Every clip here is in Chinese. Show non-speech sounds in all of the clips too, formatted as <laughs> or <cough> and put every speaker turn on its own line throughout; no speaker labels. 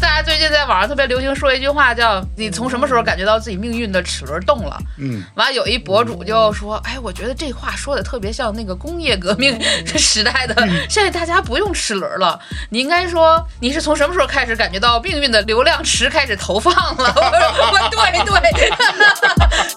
上特别流行说一句话叫“你从什么时候感觉到自己命运的齿轮动了”。
嗯，
完了有一博主就说：“哎，我觉得这话说的特别像那个工业革命 <laughs> 时代的，现在大家不用齿轮了，你应该说你是从什么时候开始感觉到命运的流量池开始投放了？”我说：“我对对。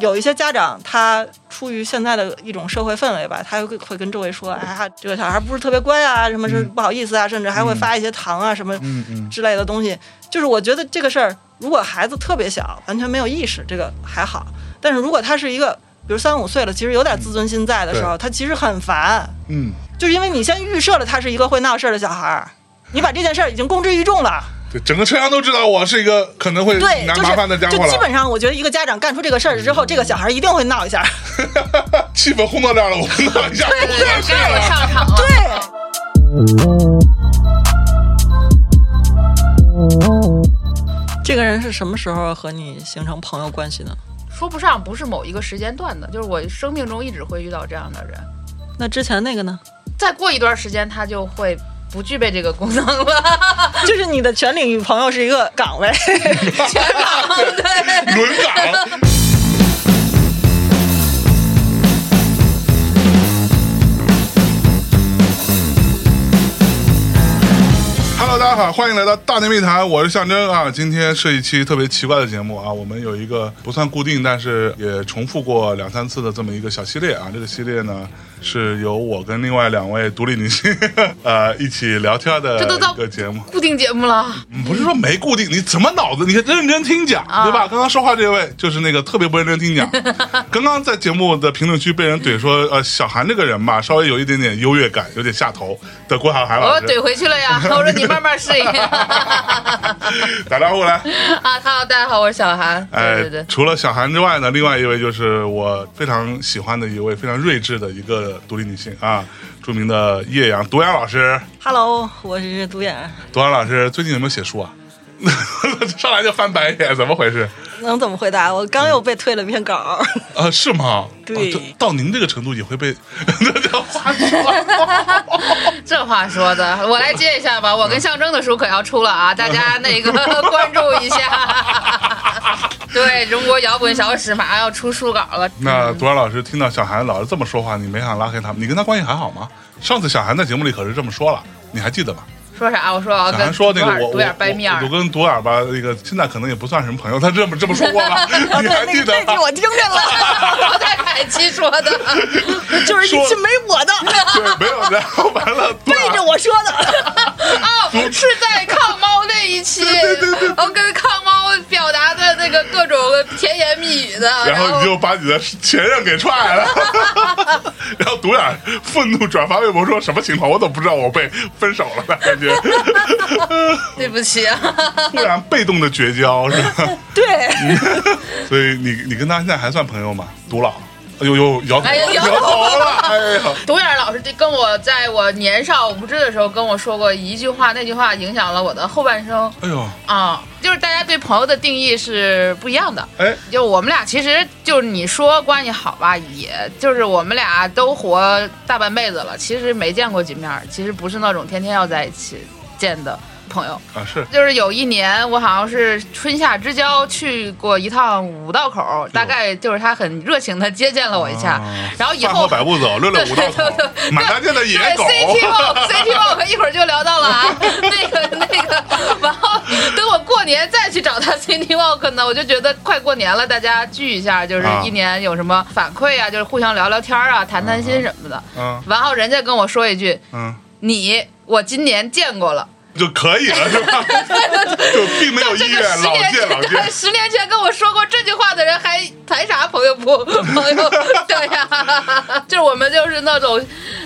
有一些家长他出于现在的一种社会氛围吧，他会会跟周围说，哎呀，这个小孩不是特别乖啊，什
嗯
么是不好意思啊，甚至还会发一些糖啊什么
嗯嗯
之类的东西。就是我觉得这个事儿，如果孩子特别小，完全没有意识，这个还好；但是如果他是一个，比如三五岁了，其实有点自尊心在的
嗯
时候，他其实很烦，
嗯，
就是因为你先预设了他是一个会闹事儿的小孩儿，你把这件事儿已经公之于众了。
对，整个车厢都知道我是一个可能会 <laughs>
对，
拿
就
麻烦的
是
家
就
伙
基
了，嗯
本上，我觉得一个家长干出这个事儿之后，这个小孩儿一定会闹一下。
<laughs> 气氛烘到这儿了，我们闹一下，
对”对，该我上场了。
对。这个人是什么时候和你形成朋友关系呢？
说不上不是某一个时间段的，就是我生命中一直会遇到这样的人。
那之前那个呢？
再过一段时间，他就会不具备这个功能了，
<laughs>
<laughs>
就是你的全领域朋友是一个岗位，
全场对。
轮岗。Hello，大家好，欢迎来到大内密谈，我是象征啊。今天是一期特别奇怪的节目啊，我们有一个不算固定，但是也重复过两三次的这么一个小系列啊。这个系列呢，是由我跟另外两位独立女性 <laughs> 呃一起聊天的
这都到
一个节目。
固定节目了，
嗯不是说没固定，你怎么脑子？你认真听讲，
啊
对吧？刚刚说话这位就是那个特别不认真听讲， <laughs> 刚刚在节目的评论区被人怼说，呃，小韩这个人吧，稍微有一点点优越感，有点下头的郭晓涵
我
老师。
哦怼回去了呀。
<laughs>
我说你慢慢适应
打招呼来。
啊。哈喽，大家好，我是小韩。
哎
<laughs> 对对，对， <laughs>
除了小韩之外呢，另外一位就是我非常喜欢的一位非常睿智的一个独立女性啊，著名的叶阳独阳老师。
<laughs> Hello，我是独眼，
独阳老师最近有没有写书啊？ <laughs> 上来就翻白眼，怎么回事？
能怎么回答？我刚又被退了篇稿，
啊，是吗？
对
哦到到您这个程度也会被 <laughs> 这叫花痴
这话说的，我来接一下吧。我
嗯
跟象征的书可要出了
<laughs>
啊，大家那个 <laughs> 关注
<laughs>
一下。对，中国摇滚小史马上要出书稿了。
那独眼老师听到小韩老是这么说话，你没想拉黑他吗？你跟他关系还好吗？上次小韩在节目里可是这么说了，你还记得吗？
说啥？我说我要
小
跟
韩说那
独
个
眼
我
独眼掰面
我
儿
我。跟独眼吧，那个现在可能也不算什么朋友，他这么这么说过了， <laughs> 你还记得啊吗？
我听见
<laughs>
了，
<laughs> 我在凯奇说的，
就是一群没我
<laughs>
的，
对，没有。然后完了，独
背着
眼
我说
<laughs>
的。
哦，是在抗猫那一期，
对对对
我跟抗猫表达的那个各种甜言蜜语的，
然后你就把你的前任给踹了， <laughs> 然后独眼愤怒转发微博说什么情况？我怎么不知道我被分手了呢？感觉 <laughs>
对不起啊，
突然被动的绝交是吧？
对，
<laughs> 所以你你跟他现在还算朋友吗？独老，哎呦呦，摇头、
哎呀摇
摇
头
头了，哎
<laughs>
呀，
独眼老师就跟我在我年少无知的时候跟我说过一句话，那句话影响了我的后半生
哎呦，
啊、就是大家对朋友的定义是不一样的。
哎，
就我们俩其实就是你说关系好吧，也就是我们俩都活大半辈子了，其实没见过几面儿，其实不是那种天天要在一起见的朋友。
啊是，
就是有一年，我好像是春夏之交去过一趟五道口，大概就是他很热情的接见了我一下，
啊
然后以
饭
后
后百步走，六六五道口
对对，对
满大街的野
对
狗，
CT
<laughs>
Walk CT Walk 一会儿就聊到了啊， <laughs> 那个那个，然后等我过年再去找他 CT Walk 呢，我就觉得快过年了，大家聚一下，就是
啊
一年有什么反馈啊，就是互相聊聊天啊，谈谈心什么的。
嗯
然后人家跟我说一句
嗯，：“
你我今年见过了。”
就可以了是吧？ <laughs> 就并没有
这
意
<laughs> 个
愿
十
老
年
见老见
前，。 <laughs> 十年前跟我说过这句话的人还谈啥朋友不 <laughs> 朋友？对呀、 <laughs> 就是我们就是那种，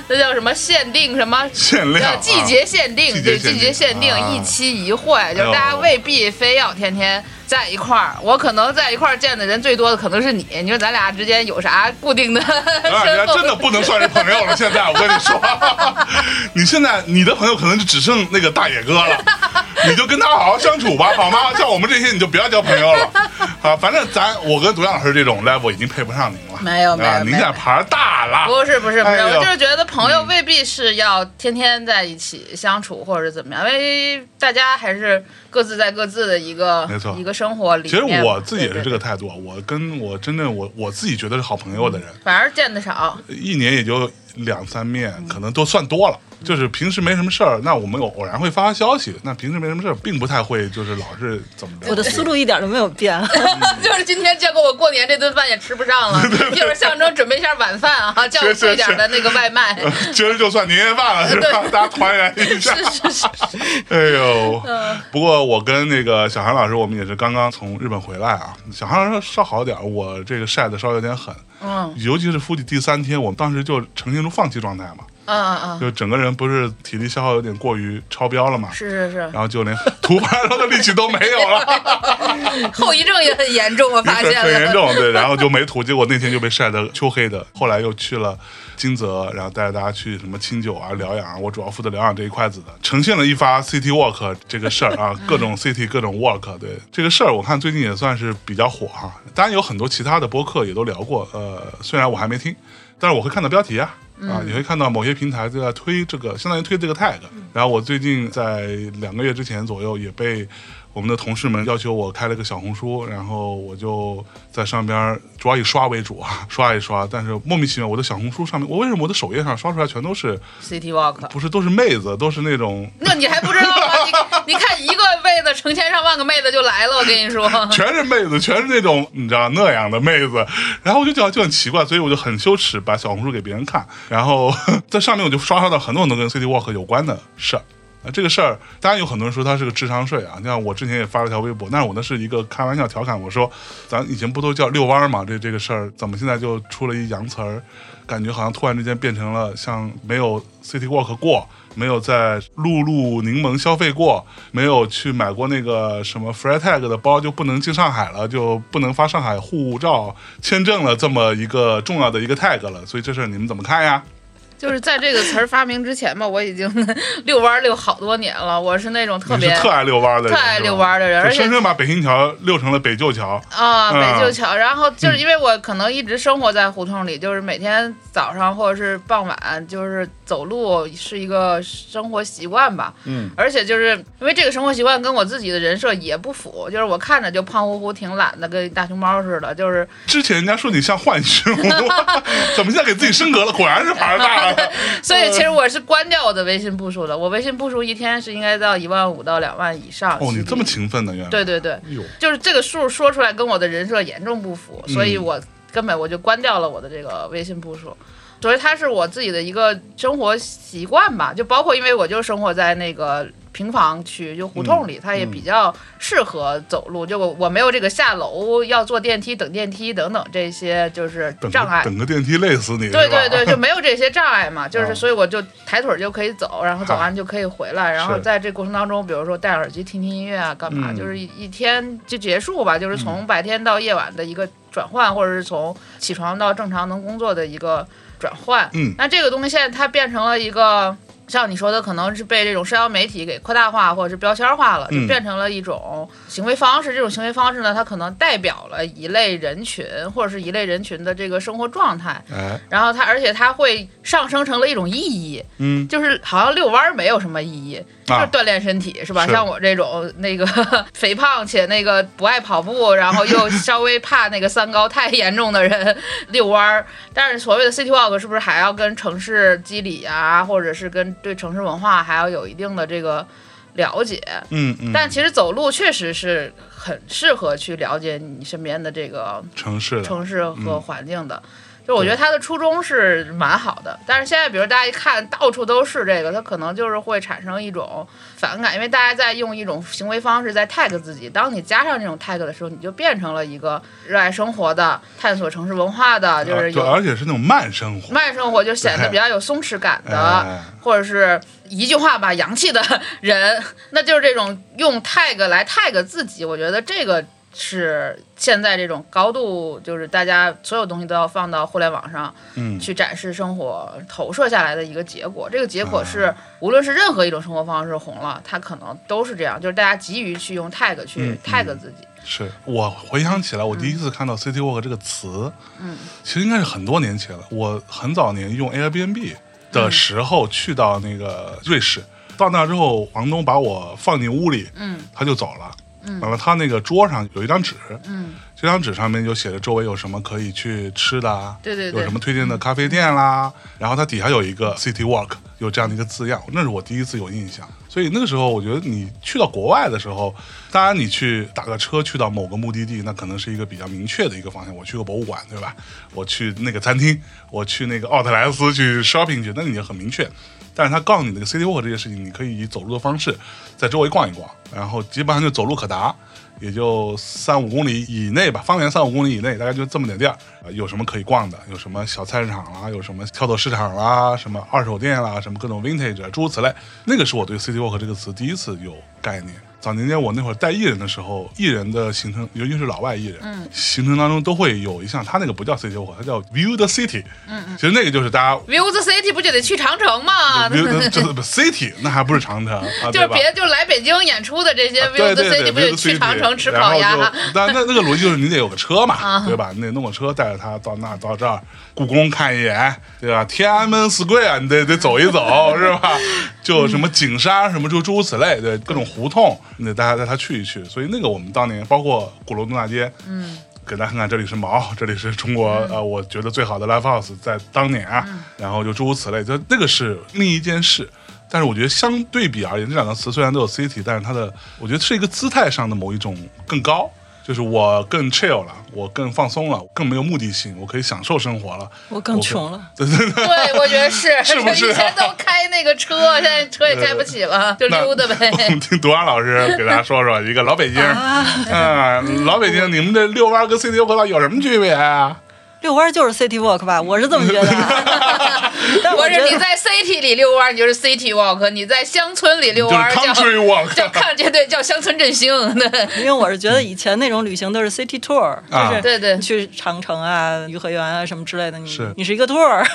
那叫什么限定什么。
限量、啊、
呃季节限定，
季节
对
限定
季节限定，
啊哎
一期一会，就是
呦
大家未必非要天天在一块儿。我可能在一块儿见的人最多的可能是你，你说咱俩之间有啥
<laughs>
固定的 <laughs>
啊，人家
身份
真的
吗？
不能算是朋
<laughs>
友了。现在我跟你说，你现在你的朋友可能就只剩那个大野哥了，你就跟他好好相处吧，好吗？像我们这些你就不要交朋友了啊。反正咱我跟独眼老师这种 level 已经配不上您了，
没有没有
啊，您
没有
这牌儿大了。
不是不是不
哎
是，
呦
我就是觉得朋友未必是要天天在一起相处或者怎么样，因为大家还是各自在各自的一个
没错
一个生活里
其实
面嘛。
我自己也是这
对，对
个态度，我跟我真正我我自己觉得是好朋友的人，
反而见得少。
一年也就两三面，可能都算多了。就是平时没什么事儿，那我们偶偶然会发发消息。那平时没什么事儿，并不太会就是老是怎么着。
我的思路一点都没有变，
<laughs> 就是今天结果我过年这顿饭也吃不
<laughs>
上了，一会儿象征准备一下晚饭啊，叫
是是
贵点儿的那个外卖。
<laughs> 今儿就算年夜饭了，是吧？大家团圆一下。
是嗯是，
哎呦，不过我跟那个小韩老师，我们也是刚刚从日本回来啊。小韩老师稍好点儿，我这个晒的稍微有点狠，
嗯
尤其是估计第三天，我们当时就呈现出放弃状态嘛，
<laughs> 嗯嗯嗯，
就整个人不是体力消耗有点过于超标了嘛，
是是是，
然后就连涂发上的力气都没有了，嗯
后遗症也很严重，我发
很
现了。
很 <laughs> 严重，对，然后就没涂，结果那天就被晒得秋黑的。后来又去了金泽，然后带着大家去什么清酒啊、疗养啊，我主要负责疗养这一块子的，呈现了一发 City Walk 这个事儿啊，各种 City 各种 Walk，对这个事儿，我看最近也算是比较火哈、当然有很多其他的播客也都聊过，呃，虽然我还没听，但是我会看到标题啊。啊，
嗯
你会看到某些平台就在推这个，相当于推这个 tag。然后我最近在两个月之前左右也被我们的同事们要求我开了个小红书，然后我就在上边儿主要以刷为主啊， <laughs> 刷一刷。但是莫名其妙，我的小红书上面，我为什么我的首页上刷出来全都是
City Walk，
不是都是妹子，都是那种
那你还不知道
<laughs>
吗？你你看一个妹子，成千上万个妹子就来了，我跟
<laughs>
你说。
全是妹子，全是那种你知道那样的妹子，然后我就觉得就很奇怪，所以我就很羞耻把小红书给别人看，然后 <laughs> 在上面我就刷刷到很多很多跟 City Walk 有关的事儿。啊，这个事儿，当然有很多人说它是个智商税啊。像我之前也发了条微博，但是我那是一个开玩笑调侃，我说咱以前不都叫遛弯儿嘛，这这个事儿怎么现在就出了一洋词儿，感觉好像突然之间变成了像没有 City Walk 过，没有在露露柠檬消费过，没有去买过那个什么 Freitag 的包，就不能进上海了，就不能发上海护照、签证了这么一个重要的一个 tag 了。所以这事儿你们怎么看呀？
就是在这个词儿发明之前吧，我已经 <laughs> 遛弯儿遛好多年了。我是那种特
你
别
是特爱遛弯儿的人，
特爱遛弯
儿，
儿的人，而
就
且
深深把北新桥遛成了北旧桥。
啊，
嗯
北旧桥。然后就是因为我可能一直生活在胡同里，就是每天早上或者是傍晚，就是走路是一个生活习惯吧。
嗯，
而且就是因为这个生活习惯跟我自己的人设也不符，就是我看着就胖乎乎、挺懒的，跟大熊猫似的，就是
之前人家说你像浣熊，
<laughs>
怎么现在给自己升格了？果然是牌儿大了。
<laughs> 所以
嗯
其实我是关掉我的微信步数的，我微信步数一天是应该到一万五到两万以上。
哦，你这么
起
勤奋的原来。
对对对，
哎呦，
就是这个数说出来跟我的人设严重不符，所以
嗯
我根本我就关掉了我的这个微信步数。所以它是我自己的一个生活习惯吧，就包括因为我就生活在那个平房区，就胡同
嗯
里，它也比较适合走路。就我我没有这个下楼要坐电梯、等电梯等等这些就是
等
障
个
碍。
等个电梯累死你。
对
是吧
对对，就没有这些障碍嘛，就
啊
是所以我就抬腿儿就可以走，然后走完就可以回来，然后
是
在这过程当中，比如说戴耳机听听音乐啊，干嘛，
嗯
就是一一天就结束吧，就是从白天到夜晚的一个转换，或者是从起床到正常能工作的一个转换。
嗯
那这个东西现在它变成了一个。像你说的，可能是被这种社交媒体给扩大化，或者是标签化了，就
嗯
变成了一种行为方式。这种行为方式呢，它可能代表了一类人群，或者是一类人群的这个生活状态。
哎，
然后它，而且它会上升成了一种意义，
嗯
就是好像遛弯儿没有什么意义，就
啊
是，锻炼身体，是吧？
是
像我这种那个 <laughs> 肥胖且那个不爱跑步，然后又稍微怕那个三高太严重的人，遛弯儿。但是所谓的 city walk 是不是还要跟城市机理啊，或者是跟对城市文化还要有一定的这个了解？
嗯嗯，
但其实走路确实是很适合去了解你身边的这个
城市的
城市
嗯
和环境的。就我觉得他的初衷是蛮好的，但是现在比如大家一看到处都是这个，他可能就是会产生一种反感，因为大家在用一种行为方式在 tag 自己。当你加上这种 tag 的时候，你就变成了一个热爱生活的、探索城市文化的，就是
啊对，
有
而且是那种慢生活。
慢生活，就显得
对
比较有松弛感的
哎，
或者是一句话吧洋气的人，那就是这种用 tag 来 tag 自己，我觉得这个是现在这种高度，就是大家所有东西都要放到互联网上
嗯，
去展示生活投射下来的一个结果。这个结果是，无论是任何一种生活方式红了，它可能都是这样，就是大家急于去用 tag 去
嗯
tag 自己。
是我回想起来，我第一次看到 City Walk 这个词，嗯，其实应该是很多年前了。我很早年用 Airbnb 的时候去到那个瑞士，到那之后，房东把我放进屋里，
嗯，
他就走了。嗯，完了，他那个桌上有一张纸，
嗯，
这张纸上面就写着周围有什么可以去吃的啊，
对对
有
对
什么推荐的咖啡店啦，然后它底下有一个 City Walk，有这样的一个字样，那是我第一次有印象。所以那个时候，我觉得你去到国外的时候，当然你去打个车去到某个目的地，那可能是一个比较明确的一个方向。我去过博物馆，对吧？我去那个餐厅，我去那个奥特莱斯去 shopping 去，那你就很明确。但是他告诉你那个 City Walk 这件事情，你可以以走路的方式在周围逛一逛，然后基本上就走路可达，也就三五公里以内吧，方圆三五公里以内，大概就这么点地儿、呃有什么可以逛的？有什么小菜市场啦，有什么跳蚤市场啦，什么二手店啦，什么各种 vintage 啊诸如此类。那个是我对 City Walk 这个词第一次有概念。早年间我那会儿带艺人的时候，艺人的行程，尤其是老外艺人，行程当中都会有一项，他那个不叫 City Walk，他叫 View the City。嗯嗯，其实那个就是大家
View the city 不就得去长城吗？
比如这这 city 那还不是长城啊，
就
对
是
吧？
别就是来北京演出的这些
啊
View
对
the
对对
city 不就
View the
得去
City，
长城吃
然
烤
后
鸭 <laughs> 啊
就？但那那个逻辑就是你得有个车嘛，对吧？你得弄个车带着他到那到这儿，故宫看一眼，对吧？天安门 square 你得得走一走，是吧？就什么景山什么就诸如此类，对各种胡同，你得大家带他去一去。所以那个我们当年包括鼓楼东大街，嗯。给大家看看，这里是毛，这里是中国、
嗯
呃，我觉得最好的 live house 在当年啊，然后就诸如此类，就那个是另一件事。但是我觉得相对比而言，这两个词虽然都有 city，但是它的我觉得是一个姿态上的某一种更高，就是我更 chill 了，我更放松了，更没有目的性，我可以享受生活了，
<laughs> 我更穷了。
对对对。
对，我觉得是，
<laughs> 是不是啊
以前都开那个车，现在车也开不起了，就
<laughs> 那
溜达呗。
我们听独安老师给大家说说一个老北京， <laughs> 啊，老北京，你们这遛弯儿跟 city walk 有什么区别啊？
遛弯儿就是 city walk 吧，我是这么觉
<laughs>
得啊。但
或
我觉
者
得
你在 city 里遛弯，你就是 city walk；你在乡村里遛
<laughs> 就是
弯，
country walk，
叫 <laughs> 叫看这对叫乡村振兴。 <laughs> 对
因为我是觉得以前那种旅行都是 city tour，
嗯啊
就是
对对
你去长城啊、颐和园啊什么之类的，你
是嗯
你是一个 tour，、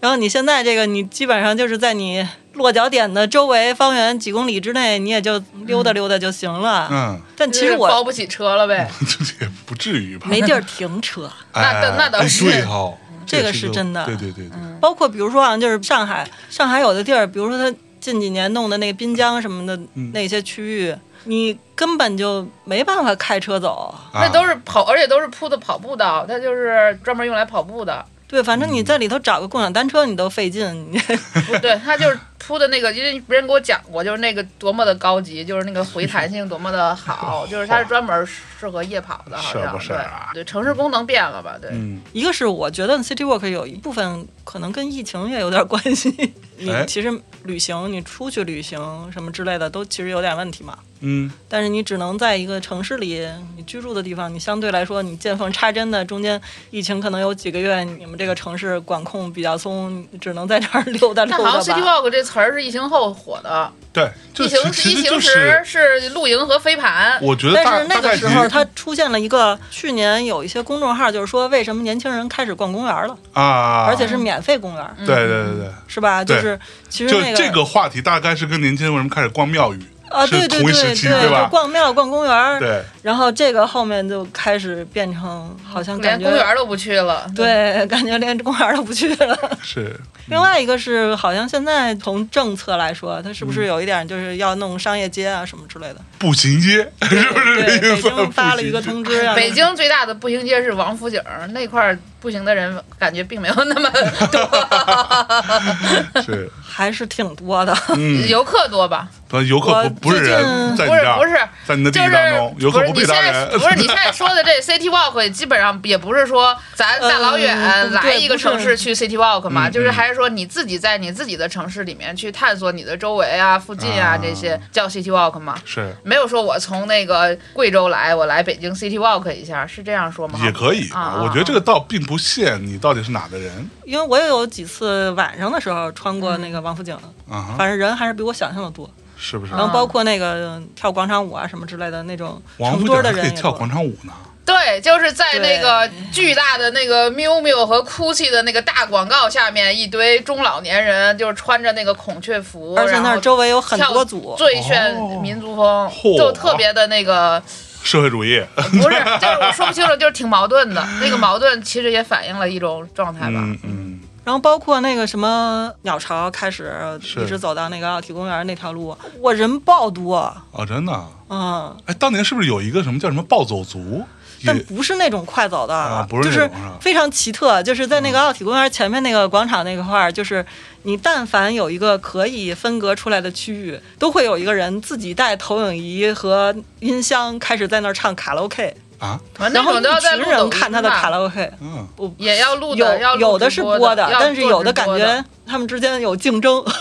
然后 <laughs> 你现在这个你基本上就是在你落脚点的周围方圆几公里之内，你也就溜达溜达就行了。
嗯，
但其实
包
我
不起车了呗。
<laughs> 这也不至于吧？
没地儿停车，
那
哎
那倒
哎
是
对哦，
这
也
个
是
是
个
真的
对对对对，
嗯
包括比如说啊，就是上海，上海有的地儿，比如说它近几年弄的那个滨江什么的、
嗯
那些区域，你根本就没办法开车走。
那都
是
是跑，而且都是铺的跑步道，它就是专门用来跑
<laughs>
步的。
对，反
嗯
正你在里头找个共享单车，你都费劲。你
不对，它就是铺的那个，因为别人给我讲过，就是那个多么的高级，就是那个回弹性多么的好，就是它是专门适合夜跑的，好
是不
像
是
对
啊
对，城市功能变了吧？对，
嗯，
一个是我觉得 City Walk 有一部分可能跟疫情也有点关
<laughs>
系。你
哎
其实旅行，你出去旅行什么之类的，都其实有点问题嘛。
嗯，
但是你只能在一个城市里，你居住的地方，你相对来说你见缝插针的，中间疫情可能有几个月，你们这个城市管控比较松，你只能在这儿 <laughs> 溜达溜
但好像
达
City
吧。
Walk 这词儿是疫情后火的，
对，就
疫
其
情
其
疫
实
情
就
时
是，
是露营和飞盘，
<laughs> 我觉得
但
大
是那
大
个
概
时候，
其
它出现了一个去年有一些公众号，就是说为什么年轻人开始逛公园了，
啊，
而且是免费公园，
嗯
对对对对。
是吧？就
对
是其实
就
那
这个话题，大概是跟年轻人开始逛庙
<laughs>
宇
啊，对
是
对
同一
对
时期，吧
就？逛庙、逛公园儿，
对，
然后这个后面就开始变成好像
连
感觉
公园都不去了。
对，感觉连公园儿都不去了。
是，
另外一个是，好像现在从政策来说，它是
嗯
不是有一点就是要弄商业街啊什么之类的？
步行街嗯是不是 <laughs>
对，
这意
北
思？
京发了一个
步行街
通知啊，
北京最大的步行街是王府井儿那块儿步行的人感觉并没有那么
<laughs>
多，
是，
还是挺多的。 <laughs>
嗯，
游客多吧？
不游客
我
不不是
最近
人，在你
不是
这儿
不是，
在你的地
就
域
是
当中，游
不
客
是
不
你
必
现
当
在
人，
不是你现在说的这 City Walk，基本上也不是说咱大老远
嗯
来一个
对不是
城市去 City Walk 嘛，
嗯
就是还是说你自己在你自己的城市里面去探索你的周围啊、附近啊
啊
这些叫 City Walk 嘛。
是
没有说我从那个贵州来，我来北京 City Walk 一下，是这样说吗？
也可以
啊啊
我觉得这个倒并不限你到底是哪的人
因
嗯
为我也有几次晚上的时候穿过那个王府井，
啊哈，
嗯
啊
反正人还是比我想象的多。
是不是？
然后包括那个跳广场舞啊什么之类的那种
王
成
府
堆
井
的
还可
人
以
也
跳
多
广场舞呢。
对，就是在那个巨大的那个 miu miu 和 gucci 的那个大广告下面，一堆中老年人就是穿着那个孔雀服，
而且那
然
儿
后
周围有很多组
跳，最炫民族风，
嚯
就特别的
<laughs>
那个，
社会主义，
不是，就是我说不清楚，就是挺矛盾的。那个矛盾其实也反映了一种状态吧。
嗯嗯，
然后包括那个什么鸟巢开始
是
一直走到那个奥体公园那条路，我人爆多，
哦，真的啊，
嗯，
哎，当年是不是有一个什么叫什么暴走族？
但
也
不是那种快走的，
啊不是
就
那种是
是
吧
非常奇特，就是在那个奥体公园前面那个广场那块儿，就是你但凡有一个可以分隔出来的区域，都会有一个人自己带投影仪和音箱开始在那儿唱卡拉 OK，
啊，
反正那
然后
种都要
一
在
群
录抖
人
音
看他的
吧
卡拉 OK。
嗯，
也要录
有
的，要录
有的
直
是
播
播
的，要
但是
做
有
直
的感
播
觉他们之间有竞争，
哎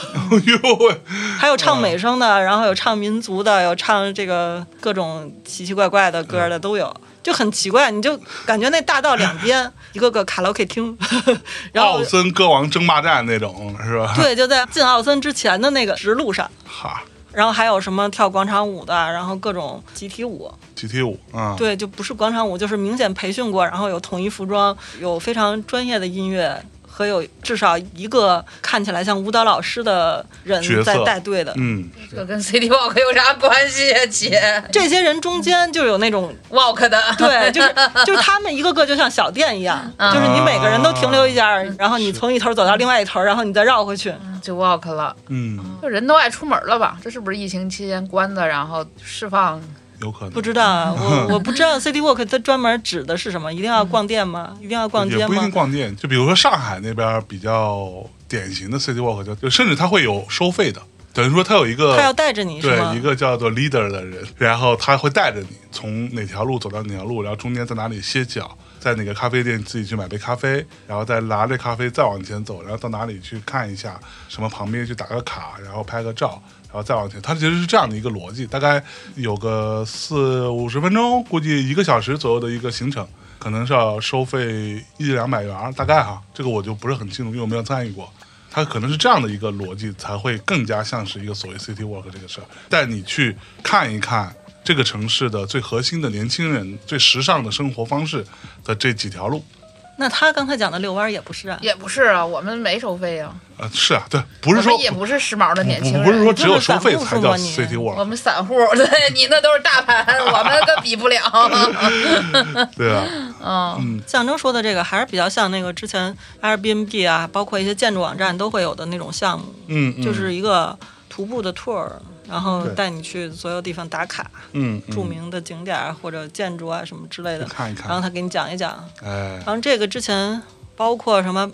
<laughs> 呦喂，
还
嗯
有唱美声的，然后有唱民族的，有唱这个各种奇奇怪怪的歌的都有，就很奇怪，你就感觉那大道两
<laughs>
边一个个卡拉 OK 厅， <laughs> 然后
奥森歌王争霸战那种是吧？
对，就在进奥森之前的那个直路上，
哈，
然后还有什么跳广场舞的，然后各种集体舞，
集体舞啊，
对，就不是广场舞，就是明显培训过，然后有统一服装，有非常专业的音乐。和有至少一个看起来像舞蹈老师的人
角
在
色
带队的，
嗯，
这跟 City Walk 有啥关系啊，姐
这些人中间就有那种
？Walk 的， <laughs>
对，就是就是他们一个个就像小店一样，
嗯
就是你每个人都停留一下，然后你从一头走到另外一头，然后你再绕回去。
就 Walk 了。
嗯，
就人都爱出门了吧？这是不是疫情期间关的，然后释放？
有可能
不知道啊，
<laughs>
我我不知道 City Walk 它专门指的是什么，一定要
嗯
逛店吗？一定要逛街
也不一定
吗？
逛店，就比如说上海那边比较典型的 City Walk，就就甚至它会有收费的，等于说它有一个
他要带着你是吗
对，一？个叫做 leader 的人，然后他会带着你从哪条路走到哪条路，然后中间在哪里歇脚，在哪个咖啡店自己去买杯咖啡，然后再拿着咖啡再往前走，然后到哪里去看一下什么旁边去打个卡，然后拍个照，然后再往前。它其实是这样的一个逻辑，大概有个四五十分钟，估计一个小时左右的一个行程。可能是要收费一两百元，大概哈，这个我就不是很清楚，因为我没有参与过。它可能是这样的一个逻辑，才会更加像是一个所谓 city walk 这个事儿，带你去看一看这个城市的最核心的年轻人、最时尚的生活方式的这几条路。
那他刚才讲的遛弯儿也不是啊，
也不是啊，我们没收费啊，
呃，是啊，对，不是说
我们也不是时髦的年轻
不
人，
不是说
你
只
这
有
是
收
散
费
户
才
是
叫
吗你
city
我
walk，
们散户， <laughs> 对你那都是大盘，我们可比
<laughs>
不了。
对
<laughs>
啊，
嗯，
象征说的这个还是比较像那个之前 Airbnb 啊，包括一些建筑网站都会有的那种项目，
嗯，嗯
就是一个徒步的 tour，然后
对
带你去所有地方打卡。
嗯嗯
著名的景点儿或者建筑啊什么之类的，
看一看
然后他给你讲一讲。
哎， <laughs>
然后这个之前包括什么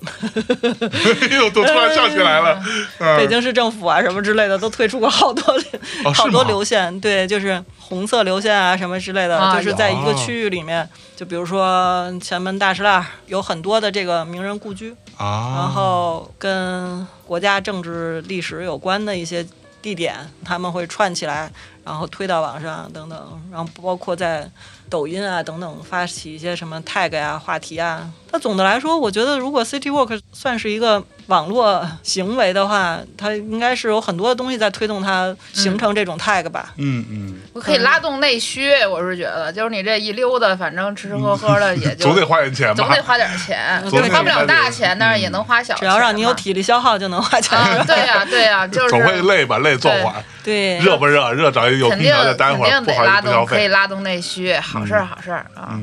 又都突然笑起来
<laughs>
了，嗯
北京市政府啊什么之类的，都推出过好多、 <laughs>
哦是
好多
吗
流线，对，就是红色流线啊什么之类的，
啊
就是在一个
有
区域里面，就比如说前门大石栏儿有很多的这个名人故居，
啊，
然后跟国家政治历史有关的一些地点，他们会串起来，然后推到网上啊等等，然后包括在抖音啊等等发起一些什么 tag 呀、话题啊。但总的来说，我觉得如果 City Walk 算是一个网络行为的话，它应该是有很多东西在推动它形成这种 tag 吧。
嗯嗯，
我可以拉动内需，我是觉得，就是你这一溜达，反正吃吃喝喝的也就
嗯 <laughs> 总得花点钱
总
吧
得，花点钱，
总得
花不了大钱，
嗯
但是也能花小钱嘛。
只要让你有体力消耗，就能花钱。
啊，对呀对呀，就
<laughs>
是
总会累吧，累坐会儿，
对，
热不热？热找一有
肯
空
定
调再待会儿，
肯定
不
得
好意
拉
思不消
动，可以
费。嗯
拉动内需，好事儿好事儿啊！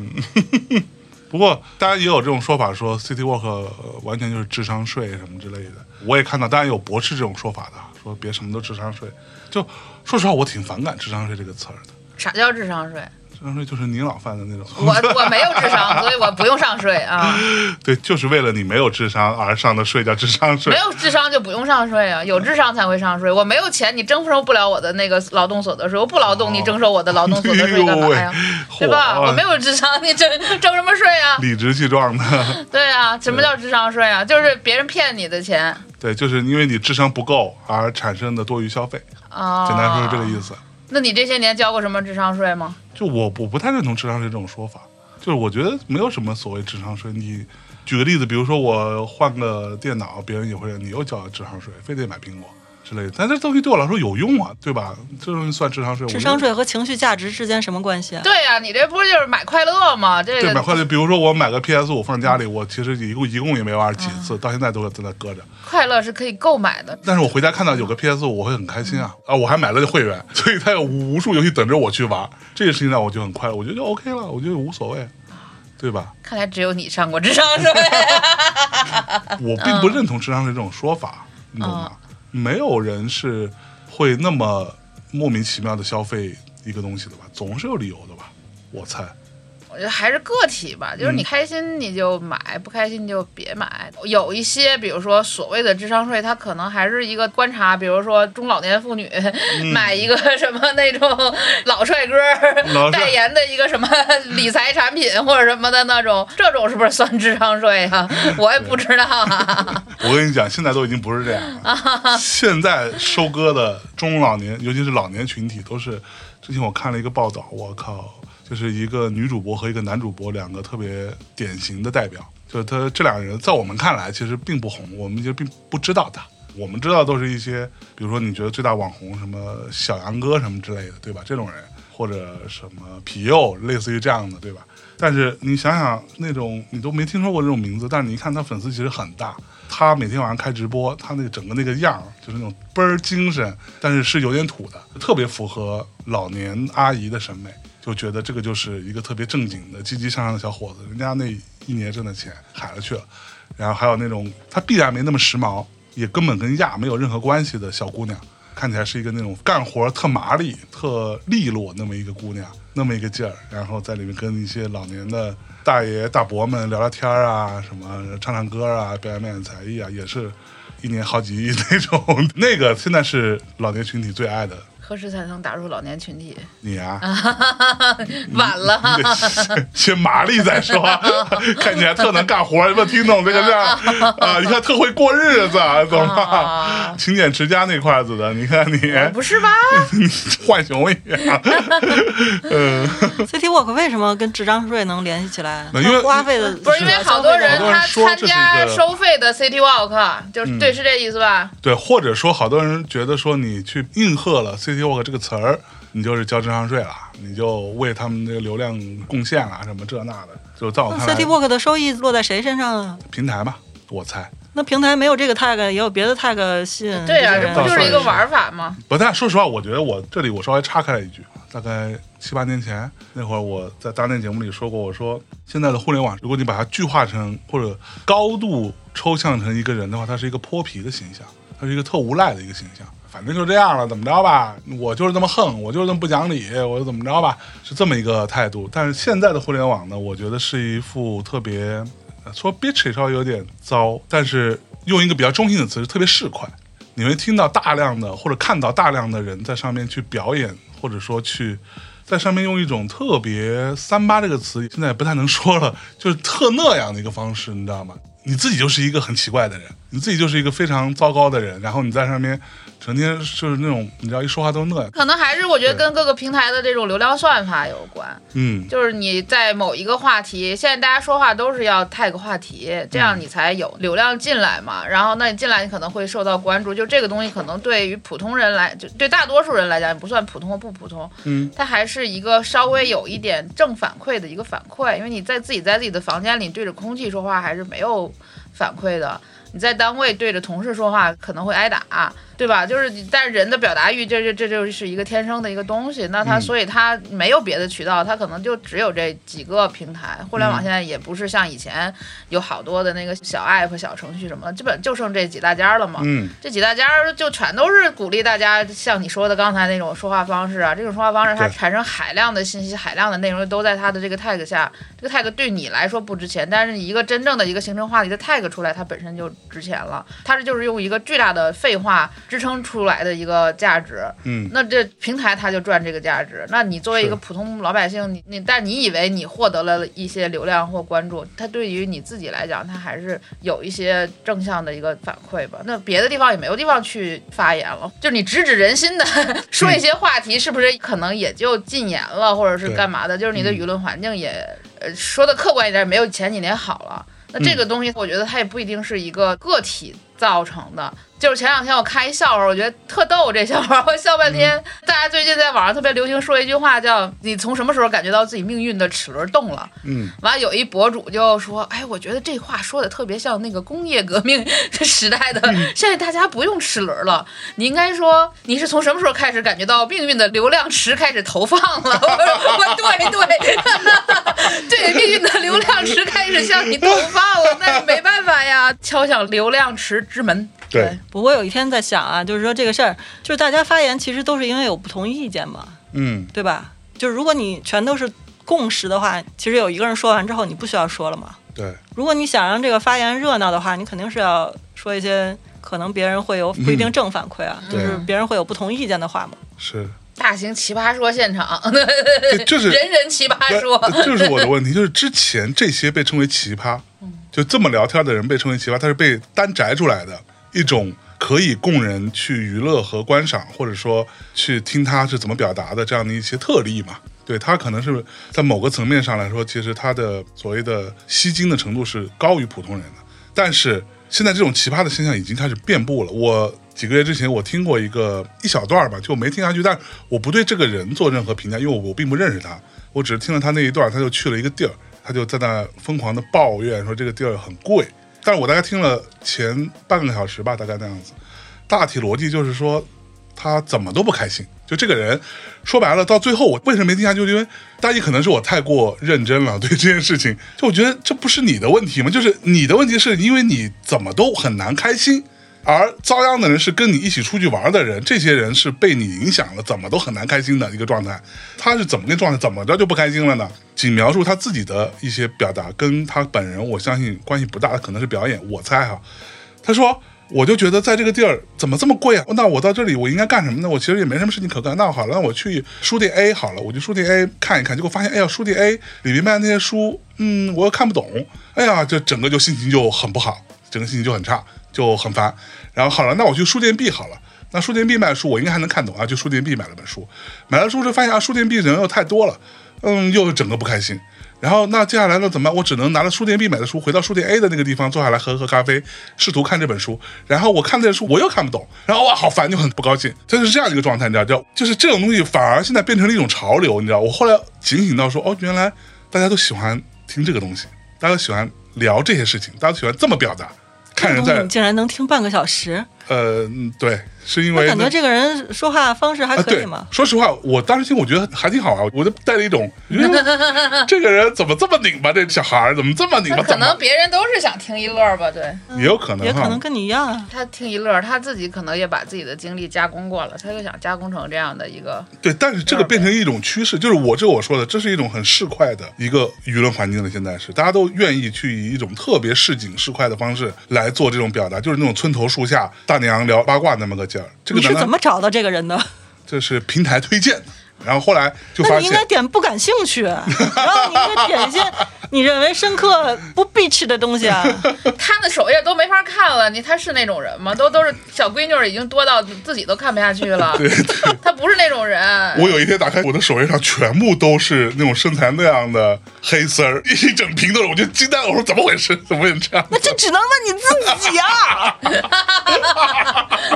不过当然也有这种说法，说 City Walk 呃完全就是智商税什么之类的。我也看到，当然有驳斥这种说法的，说别什么都智商税。就说实话，我挺反感智商税这个词儿的。
啥叫智商
<laughs>
税？
智商税就是你老犯的那种，
我我没有智商，所以我不用上税啊。
<laughs> 对，就是为了你没有智商而上的税叫智商税
没。有智商就不用上税啊，有智商才会上税。我没有钱，你征收不了我的那个劳动所得税，我不劳动，你征收我的劳动所得税干嘛
<laughs> 哎呦
呀
喂？
对吧？
嚯
我没有智商，你征征什么税啊？
理直气壮的， <laughs>
对啊，什么叫智商税啊？就是别人骗你的钱
对，就是因为你智商不够而产生的多余消费，
啊。
简单说是这个意
思。
思。
那你这些年交过什么智商税吗？
就我我不太认同智商税这种说法，就是我觉得没有什么所谓智商税。你举个例子，比如说我换个电脑，别人也会认你又交了智商税，非得买苹果，是之类的。但这东西对我来说有用啊，对吧？这东西算智商税，我
智
觉
商
得
税和情绪价值之间什么关系啊？
对呀、你这不就是买快乐吗？这
对，
个
买快乐，比如说我买个 PS 五放家里，我其实一共一共也没玩几
嗯
次，到现在都在那搁着。
快乐是可以购买的。
但是我回家看到有个 PS 五，我会很开心啊
嗯
啊！我还买了会员，所以它有无数游戏等着我去玩，这个事情让我就很快乐，我觉得就 OK 了，我觉得无所谓，对吧？
看来只有你上过智商税。
我并不认同智商税这种说法，你懂吗？没有人是会那么莫名其妙的消费一个东西的吧？总是有理由的吧？我猜。
我觉得还是个体吧，就是你开心你就买，不开心你就别买。有一些，比如说所谓的智商税，它可能还是一个观察，比如说中老年妇女、 <laughs> 买一个什么那种老帅哥
老帅
代言的一个什么 <laughs> 理财产品或者什么的那种，这种是不是算智商税啊？我也不知道啊。 <laughs>
<laughs> 我跟你讲，现在都已经不是这样了。现在收割的中老年，尤其是老年群体，都是之前我看了一个报道，我靠，就是一个女主播和一个男主播，两个特别典型的代表。就是他这两个人，在我们看来其实并不红，我们就并不知道他。我们知道都是一些，比如说你觉得最大网红什么小杨哥什么之类的，对吧？这种人或者什么皮佑，类似于这样的，对吧？但是你想想，那种你都没听说过这种名字，但是你一看他粉丝其实很大，他每天晚上开直播，他那个整个那个样儿就是那种倍儿精神，但是是有点土的，特别符合老年阿姨的审美，就觉得这个就是一个特别正经的、积极向上的小伙子。人家那一年挣的钱海了去了，然后还有那种她必然没那么时髦，也根本跟亚没有任何关系的小姑娘，看起来是一个那种干活特麻利、特利落那么一个姑娘，那么一个劲儿，然后在里面跟一些老年的大爷大伯们聊聊天儿啊，什么唱唱歌啊， <laughs> 表演表演才艺啊，也是一年好几亿那种。那个现在是老年群体最爱的
何时才能打入老年群体？
你啊，
晚了。
<laughs> 你得先先麻利再说，看起来特能干活，不听懂这个事儿啊？你看特会过日子，懂吗
啊？
勤俭持家那块子的，你看你
不是吧？
你浣熊一样，嗯，
CT Walk 为什么跟智商税能联系起来？
那因为
它花费的
不是因为
啊
好多人
好多人
他
说
参
这是一
加
个嗯
收费的 City Walk，就是对，是这意思吧？
对，或者说好多人觉得说你去应和了 City Walk 这个词儿，你就是交智商税了，你就为他们这个流量贡献了什么这那的，就在我看来
CT，Walk 的收益落在谁身上啊？
平台吧，我猜。
那平台没有这个 tag，也有别的 tag 吸引。
对呀、
这
这
些人
不就是一
倒
个
是
玩法吗？
不，但说实话，我觉得我这里我稍微岔开了一句，啊大概七八年前那会儿，我在大内节目里说过，我说现在的互联网，如果你把它具化成或者高度抽象成一个人的话，它是一个泼皮的形象，它是一个特无赖的一个形象。反正就这样了，怎么着吧？我就是这么横，我就是这么不讲理，我就怎么着吧，是这么一个态度。但是现在的互联网呢，我觉得是一副特别呃说 bitch 稍微有点糟，但是用一个比较中性的词，是特别市侩。你会听到大量的或者看到大量的人在上面去表演，或者说去在上面用一种特别“三八”这个词，现在也不太能说了，就是特那样的一个方式，你知道吗？ <laughs> 你自己就是一个很奇怪的人，你自己就是一个非常糟糕的人，然后你在上面成天就是那种，你知道一说话都那样，
可能还是我觉得
对
跟各个平台的这种流量算法有关，
嗯，
就是你在某一个话题，现在大家说话都是要 tag 话题，
嗯
这样你才有流量进来嘛。然后那你进来，你可能会受到关注，就这个东西可能对于普通人来，就对大多数人来讲，也不算普通或不普通，
嗯，
它还是一个稍微有一点正反馈的一个反馈，因为你在自己在自己的房间里对着空气说话还是没有反馈的。你在单位对着同事说话可能会挨打，对吧？就是你，但是人的表达欲，这这这就是一个天生的一个东西。那他、
嗯
所以他没有别的渠道，他可能就只有这几个平台。互联
嗯
网现在也不是像以前有好多的那个小 app、小程序什么的，基本就剩这几大家了嘛。
嗯，
这几大家儿就全都是鼓励大家像你说的刚才那种说话方式啊，这种说话方式它
对
产生海量的信息、海量的内容都在它的这个 tag 下，这个 tag 对你来说不值钱，但是你一个真正的一个形成话题的 tag 出来，它本身就值钱了，它是就是用一个巨大的废话支撑出来的一个价值，
嗯
那这平台它就赚这个价值，那你作为一个
是
普通老百姓，你你但你以为你获得了一些流量或关注，它对于你自己来讲，它还是有一些正向的一个反馈吧。那别的地方也没有地方去发言了，就你直指人心的 <laughs> 说一些话题，是不是可能也就禁言了，或者是
对
干嘛的？就是你的
嗯
舆论环境也，呃，说的客观一点，没有前几年好了。那这个东西，我觉得它也不一定是一个个体造成的。就是前两天我看一笑话，我觉得特逗，这笑话我笑半天。大家最近在网上特别流行说一句话，叫“你从什么时候感觉到自己命运的齿轮动了？”
嗯，
完了有一博主就说：“哎，我觉得这话说的特别像那个工业革命 <laughs> 时代的，
嗯
<laughs> 现在大家不用齿轮了，你应该说你是从什么时候开始感觉到命运的流量池开始投放了？” <laughs> 我说：“我对对， <laughs> 对命运的流量池开始向你投放
<laughs>
了，那也没办法呀，敲响流量池之门。”
对，
不过有一天在想啊，就是说这个事儿，就是大家发言其实都是因为有不同意见嘛，
嗯，
对吧？就是如果你全都是共识的话，其实有一个人说完之后，你不需要说了嘛。
对，
如果你想让这个发言热闹的话，你肯定是要说一些可能别人会有不一
嗯
定正反馈啊，就是别人会有不同意见的话嘛。
是， <laughs>
大型奇葩说现场，
对这是
人人奇葩说，
这是我的问题，就是之前这些被称为奇葩，就这么聊天的人被称为奇葩，他是被单摘出来的一种可以供人去娱乐和观赏，或者说去听他是怎么表达的这样的一些特例嘛。对他可能是在某个层面上来说，其实他的所谓的吸睛的程度是高于普通人的，但是现在这种奇葩的现象已经开始遍布了。我几个月之前我听过一个一小段儿吧，就没听下去，但我不对这个人做任何评价，因为我我并不认识他，我只是听了他那一段儿，他就去了一个地儿，他就在那疯狂的抱怨说这个地儿很贵。但是我大概听了前半个小时吧，大概那样子，大体逻辑就是说他怎么都不开心。就这个人，说白了，到最后我为什么没听下去？就因为大一可能是我太过认真了，对这件事情，就我觉得这不是你的问题吗？就是你的问题是因为你怎么都很难开心，而遭殃的人是跟你一起出去玩的人，这些人是被你影响了，怎么都很难开心的一个状态。他是怎么个状态？怎么着就不开心了呢？仅描述他自己的一些表达，跟他本人我相信关系不大，可能是表演，我猜哈。他说。我就觉得在这个地儿怎么这么贵啊？那我到这里我应该干什么呢？我其实也没什么事情可干。那好了，那我去书店 A 好了，我去书店 A 看一看。结果发现，哎呀，书店 A 里面卖的那些书，嗯，我又看不懂。哎呀，这整个就心情就很不好，整个心情就很差，就很烦。然后好了，那我去书店 B 好了。那书店 B 卖的书我应该还能看懂啊，去书店 B 买了本书，买了书就发现啊，书店 B 人又太多了，嗯，又整个不开心。然后那接下来呢怎么办？我只能拿着书店 B 买的书，回到书店 A 的那个地方坐下来喝喝咖啡，试图看这本书。然后我看这本书我又看不懂，然后哇好烦，就很不高兴。就是这样一个状态，你知道，就就是这种东西反而现在变成了一种潮流，你知道。我后来警醒到说，哦，原来大家都喜欢听这个东西，大家都喜欢聊这些事情，大家都喜欢这么表达。看人
这个东西
在
你，竟然能听半个小时，
呃，嗯对，是因
那
为
感觉这个人说话方式还
啊，
可以
对
嘛，？
说实话，我当时听我觉得还挺好玩，我就带了一
<laughs>
种，因为这个人怎么这么拧巴？这小孩儿怎么这么拧巴？
那可
怎么
能别人都是想听一乐吧，对。
也有可能，
也
哈。
可能跟你一样啊。
他听一乐，他自己可能也把自己的经历加工过了，他就想加工成这样的一个。 <laughs>
对，但是这个变成一种趋势，就是我这我说的，这是一种很市侩的一个舆论环境了。现在是大家都愿意去以一种特别市井市侩的方式来做这种表达，就是那种村头树下大娘聊八卦那么个劲儿。这个
你是
难
怎
道
么找到这个人的？
这是平台推荐的？然后后来就
那
发
你应
现
该点不感兴趣，啊
<laughs>
然后你应该点一些你认为深刻不必吃的东西
<laughs>
啊。
他的首页都没法看了，你他是那种人吗？都都是小闺女儿，已经多到自己都看不下去
<laughs>
了。他不是那种人。
我有一天打开我的首页上，全部都是那种身材那样的黑丝儿， <laughs> 一整屏都是，我就惊呆了，我说怎么回事？怎么会这样？
那这只能问你自
<laughs>
己啊。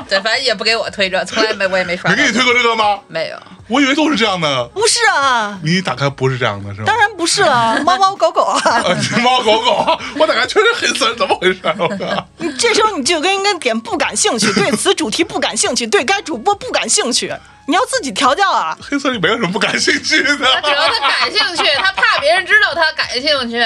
对，反正也不给我推这，从来没我也没刷
没。 <laughs> 给你推过这个吗？
没有，
我以为都是这样的，
不是啊，
你打开不是这样的，是 <laughs> 吗
当？然不是啊，猫猫狗狗啊，
<laughs> 啊，猫狗狗，我打开全是黑丝儿，怎么回事 <laughs> 儿？我
你这时候你就应该点不感兴趣，对此主题不感兴趣，对该主播不感兴趣，你要自己调教啊。
黑丝儿里没有什么不感兴趣
他只要
的。
他感兴趣，他怕别人知道他感兴趣，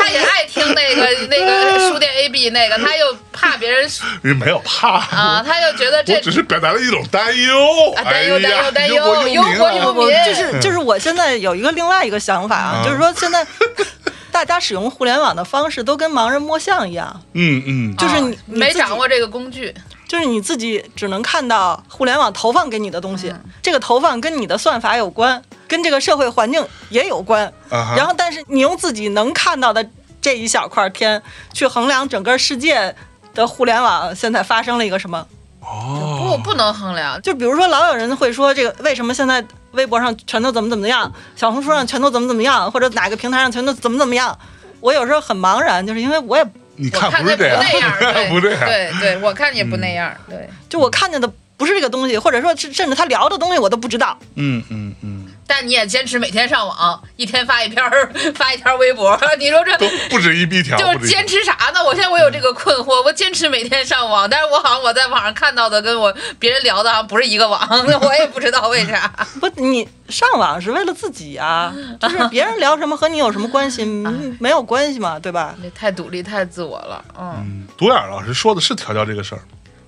他也爱听
<laughs>
那个那个书店 A B 那个，他又怕别人
你没有怕，
啊，他又觉得这
我只是表达了一种担忧。
啊
哎
担忧
呀，
担忧
忧国忧
担忧
民
忧国忧
啊
民
我
嗯
就是就是我现在有一个另外一个想法啊，
嗯
就是说现在 <laughs> 大家使用互联网的方式都跟盲人摸象一样，
嗯嗯，
就是你
啊
你
没
自己
掌握这个工具。
就是你自己只能看到互联网投放给你的东
嗯
西，这个投放跟你的算法有关，跟这个社会环境也有关。
啊哈
然后，但是你用自己能看到的这一小块天去衡量整个世界的互联网现在发生了一个什么？
不
哦，
不能衡量，
就比如说，老有人会说这个为什么现在微博上全都怎么怎么样，小红书上全都怎么怎么样，或者哪个平台上全都怎么怎么样。我有时候很茫然，就是因为我也
你
我
看
看
不是
那
这样， <laughs>
对
不这样，嗯
对对，我看也不那样，对。
就我看见的不是这个东西，或者说是甚至他聊的东西我都不知道。
嗯嗯嗯，
但你也坚持每天上网，一天发一篇儿，发一条微博，你说这
都不止一逼条，
就
不止嗯
是
一
坚持啥呢？我现在我有这个困惑，我坚持每天上网，但是我好像我在网上看到的跟我别人聊的好像不是一个网， <laughs> 那我也不知道为啥。
<laughs>
不，你上网是为了自己啊，就是别人聊什么和你有什么关系？嗯没有关系嘛，对吧？
那太独立，太自我了，嗯，
嗯，独眼儿老师说的是调教这个事儿，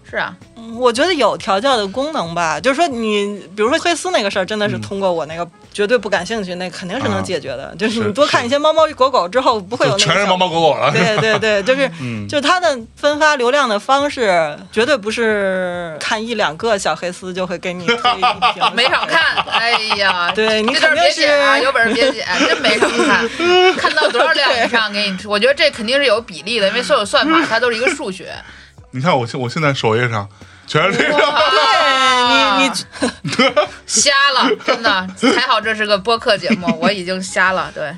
是啊，
我觉得有调教的功能吧，就是说你，比如说黑丝那个事儿，真的是
嗯
通过我那个绝对不感兴趣，那肯定是能解决的。啊就是
是
你多看一些猫猫狗狗之后，不会有
就
那个
全是
效
猫
果
猫狗狗 <laughs> 了，
对对对，就是。
嗯，
就是它的分发流量的方式，绝对不是看一两个小黑丝就会给你推一条
<laughs> 没少
<laughs>
看，哎呀，
对你
这段
肯定
别剪啊，
是
有本事别剪，真没少看，
<laughs>
看到多少两以上给你吃，我觉得这肯定是有比例的，
嗯
因为所有算法它都是一个数学。
你看我现我现在首页上全是这个，
哇
对你你
瞎
<laughs>
了，真的，还好这是个播客节目，我已经瞎了，对，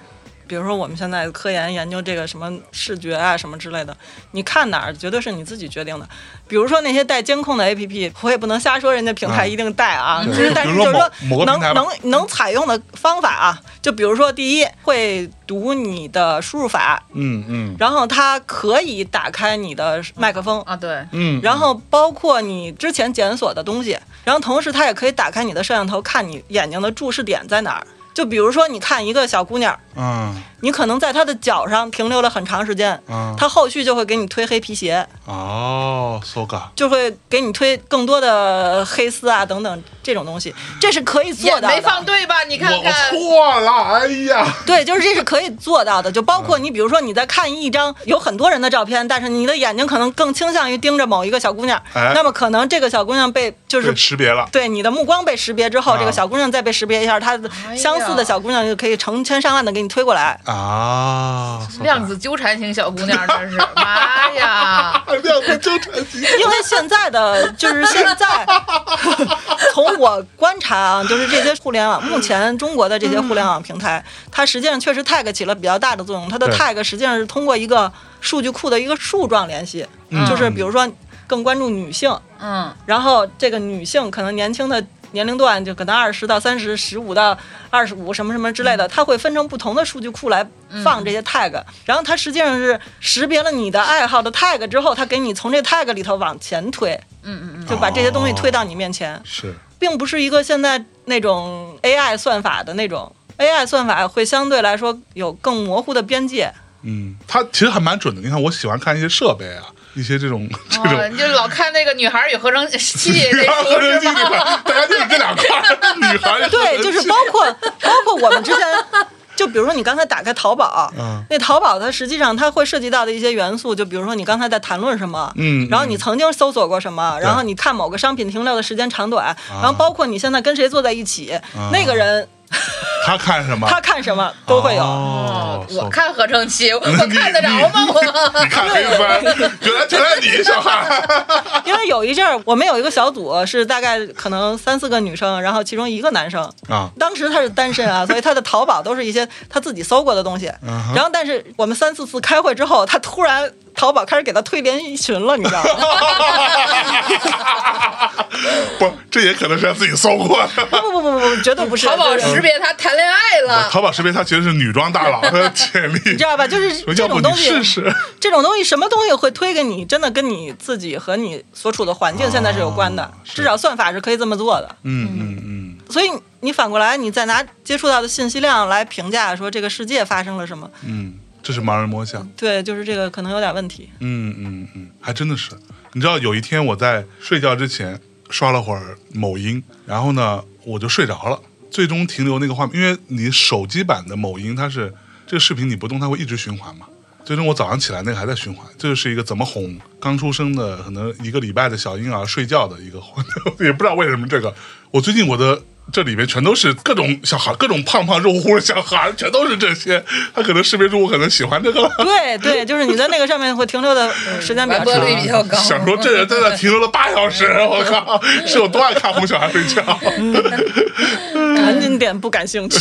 比如说我们现在科研研究这个什么视觉啊什么之类的，你看哪儿绝对是你自己决定的。比如说那些带监控的 APP，我也不能瞎说人家平台
嗯
一定带啊，
<laughs> 对
就是但
比
是
如
就
说
是
某某个
能
平台吧
能能采用的方法啊，就比如说第一会读你的输入法，
嗯嗯
然后它可以打开你的麦克风。
啊对，
嗯，
然后包括你之前检索的东西，然后同时它也可以打开你的摄像头，看你眼睛的注视点在哪儿。就比如说，你看一个小姑娘，
嗯
你可能在她的脚上停留了很长时间，
嗯，
她后续就会给你推黑皮鞋，
哦，so ga，
就会给你推更多的黑丝啊等等这种东西，这是可以做
也
到
没
的
放。对吧？你看
我
看，
我错了，哎呀，
对，就是这是可以做到的。就包括你，比如说你在看一张有很多人的照片，但是你的眼睛可能更倾向于盯着某一个小姑娘，
哎
那么可能这个小姑娘被就是
被识别了，
对你的目光被识别之后，
啊
这个小姑娘再被识别一下，她的
哎呀
相似的小姑娘就可以成千上万的给你推过来。
啊，so ga
量子纠缠型小姑娘，这
<laughs>
是，妈呀！
啊量子纠缠型，
因为现在的就是现在，从我观察啊，就是这些互联网，目前中国的这些互联网平台，它实际上确实 tag 起了比较大的作用。它的
对
tag 实际上是通过一个数据库的一个树状联系，
嗯
就是比如说更关注女性，
嗯，
然后这个女性可能年轻的。年龄段就可能二十到三十、十五到二十五什么什么之类的，它会分成不同的数据库来放这些 tag，、然后它实际上是识别了你的爱好的 tag 之后，它给你从这 tag 里头往前推，
嗯嗯
就把这些东西推到你面前，
是
并不是一个现在那种 AI 算法的那种 AI 算法会相对来说有更模糊的边界。
嗯，他其实还蛮准的。你看，我喜欢看一些设备啊，一些这种这
嗯，
种
哦，你就老看那个女孩儿与合
<laughs>
成器
女孩合成
那
器
书是
这块
吗？
儿，大家就是这两块儿， <laughs> 女孩儿
对，
合
就
成
是
器
包括包括我们之前，就比如说你刚才打开淘宝，
嗯
那淘宝它实际上它会涉及到的一些元素，就比如说你刚才在谈论什么，
嗯
然后你
嗯
曾经搜索过什么，然后你看某个商品停留的时间长
啊
短，然后包括你现在跟谁坐在一起，那个人
他看什么？
他看什么都会有。
哦
哦，，
so
我看合
<laughs>
成器，我看得着吗？我
你看黑
<laughs>
帆，原来全赖你小孩。
因为有一阵儿，我们有一个小组是大概可能三四个女生，然后其中一个男生。
啊， <laughs>
当时他是单身啊，所以他的淘宝都是一些他自己搜过的东西。
嗯哼
然后，但是我们三四次开会之后，他突然淘宝开始给他推连群了，你知道吗？
不，这也可能是他自己搜过的。
不不不不不，绝对不是
淘宝
就是
识别他谈恋爱了，
淘宝识别他其实是女装大佬，
<laughs>
他的潜力。
你知道吧？就是
说
这
要不
种
你
东西，
试试？
这种东西什么东西会推给你，真的跟你自己和你所处的环境现在是有关的。
哦是
至少算法是可以这么做的。
嗯嗯嗯，
所以你反过来，你再拿接触到的信息量来评价说这个世界发生了什么，
嗯，这是盲人摸象。
对，就是这个可能有点问题。
嗯嗯嗯，还真的是。你知道有一天我在睡觉之前刷了会儿某音，然后呢我就睡着了，最终停留那个画面，因为你手机版的某音它是这个视频你不动，它会一直循环嘛。最终我早上起来那个还在循环，这就是一个怎么哄刚出生的可能一个礼拜的小婴儿睡觉的一个环，也不知道为什么这个。 <laughs> 我最近我的这里面全都是各种小孩，各种胖胖肉乎的小孩，全都是这些。他可能识别出我可能喜欢这个了。
对对，就是你在那个上面会停留的时间比较
完播率
长
比。较高。
想说这人在那停留了八小
<laughs>
时，我靠，是有多爱看哄小孩睡觉？ <laughs>
赶紧点不感兴趣。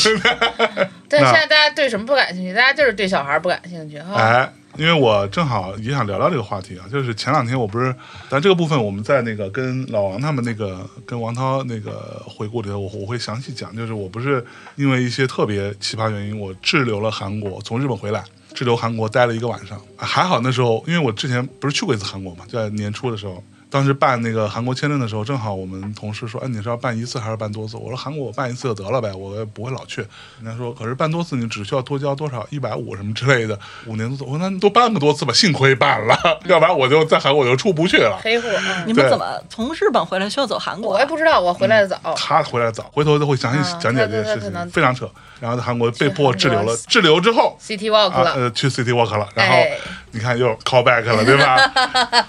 但
那
现在大家对什么不感兴趣？大家就是对小孩儿不感兴趣哦哈。
哎，因为我正好也想聊聊这个话题啊，就是前两天我不是，但这个部分我们在那个跟老王他们那个跟王涛那个回顾里头，我我会详细讲，就是我不是因为一些特别奇葩原因，我滞留了韩国，从日本回来。滞留韩国待了一个晚上，还好那时候，因为我之前不是去过一次韩国嘛，在年初的时候，当时办那个韩国签证的时候，正好我们同事说：“哎，你是要办一次还是办多次？”我说：“韩国我办一次就得了呗，我也不会老去。”人家说：“可是办多次你只需要多交多少一百五什么之类的，五年多次。”我说：“那多办个多次吧，幸亏办了， <laughs> 要不然我就在韩国我就出不去了。
黑户，嗯
你们
对
怎么从日本回来需要走韩国
我
啊
也？不知道，我回来的早”。
他回来早，回头就会详细
啊
讲解这
对
件
对对
事
可能
情，非常扯。然后在韩国被迫滞留
去韩
了
国，
滞留之后
City Walk
啊
了，
呃去 City Walk 了，然后
哎
你看又 call back 了，对
<laughs>
吧？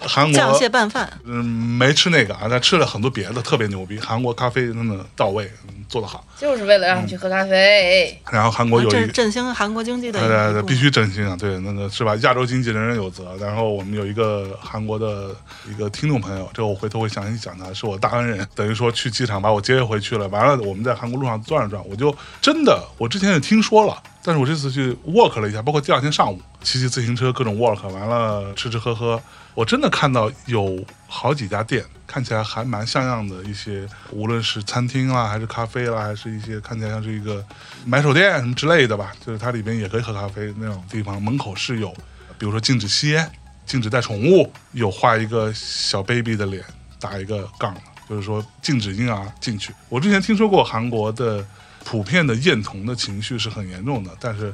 韩
<laughs>
国
酱蟹拌饭，
嗯，没吃那个啊，但吃了很多别的，特别牛逼。韩国咖啡真的到位，嗯做得好。
就是为了让你去喝咖啡。
然后韩国有
啊这
一
是
个，
振兴韩国经济的一
对对
一
对，
部
必
分
须振兴啊，对，那个是吧？亚洲经济人人有责。然后我们有一个韩国的一个听众朋友，这我回头会详细讲他，是我大恩人，等于说去机场把我接回去了。完了，我们在韩国路上转了转，我就真的，我之前也听说了，但是我这次去 walk 了一下，包括第二天上午骑骑自行车各种 walk，完了吃吃喝喝，我真的看到有好几家店，看起来还蛮像样的一些，无论是餐厅啦，还是咖啡啦，还是一些看起来像是一个买手店什么之类的吧，就是它里边也可以喝咖啡那种地方，门口是有，比如说禁止吸烟，禁止带宠物，有画一个小 baby 的脸，打一个杠的，就是说禁止婴儿进去。我之前听说过韩国的普遍的厌童的情绪是很严重的，但是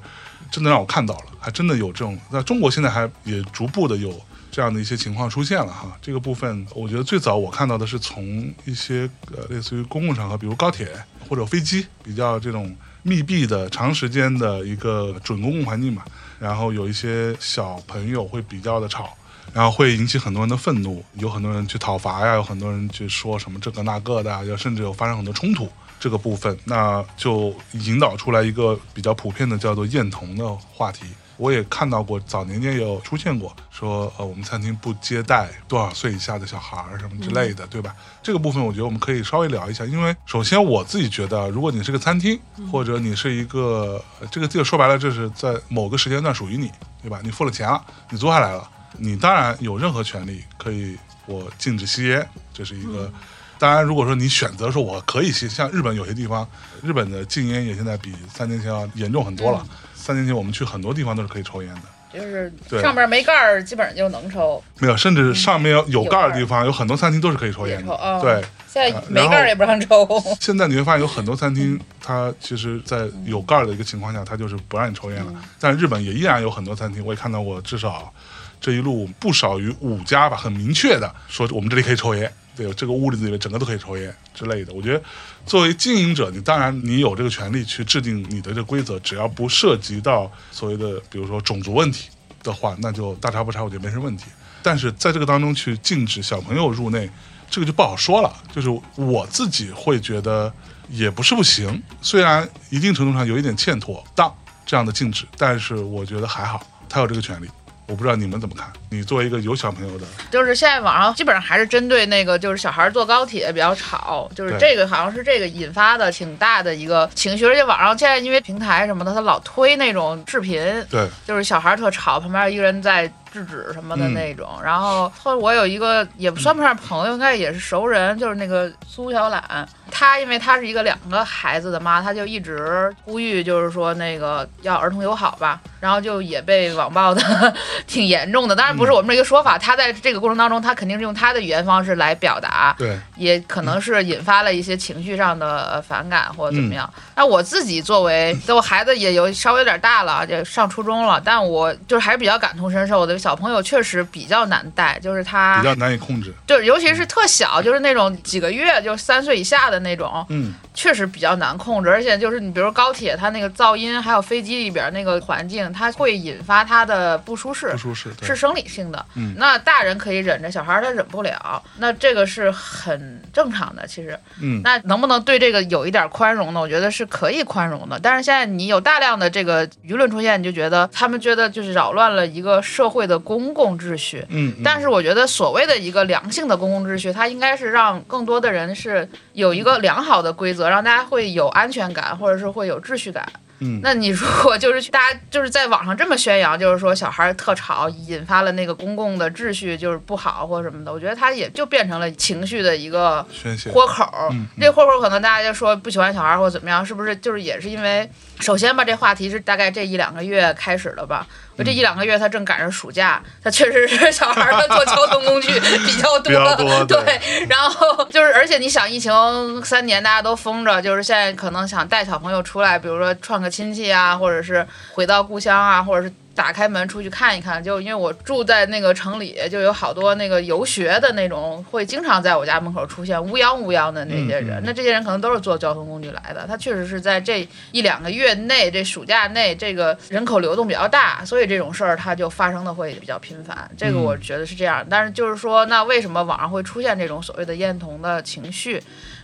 真的让我看到了，还真的有这种。那中国现在还也逐步的有这样的一些情况出现了哈。这个部分，我觉得最早我看到的是从一些呃类似于公共场合，比如高铁或者飞机，比较这种密闭的、长时间的一个准公共环境吧。然后有一些小朋友会比较的吵，然后会引起很多人的愤怒，有很多人去讨伐呀，有很多人去说什么这个那个的啊，有甚至有发生很多冲突。这个部分，那就引导出来一个比较普遍的叫做厌童的话题。我也看到过，早年间也有出现过，说呃我们餐厅不接待多少岁以下的小孩儿什么之类的，对吧？这个部分我觉得我们可以稍微聊一下，因为首先我自己觉得，如果你是个餐厅，或者你是一个呃这个这个说白了，这是在某个时间段属于你，对吧？你付了钱了，你租下来了，你当然有任何权利可以我禁止吸烟，这是一个。当然，如果说你选择说我可以吸，像日本有些地方，日本的禁烟也现在比三年前要严重很多了。三年前我们去很多地方都是可以抽烟的，
就是
对
上面没盖儿，基本上就能抽。
没有，甚至上面有
有
盖儿
盖
的
儿
地方，有很多餐厅都是可以抽
也
烟
抽
的。
啊，
对，，
现在
呃
没
然
盖儿
后
也不让抽。 <laughs>
现在你会发现有很多餐厅，它其实，在有盖儿的一个情况下，它就是不让你抽烟了。但日本也依然有很多餐厅，我也看到过，至少这一路不少于五家吧，很明确的说我们这里可以抽烟，对，这个屋子里面整个都可以抽烟之类的。我觉得作为经营者，你当然你有这个权利去制定你的这规则，只要不涉及到所谓的比如说种族问题的话，那就大差不差，我觉得没什么问题。但是在这个当中去禁止小朋友入内，这个就不好说了。就是我自己会觉得也不是不行，虽然一定程度上有一点欠妥当这样的禁止，但是我觉得还好，他有这个权利。我不知道你们怎么看？你作为一个有小朋友的，
就是现在网上基本上还是针对那个，就是小孩坐高铁比较吵，就是
对
这个好像是这个引发的挺大的一个情绪，而且网上现在因为平台什么的，他老推那种视频，
对，
就是小孩特吵，旁边一个人在制止什么的那种。然后后来我有一个也不算不上朋友，应该也是熟人，就是那个苏小懒，她因为她是一个两个孩子的妈，她就一直呼吁，就是说那个要儿童友好吧。然后就也被网暴的 <laughs> 挺严重的，当然不是我们这一个说法，她在这个过程当中，她肯定是用她的语言方式来表达，
对，
也可
嗯
能是引发了一些情绪上的呃反感或者怎么样。那、我自己
<laughs>
作为，就我孩子也有稍微有点大了，就上初中了，但我就是还是比较感同身受的。小朋友确实比较难带，就是他
比较嗯难以控制。
就是尤其是特小，就是那种几个月，就是三岁以下的那种，
嗯，
确实比较难控制。而且就是你比如高铁，它那个噪音，还有飞机里边那个环境，它会引发他的不舒适
不。舒适。对
是生理性的，
嗯
那大人可以忍着，小孩儿他忍不了，那这个是很正常的。其实，
嗯，
那能不能对这个有一点宽容呢？我觉得是可以宽容的。但是现在你有大量的这个舆论出现，你就觉得他们觉得就是扰乱了一个社会的公共秩序。
嗯，嗯
但是我觉得所谓的一个良性的公共秩序，它应该是让更多的人是有一个良好的规则，让大家会有安全感，或者是会有秩序感。
嗯
那你如果就是去大家就是在网上这么宣扬，就是说小孩儿特吵，引发了那个公共的秩序就是不好或什么的，我觉得他也就变成了情绪的一个
宣泄。
豁口儿
嗯嗯
这豁口儿可能大家就说不喜欢小孩儿或者怎么样，是不是就是也是因为，首先吧，这话题是大概这一两个月开始的
嗯
吧。我这一两个月，他正赶上暑假，他确实是小孩儿的坐交通工具比较多，
<laughs> 比较多对
<laughs> 对。然后就是，而且你想，疫情三年大家都封着，就是现在可能想带小朋友出来，比如说串个亲戚啊，或者是回到故乡啊，或者是打开门出去看一看。就因为我住在那个城里，就有好多那个游学的那种，会经常在我家门口出现乌泱乌泱的那些人。
嗯嗯
那这些人可能都是坐交通工具来的，他确实是在这一两个月内，这暑假内，这个人口流动比较大，所以这种事儿它就发生的会比较频繁。这个
嗯
我觉得是这样。但是就是说，那为什么网上会出现这种所谓的厌童的情绪？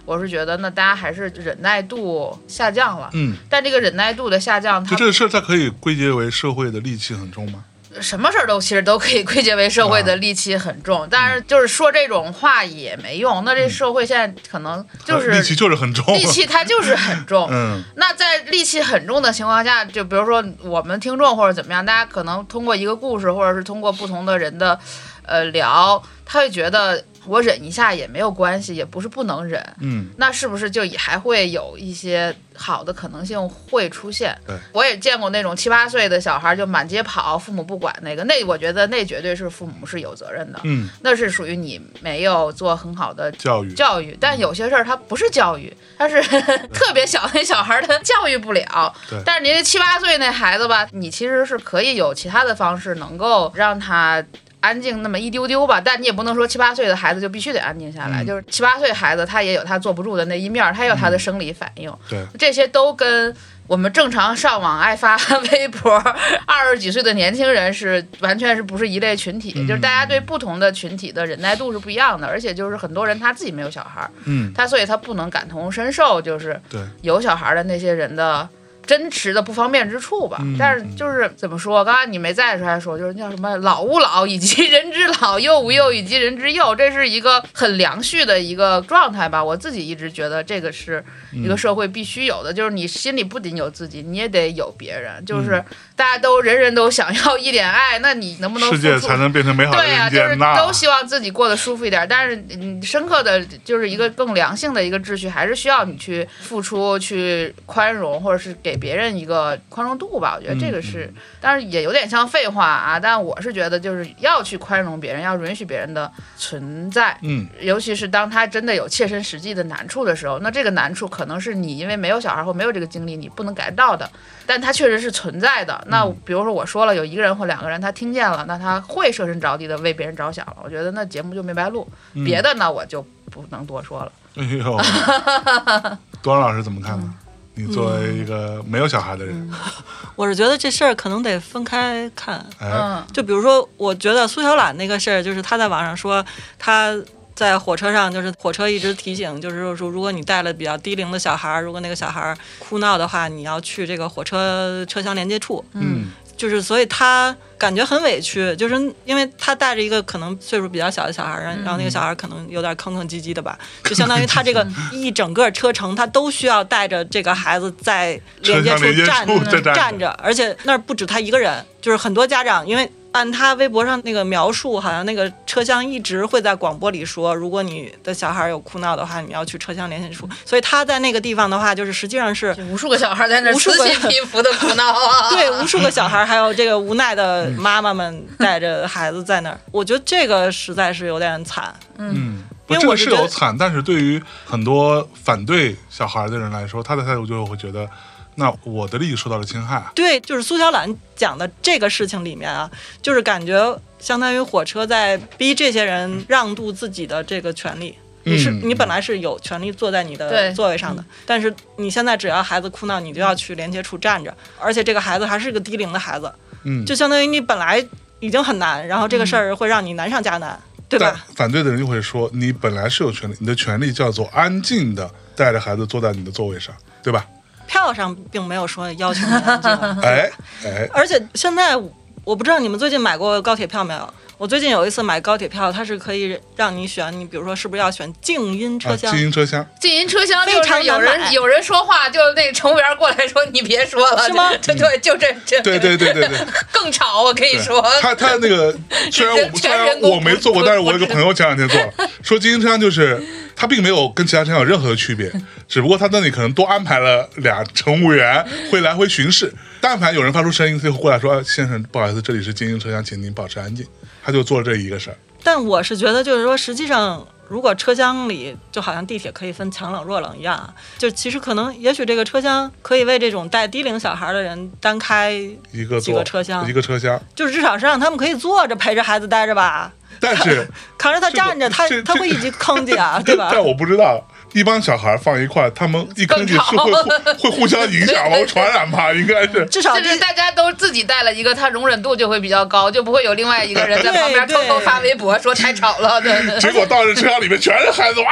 我是觉得，那大家还是忍耐度下降了。
嗯，
但这个忍耐度的下降，它
就这个事儿，它可以归结为社会的戾气很重吗？
什么事儿都其实都可以 <laughs> 归结为社会
啊
的戾气很重，但是就是说这种话也没用。那这社会现在可能就是
嗯呃啊戾气就是很重。
戾气，它就是很
<laughs>
重。
嗯
那在戾气很重的情况下，就比如说我们听众或者怎么样，大家可能通过一个故事，或者是通过不同的人的，呃聊，他会觉得我忍一下也没有关系，也不是不能忍。
嗯，
那是不是就也还会有一些好的可能性会出现？
对
我也见过那种七八岁的小孩就满街跑，父母不管那个，那我觉得那绝对是父母是有责任的，
嗯，
那是属于你没有做很好的
教育嗯
教育，但有些事儿它不是教育，它是 <laughs> 特别小那小孩儿他教育不了
对。
但是您这七八岁那孩子吧，你其实是可以有其他的方式能够让他。安静那么一丢丢吧，但你也不能说七八岁的孩子就必须得安静下来。
嗯
就是七八岁孩子，他也有他坐不住的那一面儿，他也有他的生理反应，
对，
这些都跟我们正常上网爱发微博 <laughs> 二十几岁的年轻人是完全是不是一类群体，
嗯
就是大家对不同的群体的忍耐度是不一样的，而且就是很多人他自己没有小孩儿，
嗯
他所以他不能感同身受，就是
对，
有小孩儿的那些人的真实的不方便之处吧。
嗯
但是就是怎么说，刚才你没在的时候还说，就是叫什么“老吾老以及 <laughs> 人之老，幼吾幼以及人之幼”，这是一个很良序的一个状态吧。我自己一直觉得这个是
嗯
一个社会必须有的，就是你心里不仅有自己，你也得有别人。就是
嗯
大家都人人都想要一点爱，那你能不能
世界
付出
才能变成美好的
对呀、
人
就
间
是
呐。
都希望自己过得舒服一点，但是你深刻的就是一个更良性的一个秩序，还是需要你去付出、去宽容，或者是给别人一个宽容度吧。我觉
嗯
得这个是，但是也有点像废话啊。但我是觉得就是要去宽容别人，要允许别人的存在。
嗯
尤其是当他真的有切身实际的难处的时候，那这个难处可能是你因为没有小孩或没有这个经历，你不能感到的，但它确实是存在
嗯
的。那比如说我说了有一个人或两个人他听见了，那他会设身着地的为别人着想了，我觉得那节目就没白录。
嗯
别的呢我就不能多说了。
哎
<laughs>
呦，多老师怎么看呢？你作为一个没有小孩的
嗯
人，
我是觉得这事儿可能得分开看。
哎，
嗯
就比如说，我觉得苏小懒那个事儿，就是他在网上说他。在火车上，就是火车一直提醒，就是说，如果你带了比较低龄的小孩儿，如果那个小孩儿哭闹的话，你要去这个火车车厢连接处。
嗯
就是所以他感觉很委屈，就是因为他带着一个可能岁数比较小的小孩儿，然然后那个小孩儿可能有点吭吭唧唧的吧，就相当于他这个一整个车程，他都需要带着这个孩子在连接
车
处
厢连接
站
处再站着
站着，而且那儿不止他一个人，就是很多家长因为。按他微博上那个描述，好像那个车厢一直会在广播里说，如果你的小孩儿有哭闹的话，你要去车厢联系处。所以他在那个地方的话，就是实际上是
无数个小孩在那儿
无数
此
个
起 <laughs> 彼伏的苦恼啊！
<laughs> 对，无数个小孩儿，还有这个无奈的
嗯
妈妈们带着孩子在那儿，我觉得这个实在是有点惨。
嗯，不，
因为
这
我
个
是
是
觉
有
得
惨，但是对于很多反对小孩的人来说，他的态度就会觉得，那我的利益受到了侵害。啊
对，就是苏小懒讲的这个事情里面啊，就是感觉相当于火车在逼这些人让渡自己的这个权利。你是
嗯
你本来是有权利坐在你的
对
座位上的，但是你现在只要孩子哭闹，你就要去连接处站着，而且这个孩子还是个低龄的孩子，
嗯，
就相当于你本来已经很难，然后这个事儿会让你难上加难，对吧
但？反对的人就会说，你本来是有权利，你的权利叫做安静的带着孩子坐在你的座位上，对吧？ <laughs> 嗯
票上并没有说要求你安静，
哎哎，
而且现在我不知道你们最近买过高铁票没有？我最近有一次买高铁票，它是可以让你选，你比如说是不是要选静音车
啊，
厢？
静音车厢，
静音车厢
非
就是
常
有
难
人
买
有人说话，就那乘务员过来说 <laughs> 你别说了，
是吗嗯
对对，就这这
对对对对对。
更吵，我可以说。
他他那个虽然我虽
全
然
人工
我没做过，
不
但是我有个朋友前两天做了，说金鹰车厢就是它并没有跟其他车厢有任何的区别，只不过他那里可能多安排了俩乘务员会来回巡视，但凡有人发出声音，他就会过来说：“啊先生，不好意思，这里是金鹰车厢，请您保持安静。”他就做了这一个事儿，
但我是觉得，就是说，实际上，如果车厢里就好像地铁可以分强冷弱冷一样啊，就其实可能，也许这个车厢可以为这种带低龄小孩的人单开，
一个
几
座
个车厢
一个车厢，
就是至少是让他们可以坐着陪着孩子待
<laughs>
着吧。
但是
扛着他
这个
站着，他
这
他
这
会一直坑你啊，对吧？
但我不知道。一帮小孩放一块儿，他们一坑进是会互会互相影响吧，会传染吧，应该是。
至少
就是
地
大家都自己带了一个，他容忍度就会比较高，就不会有另外一个人在
对
旁边偷偷
对
发微博说太吵了。
<laughs>
对，对
结果到这车厢里面全是孩子，哇！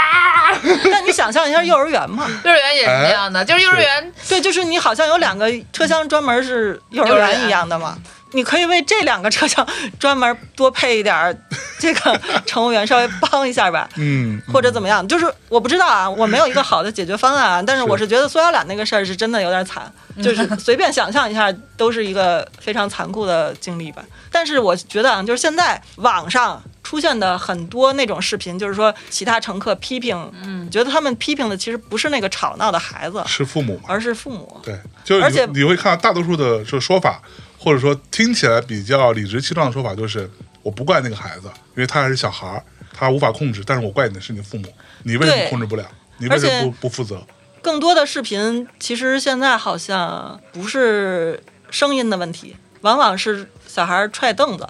但你想象一下幼儿园嘛，
幼儿园也是这样的，就是幼儿园
对，就是你好像有两个车厢专门是幼儿园一样的嘛，你可以为这两个车厢专门多配一点儿这个乘务员稍微帮一下吧。
嗯，
或者怎么样？就是我不知道啊，我没有一个好的解决方案啊。但是我嗯是觉得缩小脸那个事儿是真的有点惨，就是随便想象一下都是一个非常残酷的经历吧。但是我觉得啊，就是现在网上出现的很多那种视频，就是说其他乘客批评，嗯，觉得他们批评的其实不是那个吵闹的孩子，
是父母嘛？
而是父母。
对，就是
而
你
且
你会看到大多数的这说法，或者说听起来比较理直气壮的说法，就是我不怪那个孩子，因为他还是小孩儿，他无法控制。但是我怪你的是你父母，你为什么
对
控制不了？你为什
而
么
且
不不负责？
更多的视频其实现在好像不是声音的问题，往往是小孩儿踹凳子。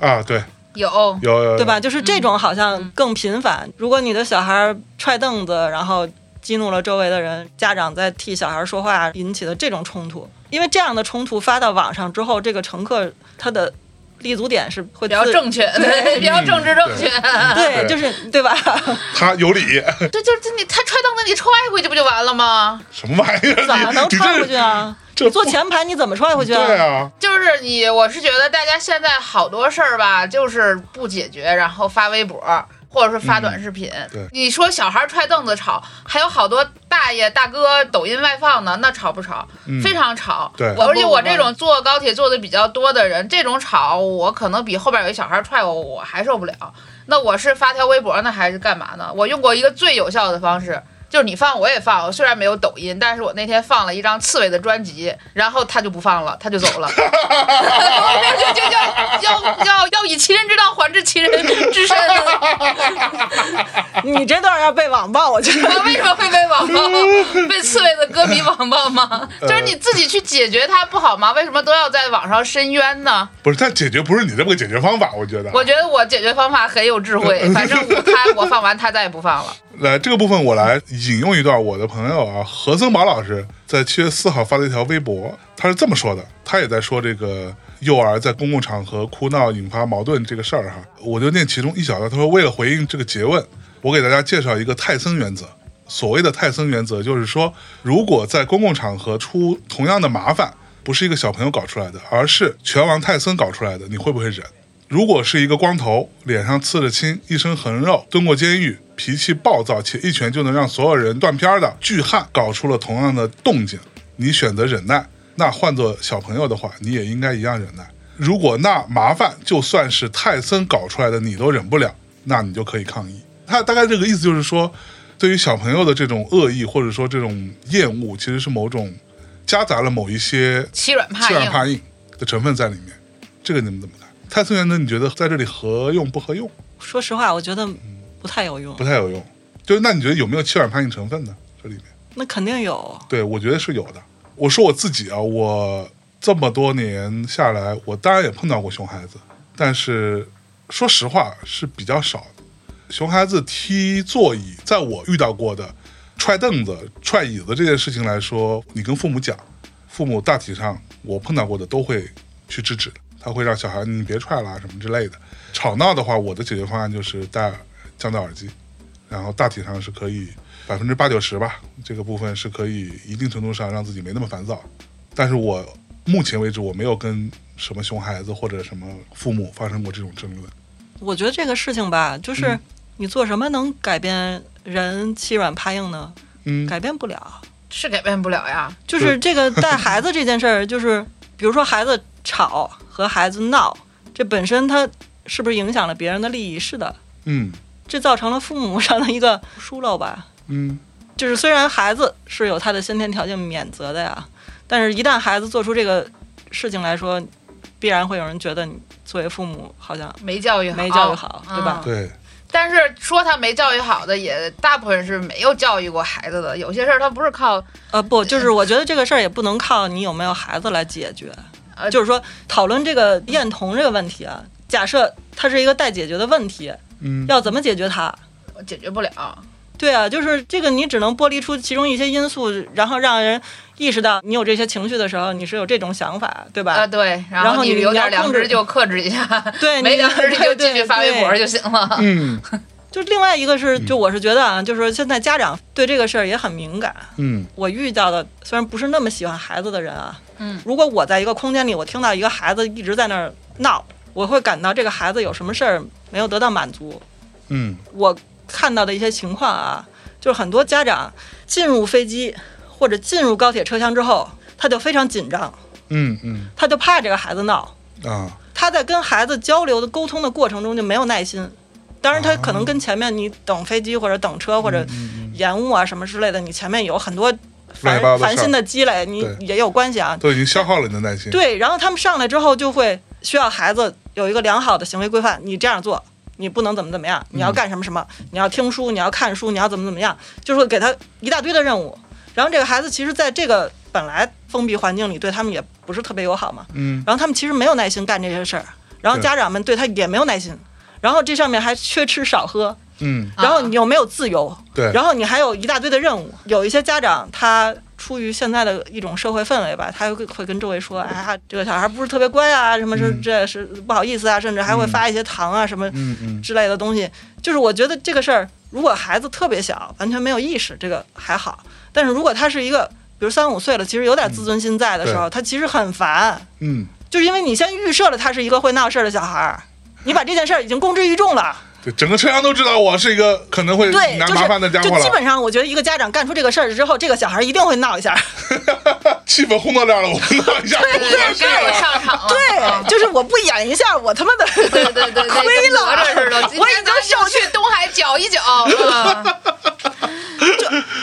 啊，对，
有
有有有
对吧？就是这种好像更频繁。如果你的小孩儿踹凳子，然后激怒了周围的人，家长在替小孩儿说话引起的这种冲突，因为这样的冲突发到网上之后，这个乘客他的立足点是会
比较
自
正确，对， <laughs> 比较政治正确。
对，
对
就是
<laughs>
对吧？
他有理，
<laughs> 这就是你他踹凳子，你踹回去不就完了吗？
什么玩意儿？
怎么
你
能
你
踹
这
回去啊？
这
你坐
不
前排你怎么踹回去啊？
对啊，
就是你，我是觉得大家现在好多事儿吧，就是不解决，然后发微博或者是发短视频。
嗯
对
你说小孩踹凳子吵，还有好多大爷大哥抖音外放呢，那吵不吵？
嗯
非常吵。
对
我而且我
不不
这种坐高铁坐的比较多的人，这种吵我可能比后边有一小孩踹我我还受不了。那我是发条微博呢，还是干嘛呢？我用过一个最有效的方式，就是你放我也放。我虽然没有抖音，但是我那天放了一张刺猬的专辑，然后他就不放了，他就走了。 <laughs> 就就要要要要以其人之道还治其人之身。
你这段要被网暴，我觉得。
我 <laughs> 为什么会被网暴？被刺猬的歌迷网暴吗？
呃
就是你自己去解决它不好吗？为什么都要在网上申冤呢？
不是，但解决不是你这么个解决方法，我觉得。
我觉得我解决方法很有智
呃
慧，反正我他我放完，他再也不放了。
来这个部分，我来引用一段我的朋友啊，何森宝老师在七月四号发的一条微博，他是这么说的，他也在说这个幼儿在公共场合哭闹引发矛盾这个事儿哈，我就念其中一小段，他说为了回应这个诘问，我给大家介绍一个泰森原则。所谓的泰森原则，就是说，如果在公共场合出同样的麻烦，不是一个小朋友搞出来的，而是拳王泰森搞出来的，你会不会忍？如果是一个光头，脸上刺着青，一身横肉，蹲过监狱，脾气暴躁且一拳就能让所有人断片儿的巨汉，搞出了同样的动静，你选择忍耐，那换做小朋友的话，你也应该一样忍耐。如果那麻烦就算是泰森搞出来的，你都忍不了，那你就可以抗议。他大概这个意思就是说，对于小朋友的这种恶意或者说这种厌恶，其实是某种夹杂了某一些
欺软怕
欺软
硬，
怕硬的成分在里面。这个你们怎么看？泰森原则你觉得在这里合用不合用？
说实话，我觉得不太有用
不。太有用。就是那你觉得有没有欺软怕硬成分呢？这里面，
那肯定有，
对我觉得是有的。我说我自己啊，我这么多年下来，我当然也碰到过熊孩子，但是说实话是比较少的。熊孩子踢座椅，在我遇到过的踹凳子、踹椅子这件事情来说，你跟父母讲，父母大体上我碰到过的都会去制止的，他会让小孩你别踹啊啦什么之类的。吵闹的话，我的解决方案就是戴降噪耳机，然后大体上是可以百分之八九十吧，这个部分是可以一定程度上让自己没那么烦躁。但是我目前为止我没有跟什么熊孩子或者什么父母发生过这种争论？
我觉得这个事情吧，就是
嗯
你做什么能改变人欺软怕硬呢？
嗯，
改变不了。
是改变不了呀。
就是这个带孩子这件事儿，就是比如说孩子吵和孩子闹，这本身他是不是影响了别人的利益？是的，
嗯
这造成了父母上的一个疏漏吧。
嗯，
就是虽然孩子是有他的先天条件免责的呀，但是一旦孩子做出这个事情来说，必然会有人觉得你作为父母好像
没教育好，
没教育好
嗯
对吧
对，
但是说他没教育好的，也大部分是没有教育过孩子的。有些事儿他不是靠
呃不，就是我觉得这个事儿也不能靠你有没有孩子来解决
呃，
就是说讨论这个厌童这个问题啊，假设它是一个待解决的问题，
嗯
要怎么解决它？
解决不了，
对啊，就是这个，你只能剥离出其中一些因素，然后让人意识到你有这些情绪的时候，你是有这种想法，对吧？
啊，对，
然
然
后
你
你
有
你要
点良
控制
知就克制一下，
对，
没
你
良知你就
对
继
对
续发微博
对
就行了。
嗯
就另外一个是，
嗯
就我是觉得啊，就是说现在家长对这个事儿也很敏感。
嗯
我遇到的虽然不是那么喜欢孩子的人啊，
嗯，
如果我在一个空间里，我听到一个孩子一直在那儿闹，我会感到这个孩子有什么事儿没有得到满足。
嗯
我看到的一些情况啊，就是很多家长进入飞机或者进入高铁车厢之后，他就非常紧张，
嗯嗯
他就怕这个孩子闹，
啊，
他在跟孩子交流的沟通的过程中就没有耐心。当然，他可能跟前面你等飞机或者等车或者
嗯嗯
延误啊什么之类的，你前面有很多
乱
烦
七八糟的事儿
烦心的积累，你
对
也有关系啊。
都已经消耗了你的耐心。，
对，然后他们上来之后就会需要孩子有一个良好的行为规范，你这样做，你不能怎么怎么样，
嗯
你要干什么什么，你要听书，你要看书，你要怎么怎么样，就是会给他一大堆的任务。然后这个孩子其实在这个本来封闭环境里，对他们也不是特别友好嘛。
嗯
然后他们其实没有耐心干这些事儿，然后
对
家长们对他也没有耐心，然后这上面还缺吃少喝，
嗯，
然后
啊
你又没有自由，
对，
然后你还有一大堆的任务。有一些家长他出于现在的一种社会氛围吧，他会会跟周围说：“哎呀，这个小孩不是特别乖啊，什么是
嗯
这是不好意思啊，甚至还会
嗯
发一些糖啊什么
嗯嗯
之类的东西。”就是我觉得这个事儿，如果孩子特别小，完全没有意识，这个还好；但是如果他是一个，比如三五岁了，其实有点自尊心在的时候，他其实很烦，
嗯，
就是因为你先预设了他是一个会闹事儿的小孩儿，你把这件事儿已经公之于众了。
对，整个车厢都知道我是一个可能会
<laughs> 对，
拿
就
麻
是
烦的家伙
就基
了，
本上，我觉得一个家长干出这个事儿之后，这个小孩一定会闹
<laughs>
一下。
气氛烘到这儿了，我闹一下不合适
该我
了。
上场了，
啊
嗯
对，就是我不演一下，我他妈的 <laughs>
对对对对，
亏了
跟哪吒似的，今
我已
天
经
咱
受
就去东海搅
<laughs>
一搅。嗯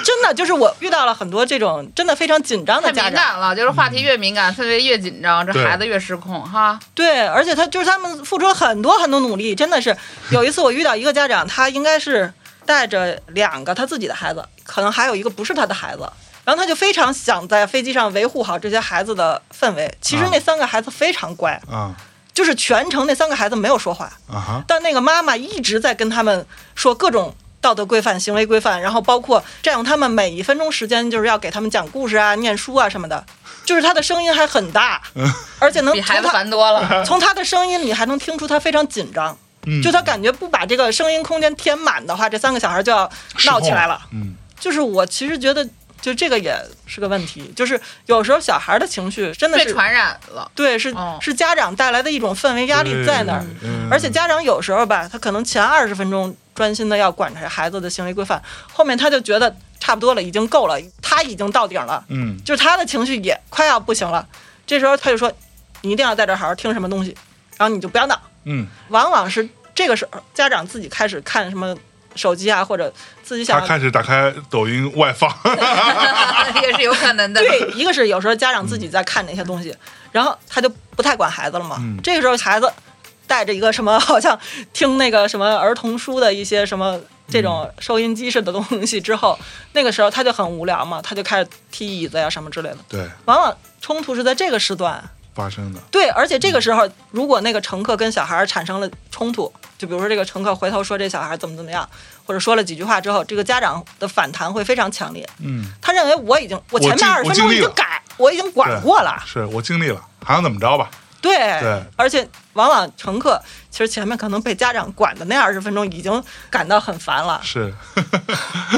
真的就是我遇到了很多这种真的非常紧张
太
的
敏
家长。
感了，就是话题越敏感，氛围越紧张，这
对
孩子越失控哈。
对，而且他就是他们付出了很多很多努力，真的是。有一次我遇到一个家长，他应该是带着两个他自己的孩子，可能还有一个不是他的孩子。然后他就非常想在飞机上维护好这些孩子的氛围。其实
啊
那三个孩子非常乖，
啊
就是全程那三个孩子没有说话，
啊哈，
但那个妈妈一直在跟他们说各种道德规范、行为规范，然后包括占用他们每一分钟时间，就是要给他们讲故事啊、念书啊什么的。就是他的声音还很大，
嗯
而且能
比
嗯从
孩子
他
烦多了。
从他的声音里还能听出他非常紧张。
嗯，
就他感觉不把这个声音空间填满的话，这三个小孩就要闹起来了。
嗯
就是我其实觉得，就这个也是个问题，就是有时候小孩的情绪真的
被
是
传染了，
对，是、
哦
是家长带来的一种氛围压力在那儿。
对嗯
而且家长有时候吧，他可能前二十分钟专心的要管着孩子的行为规范，后面他就觉得差不多了，已经够了，他已经到顶了，
嗯
就是他的情绪也快要不行了。这时候他就说：“你一定要在这儿好好听什么东西，然后你就不要闹。
嗯，”
往往是这个时候，家长自己开始看什么手机啊，或者自己
他
想
开始打开抖音外放， <laughs>
<laughs> 也是有可能的。
啊对，一个是有时候家长自己在看那些东西，然后他就不太管孩子了嘛。
嗯
这个时候孩子带着一个什么，好像听那个什么儿童书的一些什么这种收音机式的东西之后，那个时候他就很无聊嘛，他就开始踢椅子呀什么之类的。
对，
往往冲突是在这个时段，
发生的，
对，而且这个时候如果那个乘客跟小孩产生了冲突，就比如说这个乘客回头说这小孩怎么怎么样，或者说了几句话之后，这个家长的反弹会非常强烈。
嗯，
他认为我已经，我前
经
面二十
我
分
经
钟
历
已经
了
改，我已经管
对
过了，
是我经历了，好像怎么着吧，
对，
对
而且往往乘客其实前面可能被家长管的那二十分钟已经感到很烦了。
是，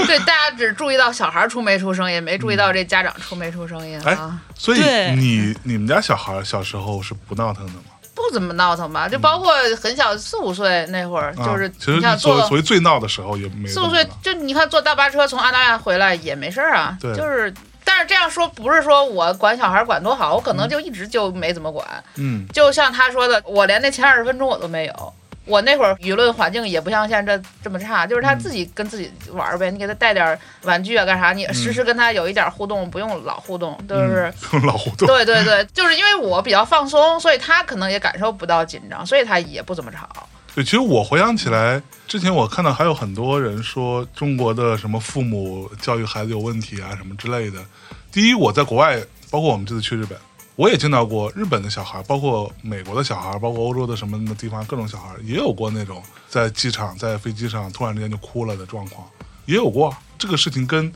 对，大家只注意到小孩出没出声音，没注意到
嗯
这家长出没出声音
哎
啊，，
所以
对
你你们家小孩儿小时候是不闹腾的吗？
不怎么闹腾吧？就包括很小，四五岁那会儿，就是
啊、其
你
实
想
所
坐
所谓最闹的时候也没
四五岁
怎么，
就你看坐大巴车从澳大利亚回来也没事儿啊，
对
就是。但是这样说不是说我管小孩管多好，我可
嗯
能就一直就没怎么管。
闹嗯
就像他说的，我连那前二十分钟我都没有。我那会儿舆论环境也不像现在这这么差，就是
嗯
他自己跟自己玩儿呗，你给他带点儿玩具啊，干啥？你时时跟他有一点儿互动，不用老互动，就是。
嗯、 <laughs> 老糊涂，
对对对，就是因为我比较放松，所以他可能也感受不到紧张，所以他也不怎么吵。
对，其实我回想起来，之前我看到还有很多人说中国的什么父母教育孩子有问题啊什么之类的。第一，我在国外，包括我们这次去日本，我也见到过日本的小孩，包括美国的小孩，包括欧洲的什么地方各种小孩，也有过那种在机场、在飞机上突然之间就哭了的状况，也有过。这个事情跟，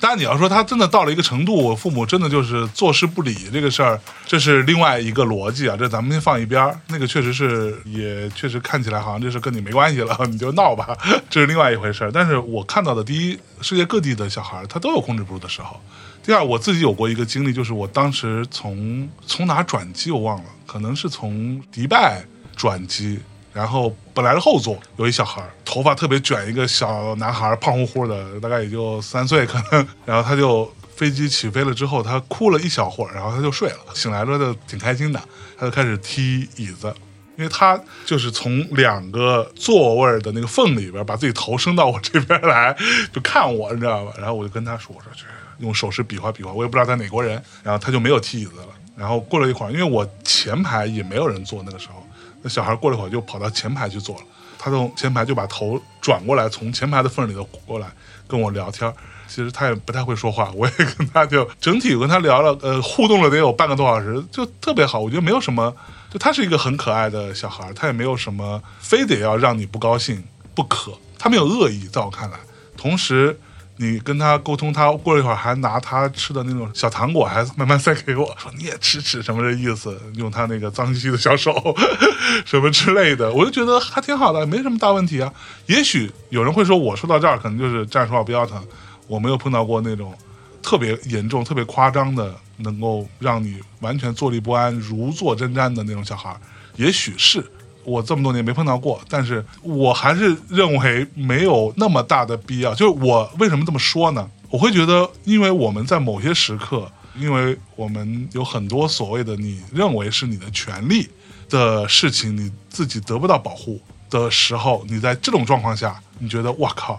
当然你要说他真的到了一个程度，我父母真的就是坐视不理这个事儿，这是另外一个逻辑啊，这咱们先放一边儿。那个确实是，也确实看起来好像这事跟你没关系了， <laughs> 你就闹吧，这是另外一回事儿。但是我看到的第一，世界各地的小孩儿他都有控制不住的时候。第二，我自己有过一个经历，就是我当时从从哪转机我忘了，可能是从迪拜转机，然后本来是后座，有一小孩儿，头发特别卷，一个小男孩儿，胖乎乎的，大概也就三岁可能，然后他就。飞机起飞了之后，他哭了一小会儿，然后他就睡了。醒来了，就挺开心的，他就开始踢椅子，因为他就是从两个座位的那个缝里边把自己头伸到我这边来，就看我，你知道吧？然后我就跟他说，我说这用手势比划比划，我也不知道他哪国人。然后他就没有踢椅子了。然后过了一会儿，因为我前排也没有人坐，那个时候那小孩过了一会儿就跑到前排去坐了。他从前排就把头转过来，从前排的缝里头过来跟我聊天儿。其实他也不太会说话，我也跟他就整体跟他聊了，呃，互动了得有半个多小时，就特别好。我觉得没有什么，就他是一个很可爱的小孩儿，他也没有什么非得要让你不高兴不可，他没有恶意，在我看来。同时，你跟他沟通，他过了一会儿还拿他吃的那种小糖果，还慢慢塞给我，说你也吃吃什么这意思，用他那个脏兮兮的小手 <laughs> 什么之类的，我就觉得还挺好的，没什么大问题啊。也许有人会说，我说到这儿可能就是站着说话不腰疼，我没有碰到过那种特别严重、特别夸张的，能够让你完全坐立不安、如坐针毡的那种小孩儿，也许是。我这么多年没碰到过，但是我还是认为没有那么大的必要。就是我为什么这么说呢？我会觉得，因为我们在某些时刻，因为我们有很多所谓的你认为是你的权利的事情，你自己得不到保护的时候，你在这种状况下，你觉得哇靠，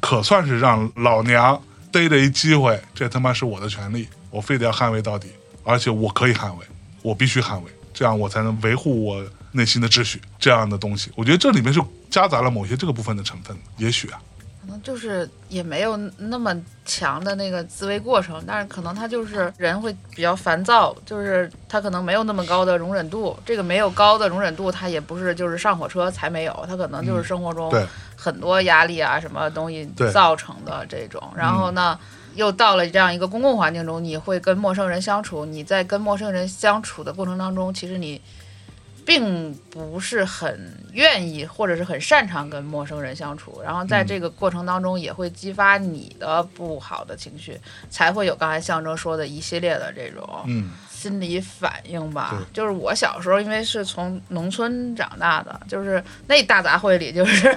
可算是让老娘逮着一机会，这他妈是我的权利，我非得要捍卫到底，而且我可以捍卫，我必须捍卫，这样我才能维护我内心的秩序。这样的东西，我觉得这里面是夹杂了某些这个部分的成分的，也许啊，
可能就是也没有那么强的那个自卫过程，但是可能他就是人会比较烦躁，就是他可能没有那么高的容忍度。这个没有高的容忍度，他也不是就是上火车才没有，他可能就是生活中
嗯对
很多压力啊什么东西
对嗯
造成的这种。然后呢，又到了这样一个公共环境中，你会跟陌生人相处。你在跟陌生人相处的过程当中，其实你并不是很愿意或者是很擅长跟陌生人相处，然后在这个过程当中也会激发你的不好的情绪，才会有刚才象征说的一系列的这种
嗯
心理反应吧
对。
就是我小时候，因为是从农村长大的，就是那大杂烩里，就是 <laughs>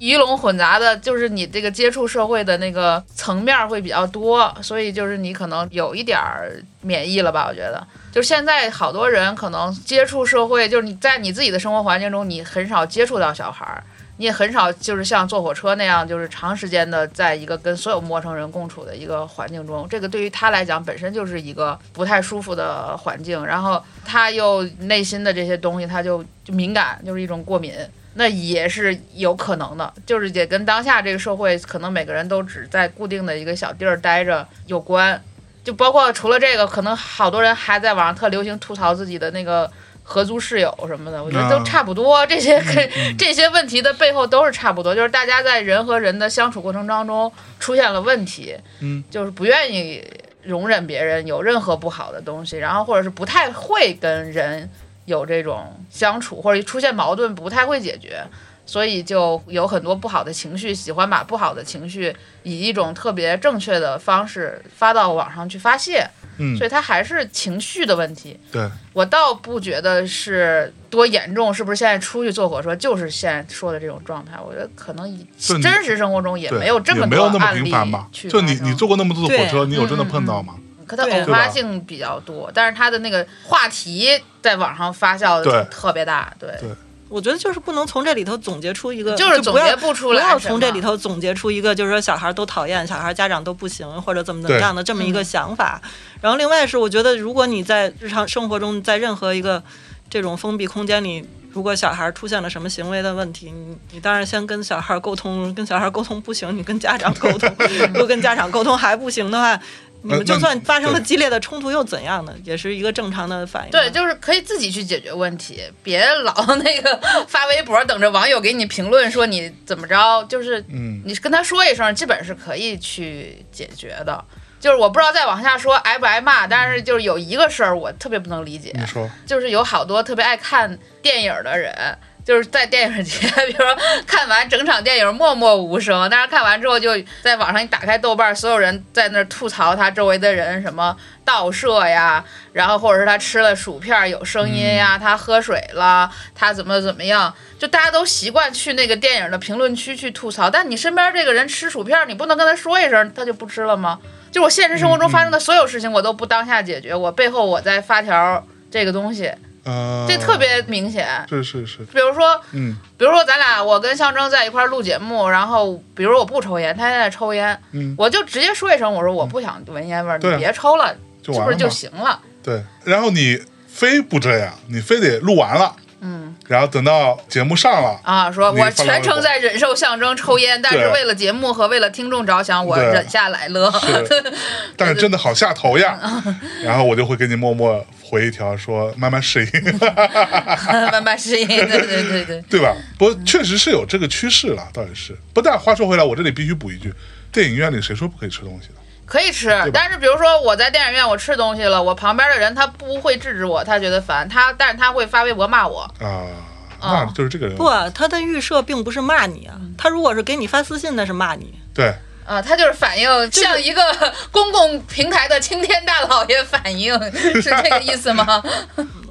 鱼龙混杂的，就是你这个接触社会的那个层面会比较多，所以就是你可能有一点儿免疫了吧，我觉得。就是现在好多人可能接触社会，就是你在你自己的生活环境中，你很少接触到小孩儿，你也很少就是像坐火车那样，就是长时间的在一个跟所有陌生人共处的一个环境中，这个对于他来讲本身就是一个不太舒服的环境，然后他又内心的这些东西他就就敏感，就是一种过敏。那也是有可能的，就是也跟当下这个社会可能每个人都只在固定的一个小地儿待着有关，就包括除了这个，可能好多人还在网上特流行吐槽自己的那个合租室友什么的，我觉得
啊嗯
都差不多。这些跟、 <laughs> 这些问题的背后都是差不多，就是大家在人和人的相处过程当中出现了问题，
嗯，
就是不愿意容忍别人有任何不好的东西，然后或者是不太会跟人。有这种相处或者出现矛盾不太会解决，所以就有很多不好的情绪，喜欢把不好的情绪以一种特别正确的方式发到网上去发泄，
嗯
所，以它还是情绪的问题。
对，
我倒不觉得是多严重，是不是现在出去坐火车就是现在说的这种状态？我觉得可能以
就你
真实生活中也
对，
没有这么
也没
多
有那么
案
频
例
繁吧？
去
就
发
你
生
你坐过那么多次火
对
车，你有真的
嗯嗯
碰到吗？
可它
对
偶发性比较多，但是它的那个话题在网上发酵
对
的特别大，对，
对
我觉得就是不能从这里头总结出一个，
就是总
不要
结不出
不
来什么。
要从这里头总结出一个，就是说小孩儿都讨厌，小孩儿家长都不行，或者怎么怎么样的这么一个想法。然后另外是，我觉得如果你在日常生活中，在任何一个这种封闭空间里，如果小孩儿出现了什么行为的问题，你你当然先跟小孩儿沟通，跟小孩儿沟通不行，你跟家长沟
<laughs>
通，如果跟家长沟通还不行的话。你们就算发生了激烈的冲突又怎样呢？也是一个正常的反应。
对，就是可以自己去解决问题，别老 <laughs> 那个发微博等着网友给你评论说你怎么着，就是
嗯，
你跟他说一声，基本是可以去解决的。就是我不知道再往下说挨不挨骂，但是就是有一个事儿我特别不能理解，
你说，
就是有好多特别爱看电影的人，就是在电影节， <laughs> 比如说看完整场电影默默无声，但是看完之后就在网上一打开豆瓣，所有人在那儿吐槽他周围的人什么盗摄呀，然后或者是他吃了薯片有声音呀，他喝水了，他怎么怎么样，就大家都习惯去那个电影的评论区去吐槽，但你身边这个人吃薯片，你不能跟他说一声，他就不吃了吗？就我现实生活中发生的所有事情，我都不当下解决，我背后我再发条这个东西，
呃，
这特别明显。
是是是，
比如说，
嗯
比如说咱俩，我跟象征在一块儿录节目，然后比如我不抽烟，他现在抽烟，
嗯，
我就直接说一声，我说我不想闻烟味儿，
对啊
你别抽了，
就是完
不
了
是就
嘛
行了？
对，然后你非不这样，你非得录完了，
嗯，
然后等到节目上了，
啊，说
你
我
发表
全
微博
程在忍受象征抽烟，但是
对
为了节目和为了听众着想，我
对
忍下来了。
是，但是真的好下头呀，然后我就会给你默默回一条说慢慢适应，
<laughs> 慢
<laughs>
慢适应，对对对对，
对吧？不过确实是有这个趋势了，倒也是。不但话说回来，我这里必须补一句，电影院里谁说不可以吃东西的？
可以吃。但是比如说我在电影院我吃东西了，我旁边的人他不会制止我，他觉得烦，他但是他会发微博骂我。
啊、
哦
那就是这个人
不，他的预设并不是骂你啊，他如果是给你发私信，那是骂你。
对，
啊，他就是反映像一个公共平台的青天大老爷反映，是这
<laughs>
个意思吗？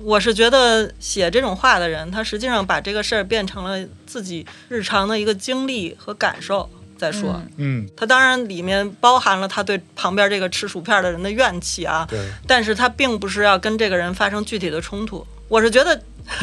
我是觉得写这种话的人，他实际上把这个事儿变成了自己日常的一个经历和感受再说。
嗯
嗯，
他当然里面包含了他对旁边这个吃薯片的人的怨气啊，
对，
但是他并不是要跟这个人发生具体的冲突。我是觉得， <laughs>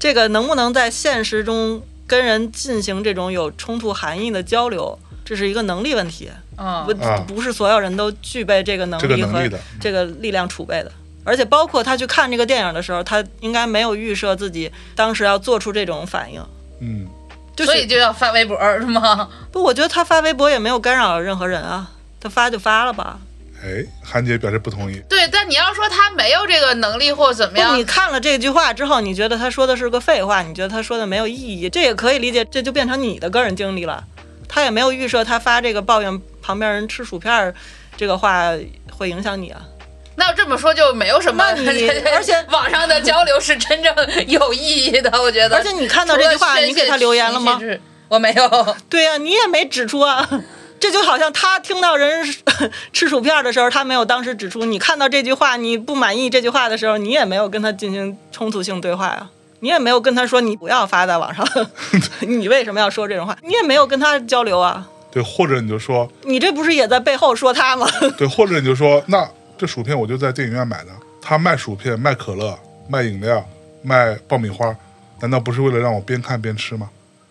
这个能不能在现实中跟人进行这种有冲突含义的交流，这是一个能力问题。不
嗯，
啊
不是所有人都具备这个能
这个
力
能
和
力的
这个力量储备的。而且包括他去看这个电影的时候，他应该没有预设自己当时要做出这种反应。
嗯，
就是、
所以就要发微博是吗？
不，我觉得他发微博也没有干扰任何人啊，他发就发了吧。
哎，韩姐表示不同意，
对，但你要说他没有这个能力或怎么
不，
样
你，看了这句话之后，你觉得他说的是个废话，你觉得他说的没有意义，这也可以理解，这就变成你的个人经历了。他也没有预设他发这个抱怨旁边人吃薯片儿这个话会影响你啊。
那这么说就没有什么 <laughs>
那你而且
网上的交流是真正有意义的，我觉得。
而且你看到这句话，
除了宣泄
你给他留言了吗
情？绪之？我没有， <laughs>
对呀、你也没指出啊。 <laughs> 这就好像他听到人 <laughs> 吃薯片的时候，他没有当时指出；你看到这句话你不满意这句话的时候，你也没有跟他进行冲突性对话呀、你也没有跟他说你不要发在网上， <laughs> 你为什么要说这种话？你也没有跟他交流啊，
对，或者你就说，
你这不是也在背后说他吗？
对，或者你就说，那这薯片我就在电影院买的，他卖薯片、卖可乐、卖饮料、卖爆米花，难道不是为了让我边看边吃吗？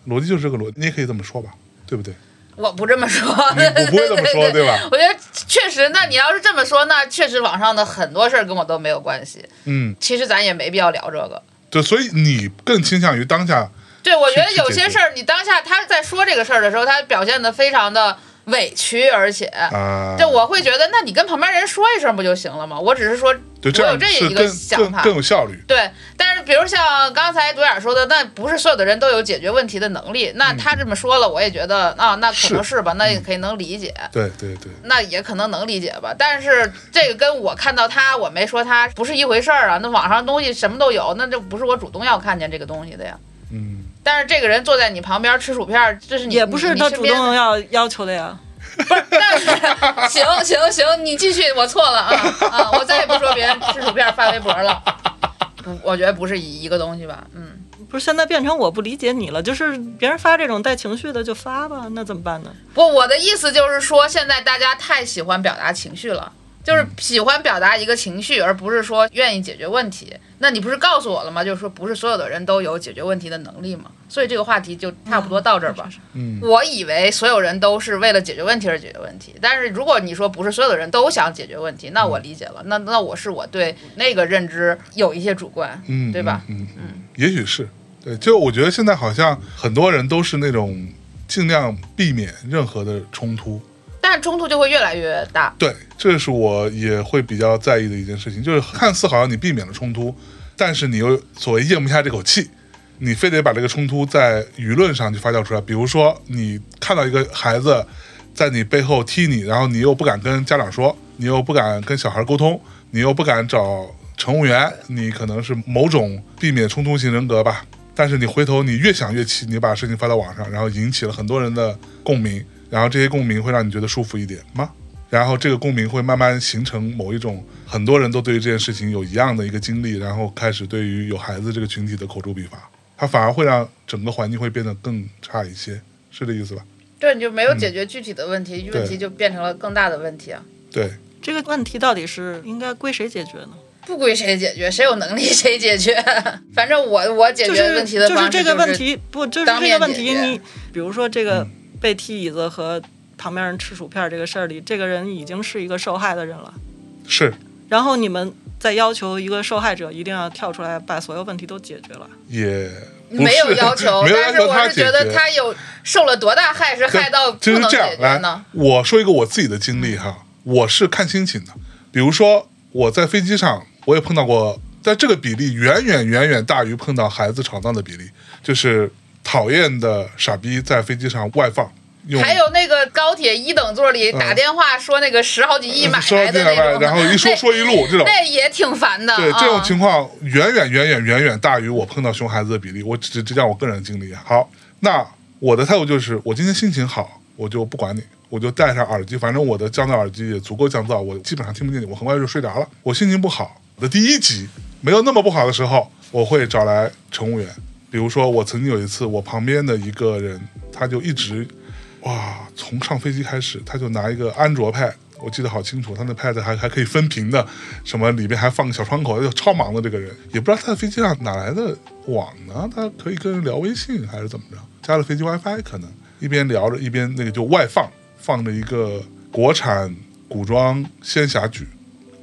逻辑就是这个逻辑，你也可以这么说吧，对不对？
我不这么说，
你不不会这么说
<laughs>
对吧
我觉得确实，那你要是这么说，那确实网上的很多事儿跟我都没有关系。
嗯，
其实咱也没必要聊这个。
对，所以你更倾向于当下，
对，我觉得
去去
有
解
些
决
事儿，你当下他在说这个事儿的时候，他表现的非常的委屈，而且。
啊，
就我会觉得，那你跟旁边人说一声不就行了吗？我只是说，
对
我有
样
这
是
一个
更
想
更
法
更有效率。
对，但是比如像刚才独眼说的，那不是所有的人都有解决问题的能力。那他这么说了，我也觉得啊，那可
嗯是
能
嗯
是吧，那也可以能理解。
对对对，
那也可能能理解吧，但是这个跟我看到他，我没说他不是一回事儿啊。那网上东西什么都有，那这不是我主动要看见这个东西的呀。
嗯，
但是这个人坐在你旁边吃薯片儿，这是你
<laughs> 也不是
你
他
身
主
边
动
的
要要求的呀。
但是 <laughs> 行行行，你继续，我错了啊啊！我再也不说别人吃薯片儿发微博了。不，我觉得不是一一个东西吧，嗯，
不是现在变成我不理解你了，就是别人发这种带情绪的就发吧，那怎么办呢？
不，我的意思就是说，现在大家太喜欢表达情绪了，就是喜欢表达一个情绪，而不是说愿意解决问题。那你不是告诉我了吗？就是说，不是所有的人都有解决问题的能力吗？所以这个话题就差不多到这儿吧。
嗯
我以为所有人都是为了解决问题而解决问题，但是如果你说不是所有的人都想解决问题，那我理解了。
嗯
那那我是我对那个认知有一些主观，
嗯，
对吧？
嗯嗯，嗯也许是。对，就我觉得现在好像很多人都是那种尽量避免任何的冲突。
但是冲突就会越来越大。
对，这是我也会比较在意的一件事情，就是看似好像你避免了冲突，但是你又所谓咽不下这口气，你非得把这个冲突在舆论上去发酵出来。比如说，你看到一个孩子在你背后踢你，然后你又不敢跟家长说，你又不敢跟小孩沟通，你又不敢找乘务员，你可能是某种避免冲突型人格吧。但是你回头你越想越气，你把事情发到网上，然后引起了很多人的共鸣，然后这些共鸣会让你觉得舒服一点吗？然后这个共鸣会慢慢形成某一种，很多人都对于这件事情有一样的一个经历，然后开始对于有孩子这个群体的口诛笔伐，它反而会让整个环境会变得更差一些，是这意思吧？
对，你就没有解决具体的问题，问题就变成了更大的问题啊！
对，
这个问题到底是应该归谁解决呢？
不归谁解决，谁有能力谁解决。 <laughs> 反正我我解
就
决
是
问题的
就
方式
是这个问
是
题不就是
当
这个
面
问
解
题
决
你比如说这个被踢椅子和旁边人吃薯片这个事儿里，这个人已经是一个受害的人了，
是
然后你们再要求一个受害者一定要跳出来把所有问题都解决了，
也不是
没有要求
没，有要
但是
求
我是
解决。
觉得他有受了多大害，是害到不
就是
能
这样
解决
来
呢？，
我说一个我自己的经历哈，我是看心情的。比如说我在飞机上，我也碰到过，但这个比例远远远远大于碰到孩子吵闹的比例，就是讨厌的傻逼在飞机上外放。用
还有那个高铁一等座里打电话说那个十好几亿买
说
来的
进来
那
吧，
种，
然后一说
那
说一路这种。
那也挺烦的。
对这种
啊
情况，远远远远远远大于我碰到熊孩子的比例。我只只讲我个人经历。啊好，那我的态度就是，我今天心情好，我就不管你，我就戴上耳机，反正我的降噪耳机也足够降噪，我基本上听不见你，我很快就睡着了。我心情不好我的第一集没有那么不好的时候，我会找来乘务员。比如说，我曾经有一次，我旁边的一个人，他就一直哇，从上飞机开始，他就拿一个安卓 pad，我记得好清楚，他那 pad 还还可以分屏的，什么里面还放个小窗口，就超忙的这个人，也不知道他在飞机上哪来的网呢，他可以跟人聊微信还是怎么着，加了飞机 WiFi 可能一边聊着一边那个就外放，放着一个国产古装仙侠剧，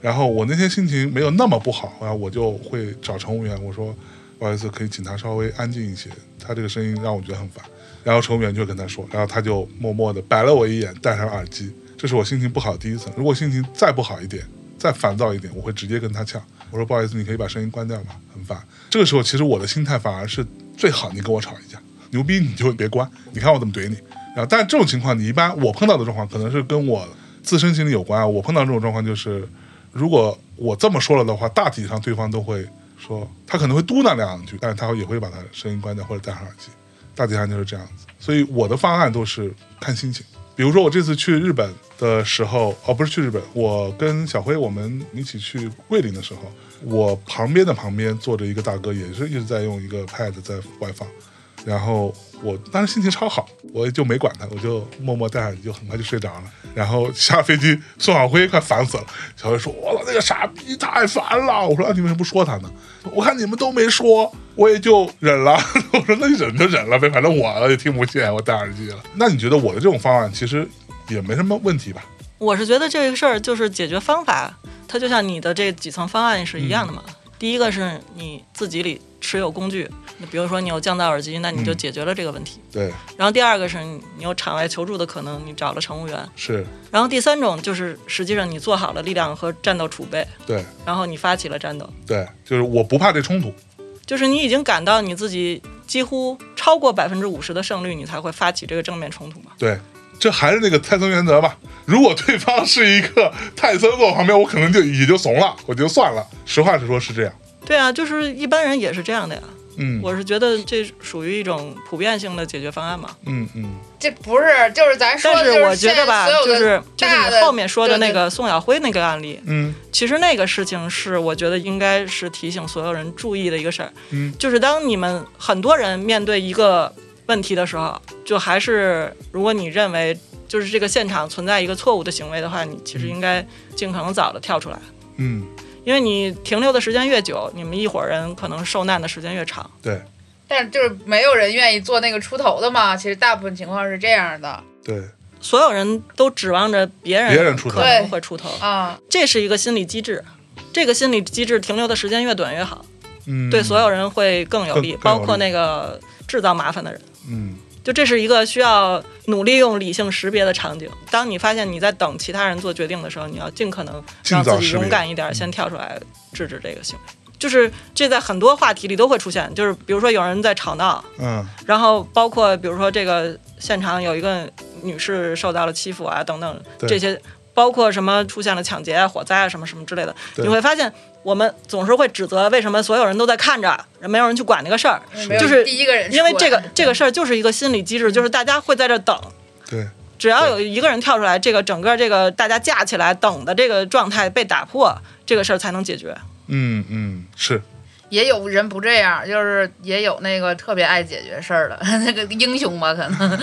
然后我那天心情没有那么不好，然后我就会找乘务员，我说不好意思，可以请他稍微安静一些，他这个声音让我觉得很烦。然后乘务员就会跟他说，然后他就默默的白了我一眼，戴上耳机。这是我心情不好的第一层。如果心情再不好一点，再烦躁一点，我会直接跟他呛，我说不好意思，你可以把声音关掉吗？很烦。这个时候其实我的心态反而是最好，你跟我吵一架，牛逼你就别关，你看我怎么怼你。然后，但这种情况你一般我碰到的状况可能是跟我自身经历有关啊。我碰到这种状况就是，如果我这么说了的话，大体上对方都会说，他可能会嘟囔两句，但是他也会把他声音关掉或者戴上耳机，大体上就是这样子。所以我的方案都是看心情。比如说我这次去日本的时候，哦，不是去日本，我跟小辉我们一起去桂林的时候，我旁边的旁边坐着一个大哥，也是一直在用一个 pad 在外放，然后我当时心情超好，我也就没管他，我就默默戴上耳机，就很快就睡着了。然后下飞机，宋晓辉快烦死了。小辉说：“我操，那个傻逼太烦了！”我说：“啊、你为什么不说他呢？”我看你们都没说，我也就忍了。 <laughs> 我说：“那你忍就忍了呗，反正我也听不见，我戴耳机了。”那你觉得我的这种方案其实也没什么问题吧？
嗯
我是觉得这个事儿就是解决方法，它就像你的这几层方案是一样的嘛。第一个是你自己里持有工具，那比如说你有降噪耳机，那你就
嗯
解决了这个问题。
对，
然后第二个是你你有场外求助的可能，你找了乘务员。
是，
然后第三种就是实际上你做好了力量和战斗储备，
对，
然后你发起了战斗，
对，就是我不怕这冲突，
就是你已经感到你自己几乎超过百分之五十的胜率，你才会发起这个正面冲突嘛。
对。这还是那个泰森原则吧。如果对方是一个泰森坐我旁边，我可能就也就怂了，我就算了。实话实说，是这样。
对啊，就是一般人也是这样的呀。
嗯，
我是觉得这属于一种普遍性的解决方案嘛。
嗯嗯，
这不是，就是咱说
但
的，
是我觉
现在
得吧，
所有
就
的
是就是
大
你
的
后面说的
对
那
对
个宋晓辉那个案例，
嗯
其实那个事情是我觉得应该是提醒所有人注意的一个事儿，
嗯，
就是当你们很多人面对一个问题的时候，就还是如果你认为就是这个现场存在一个错误的行为的话，你其实应该尽可能早的跳出来，
嗯，
因为你停留的时间越久，你们一伙人可能受难的时间越长。
对
但是就是没有人愿意做那个出头的嘛。其实大部分情况是这样的
对，
所有人都指望着别人
别人出头
可能会出头，
啊，
这是一个心理机制。这个心理机制停留的时间越短越好，
嗯，
对所有人会更有
更
利，
更有
包括
利
那个制造麻烦的人。
嗯，
就这是一个需要努力用理性识别的场景。当你发现你在等其他人做决定的时候，你要尽可能让自
尽早
己
识别嗯
勇敢一点，先跳出来制止这个行为。就是这在很多话题里都会出现，就是比如说有人在吵闹，
嗯
然后包括比如说这个现场有一个女士受到了欺负啊等等
对
这些，包括什么出现了抢劫啊、火灾啊什么什么之类的，
对
你会发现我们总是会指责为什么所有人都在看着，没有人去管这个事儿，
嗯没有
就是
第一个人出
因为这个
来
这个事儿就是一个心理机
嗯
制，就是大家会在这儿等。
对，
只要有一个人跳出来，这个整个这个大家架起来等的这个状态被打破，这个事儿才能解决。
嗯嗯是，
也有人不这样，就是也有那个特别爱解决事儿的 <laughs> 那个英雄吧，可能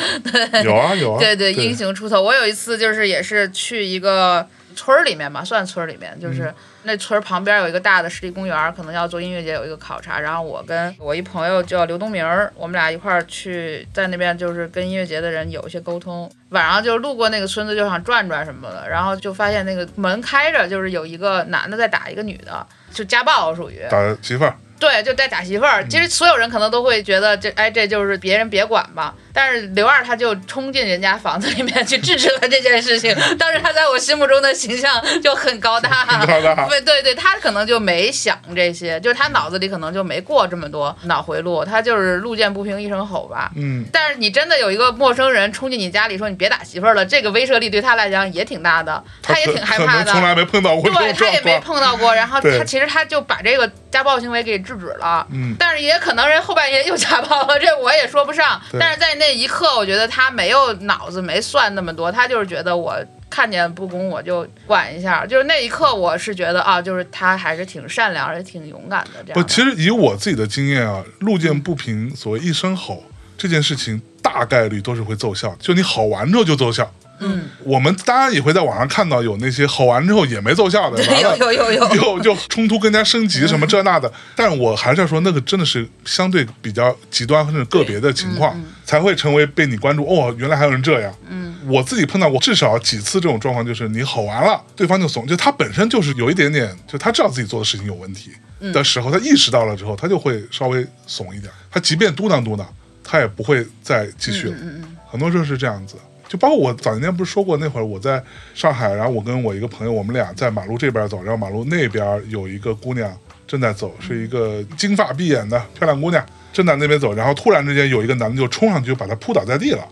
有啊有啊，
<laughs> 对对
对
英雄出头。我有一次就是也是去一个村儿里面吧，算村儿里面，就是
嗯
那村儿旁边有一个大的湿地公园儿，可能要做音乐节有一个考察，然后我跟我一朋友叫刘东明儿，我们俩一块儿去在那边就是跟音乐节的人有一些沟通。晚上就路过那个村子，就想转转什么的，然后就发现那个门开着，就是有一个男的在打一个女的，就家暴属于。
打媳妇儿，
对，就带打媳妇儿。其
嗯
实所有人可能都会觉得这，哎，这就是别人别管吧。但是刘二他就冲进人家房子里面去制止了这件事情。
<laughs>
当时他在我心目中的形象就很高大，
很高大
对对对，他可能就没想这些，就是他脑子里可能就没过这么多脑回路，他就是路见不平一声吼吧。
嗯
但是你真的有一个陌生人冲进你家里说你别打媳妇儿了，这个威慑力对他来讲也挺大的，他也
可
挺害
可
怕
能
的。
从来没碰到过这种
对他
状
也
况，
没碰到过，然后
对
他其实他就把这个家暴行为给制止了，
嗯
但是也可能人后半夜又家暴了， <laughs> 这我也说不上。
对
但是在那一刻，我觉得他没有脑子没算那么多，他就是觉得我看见不公我就管一下，就是那一刻我是觉得啊，就是他还是挺善良，而且挺勇敢的这嗯
不，
样的。
其实以我自己的经验啊，路见不平，所谓一声吼这件事情，大概率都是会奏效。就你吼完之后就奏效。
嗯，
我们当然也会在网上看到有那些吼完之后也没奏效的，完
<laughs> 有
了
有有有，
又又冲突更加升级什么这那的。但我还是要说，那个真的是相对比较极端甚至个别的情况，才会成为被你关注。哦，原来还有人这样。嗯，我自己碰到过至少几次这种状况，就是你吼完了，对方就怂，就他本身就是有一点点，就他知道自己做的事情有问题的时候，他意识到了之后，他就会稍微怂一点。他即便嘟囔嘟囔，他也不会再继续了。
嗯
很多时候是这样子。就包括我早年间不是说过，那会儿我在上海，然后我跟我一个朋友，我们俩在马路这边走，然后马路那边有一个姑娘正在走，是一个金发碧眼的漂亮姑娘，正在那边走，然后突然之间有一个男的就冲上去就把她扑倒在地了。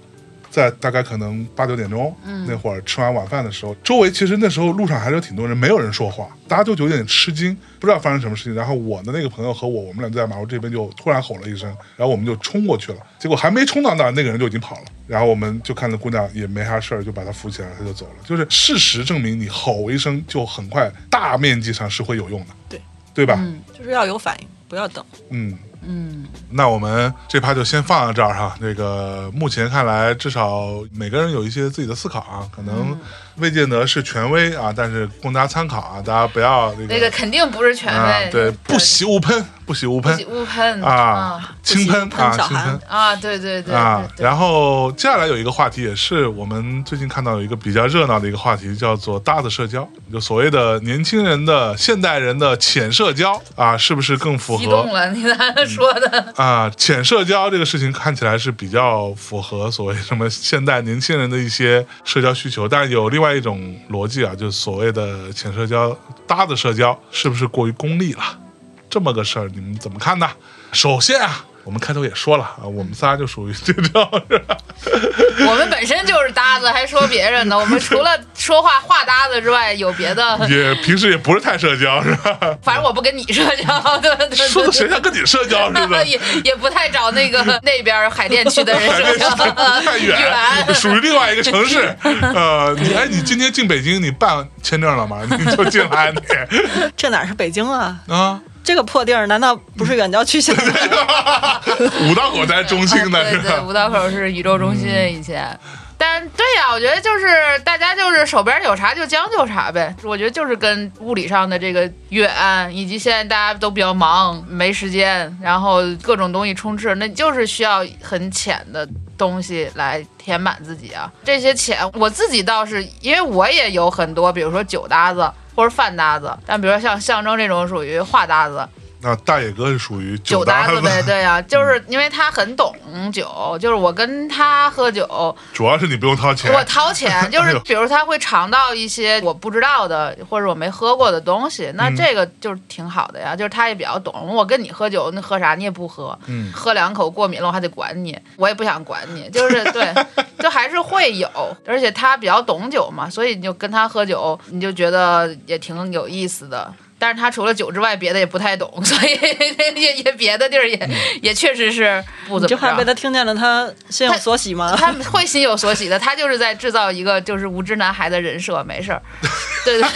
在大概可能八九点钟、那会儿吃完晚饭的时候，周围其实那时候路上还是有挺多人，没有人说话，大家就有点吃惊，不知道发生什么事情。然后我的那个朋友和我，我们俩就在马路这边就突然吼了一声，然后我们就冲过去了。结果还没冲到那儿，那个人就已经跑了。然后我们就看那姑娘也没啥事儿，就把她扶起来，她就走了。就是事实证明，你吼一声就很快，大面积上是会有用的，
对
对吧？
就是要有反应，不要等。
嗯
嗯，
那我们这趴就先放到这儿哈。这个目前看来，至少每个人有一些自己的思考啊，可能未见得是权威啊，但是供大家参考啊，大家不要那个、
那个肯定不是权
啊
威，，
对，不喜勿喷，不喜勿
不
喷
喜勿喷
啊，轻喷
不喜勿
啊，
喷小
轻
孩
喷。
啊，对对对
啊
对，对，
然后接下来有一个话题，也是我们最近看到有一个比较热闹的一个话题，叫做搭子社交，就所谓的年轻人的现代人的浅社交啊，是不是更符
激动
合
了，你咋说的？
啊？浅社交这个事情看起来是比较符合所谓什么现代年轻人的一些社交需求，但有另外一种逻辑啊，就是所谓的浅社交、搭子社交，是不是过于功利了？这么个事儿，你们怎么看呢？首先啊。我们开头也说了啊，我们仨就属于这种是吧？
我们本身就是搭子，还说别人呢。我们除了说话话搭子之外，有别的，
也平时也不是太社交，是吧？
反正我不跟你社交， <laughs> 对对对，？
说的谁像跟你社交似的
也也不太找那个那边海淀区的人社交，
太远，
<laughs> 远
属于另外一个城
<laughs>
市。呃，你哎，你今天进北京，你办签证了吗？你就进来你
这哪是北京啊？
啊，
这个破地儿难道不是远郊区现在？
嗯
五道口才是中心的
啊对
是
对，
吧？嗯
五道口是宇宙中心以前。但对呀、我觉得就是大家就是手边有啥就将就啥呗。我觉得就是跟物理上的这个远，以及现在大家都比较忙，没时间，然后各种东西充斥，那就是需要很浅的东西来填满自己啊。这些浅，我自己倒是因为我也有很多，比如说酒搭子或者饭搭子，但比如说像象征这种属于话搭子，
那大野哥是属于
酒
搭
搭子呗，，对呀、就是因为他很懂酒，就是我跟他喝酒，
<laughs> 主要是你不用掏钱。
我
<laughs>
掏钱，就
哎
是
呦
比如他会尝到一些我不知道的或者我没喝过的东西，那
嗯
这个就是挺好的呀，就是他也比较懂。我跟你喝酒，那喝啥你也不喝，
嗯
喝两口过敏了我还得管你，我也不想管你，就是对， <laughs> 就还是会有，而且他比较懂酒嘛，所以你就跟他喝酒，你就觉得也挺有意思的。但是他除了酒之外，别的也不太懂， <laughs> 所以也也别的地儿也、
嗯
也确实是不
你
怎么着。
这话被他听见了，他心有所喜吗？
他们会心有所喜的，他就是在制造一个就是无知男孩的人设，没事儿。对 <laughs> 对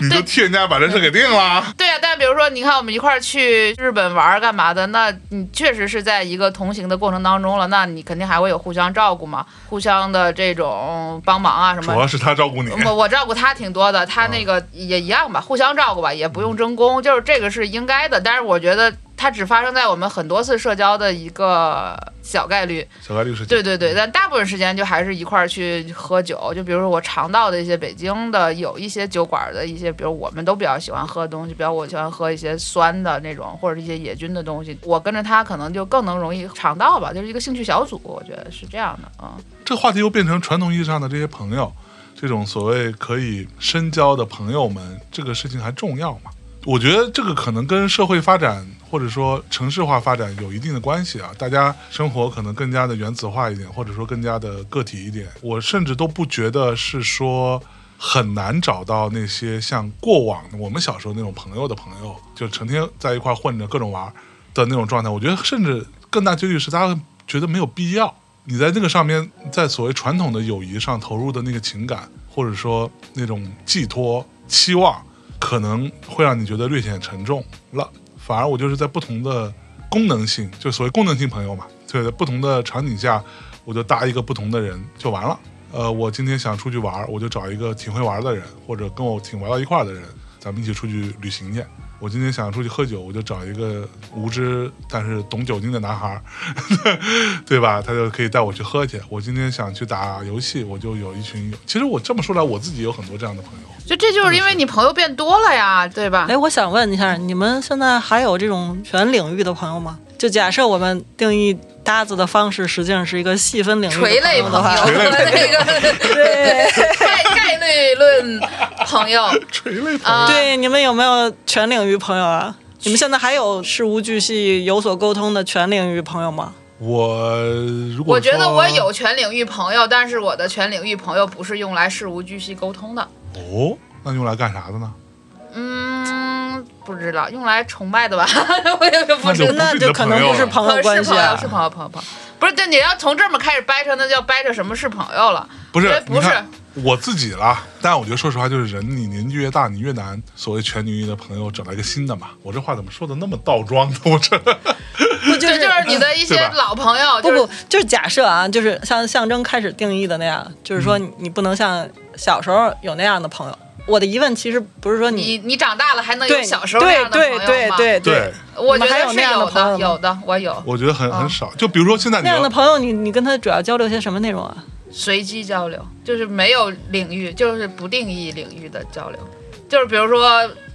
你就替人家把这事给定了。
对啊！但比如说，你看我们一块儿去日本玩儿干嘛的，那你确实是在一个同行的过程当中了，那你肯定还会有互相照顾嘛，互相的这种帮忙啊什
主
么。
要是嗯他照顾你，
嗯我我照顾他挺多的，他那个也一样吧，互相照顾吧，也不
嗯
用争功，就是这个是应该的。但是我觉得它只发生在我们很多次社交的一个小概率，
小概率事情。
对对对，但大部分时间就还是一块儿去喝酒，就比如说我尝到的一些北京的有一些酒馆的一些，比如我们都比较喜欢喝的东西，比如我喜欢喝一些酸的那种，或者是一些野菌的东西，我跟着他可能就更能容易尝到吧，就是一个兴趣小组，我觉得是这样的啊、嗯
这话题又变成传统意义上的这些朋友，这种所谓可以深交的朋友们，这个事情还重要吗？我觉得这个可能跟社会发展或者说城市化发展有一定的关系啊，大家生活可能更加的原子化一点，或者说更加的个体一点。我甚至都不觉得是说很难找到那些像过往我们小时候那种朋友的朋友，就成天在一块儿混着各种玩儿的那种状态。我觉得甚至更大几率是大家觉得没有必要。你在那个上面，在所谓传统的友谊上投入的那个情感，或者说那种寄托、期望，可能会让你觉得略显沉重了。反而我就是在不同的功能性，就所谓功能性朋友嘛，对，在不同的场景下，我就搭一个不同的人就完了。呃，我今天想出去玩儿，我就找一个挺会玩儿的人，或者跟我挺玩到一块儿的人，咱们一起出去旅行去。我今天想出去喝酒，我就找一个无知但是懂酒精的男孩儿， <laughs> 对吧？他就可以带我去喝去。我今天想去打游戏，我就有一群友。其实我这么说来，我自己有很多这样的朋友。
就这就是因为你朋友变多了呀，对吧？
哎，我想问一下，你们现在还有这种全领域的朋友吗？就假设我们定义搭子的方式，实际上是一个细分领域的
垂类
朋友
朋
的
友
话，
和那个 <laughs> 概概率论朋友
垂泪朋友，
啊，
对，你们有没有全领域朋友啊？你们现在还有事无巨细、有所沟通的全领域朋友吗？
我如果
我觉得
说
我有全领域朋友，但是我的全领域朋友不是用来事无巨细沟通的。
哦，那用来干啥的呢？
嗯，不知道，用来崇拜的吧？ <laughs> 我也不
那就
知道。
那就可能不是朋友
是
关系
朋友，
啊
是。朋友，朋友，朋友，不是，这你要从这么开始掰扯，那就要掰扯什么是朋友了。
不是
哎这，不
你
是
看，我自己啦，但我觉得说实话，就是人你年纪越大，你越难所谓全女一的朋友找到一个新的嘛。我这话怎么说的那么倒装呢？我这
不就
这
是
就是你的一些
嗯对吧
老朋友，
不
就是
不，就是假设啊，就是像象征开始定义的那样，就是说
嗯
你你不能像小时候有那样的朋友。我的疑问其实不是说
你你长大了还能有
对
小时候那样的朋友
对
吗？
对对
对，
我觉
你们还
得
有
是
那样的
有
朋
的，
友吗
有的，我有
我觉得很很少。就比如说现在你
那样的
要
朋友你，你跟他主要交流些什么内容啊？
随机交流，就是没有领域，就是不定义领域的交流，就是比如说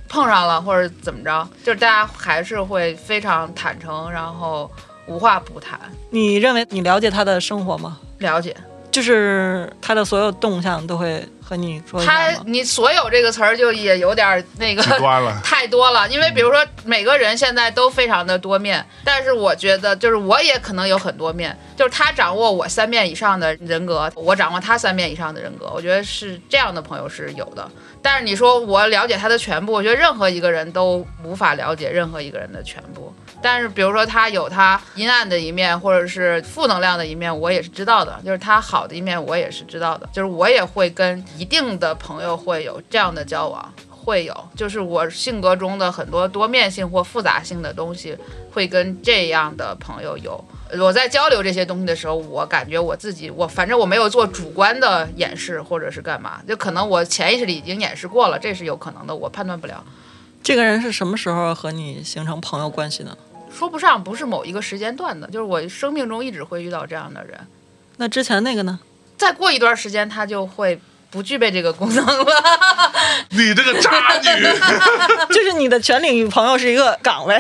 碰上了或者怎么着，就是大家还是会非常坦诚，然后无话不谈，
你认为你了解他的生活吗？
了解
就是他的所有动向都会和你说一
他
下吗，？
你所有这个词儿就也有点儿那个
极端了，
<laughs> 太多了，因为比如说每个人现在都非常的多面，但是我觉得就是我也可能有很多面，就是他掌握我三面以上的人格，我掌握他三面以上的人格，我觉得是这样的朋友是有的。但是你说我了解他的全部，我觉得任何一个人都无法了解任何一个人的全部。但是比如说他有他阴暗的一面，或者是负能量的一面，我也是知道的；就是他好的一面，我也是知道的。就是我也会跟一定的朋友会有这样的交往。会有，就是我性格中的很多多面性或复杂性的东西，会跟这样的朋友有。我在交流这些东西的时候，我感觉我自己，我反正我没有做主观的掩饰或者是干嘛，就可能我潜意识里已经掩饰过了，这是有可能的，我判断不了，
这个人是什么时候和你形成朋友关系呢？
说不上，不是某一个时间段的，就是我生命中一直会遇到这样的人，
那之前那个呢？
再过一段时间他就会不具备这个功能了。
你这个渣 <laughs> 女，
就是你的全领域朋友是一个
<laughs>
岗位，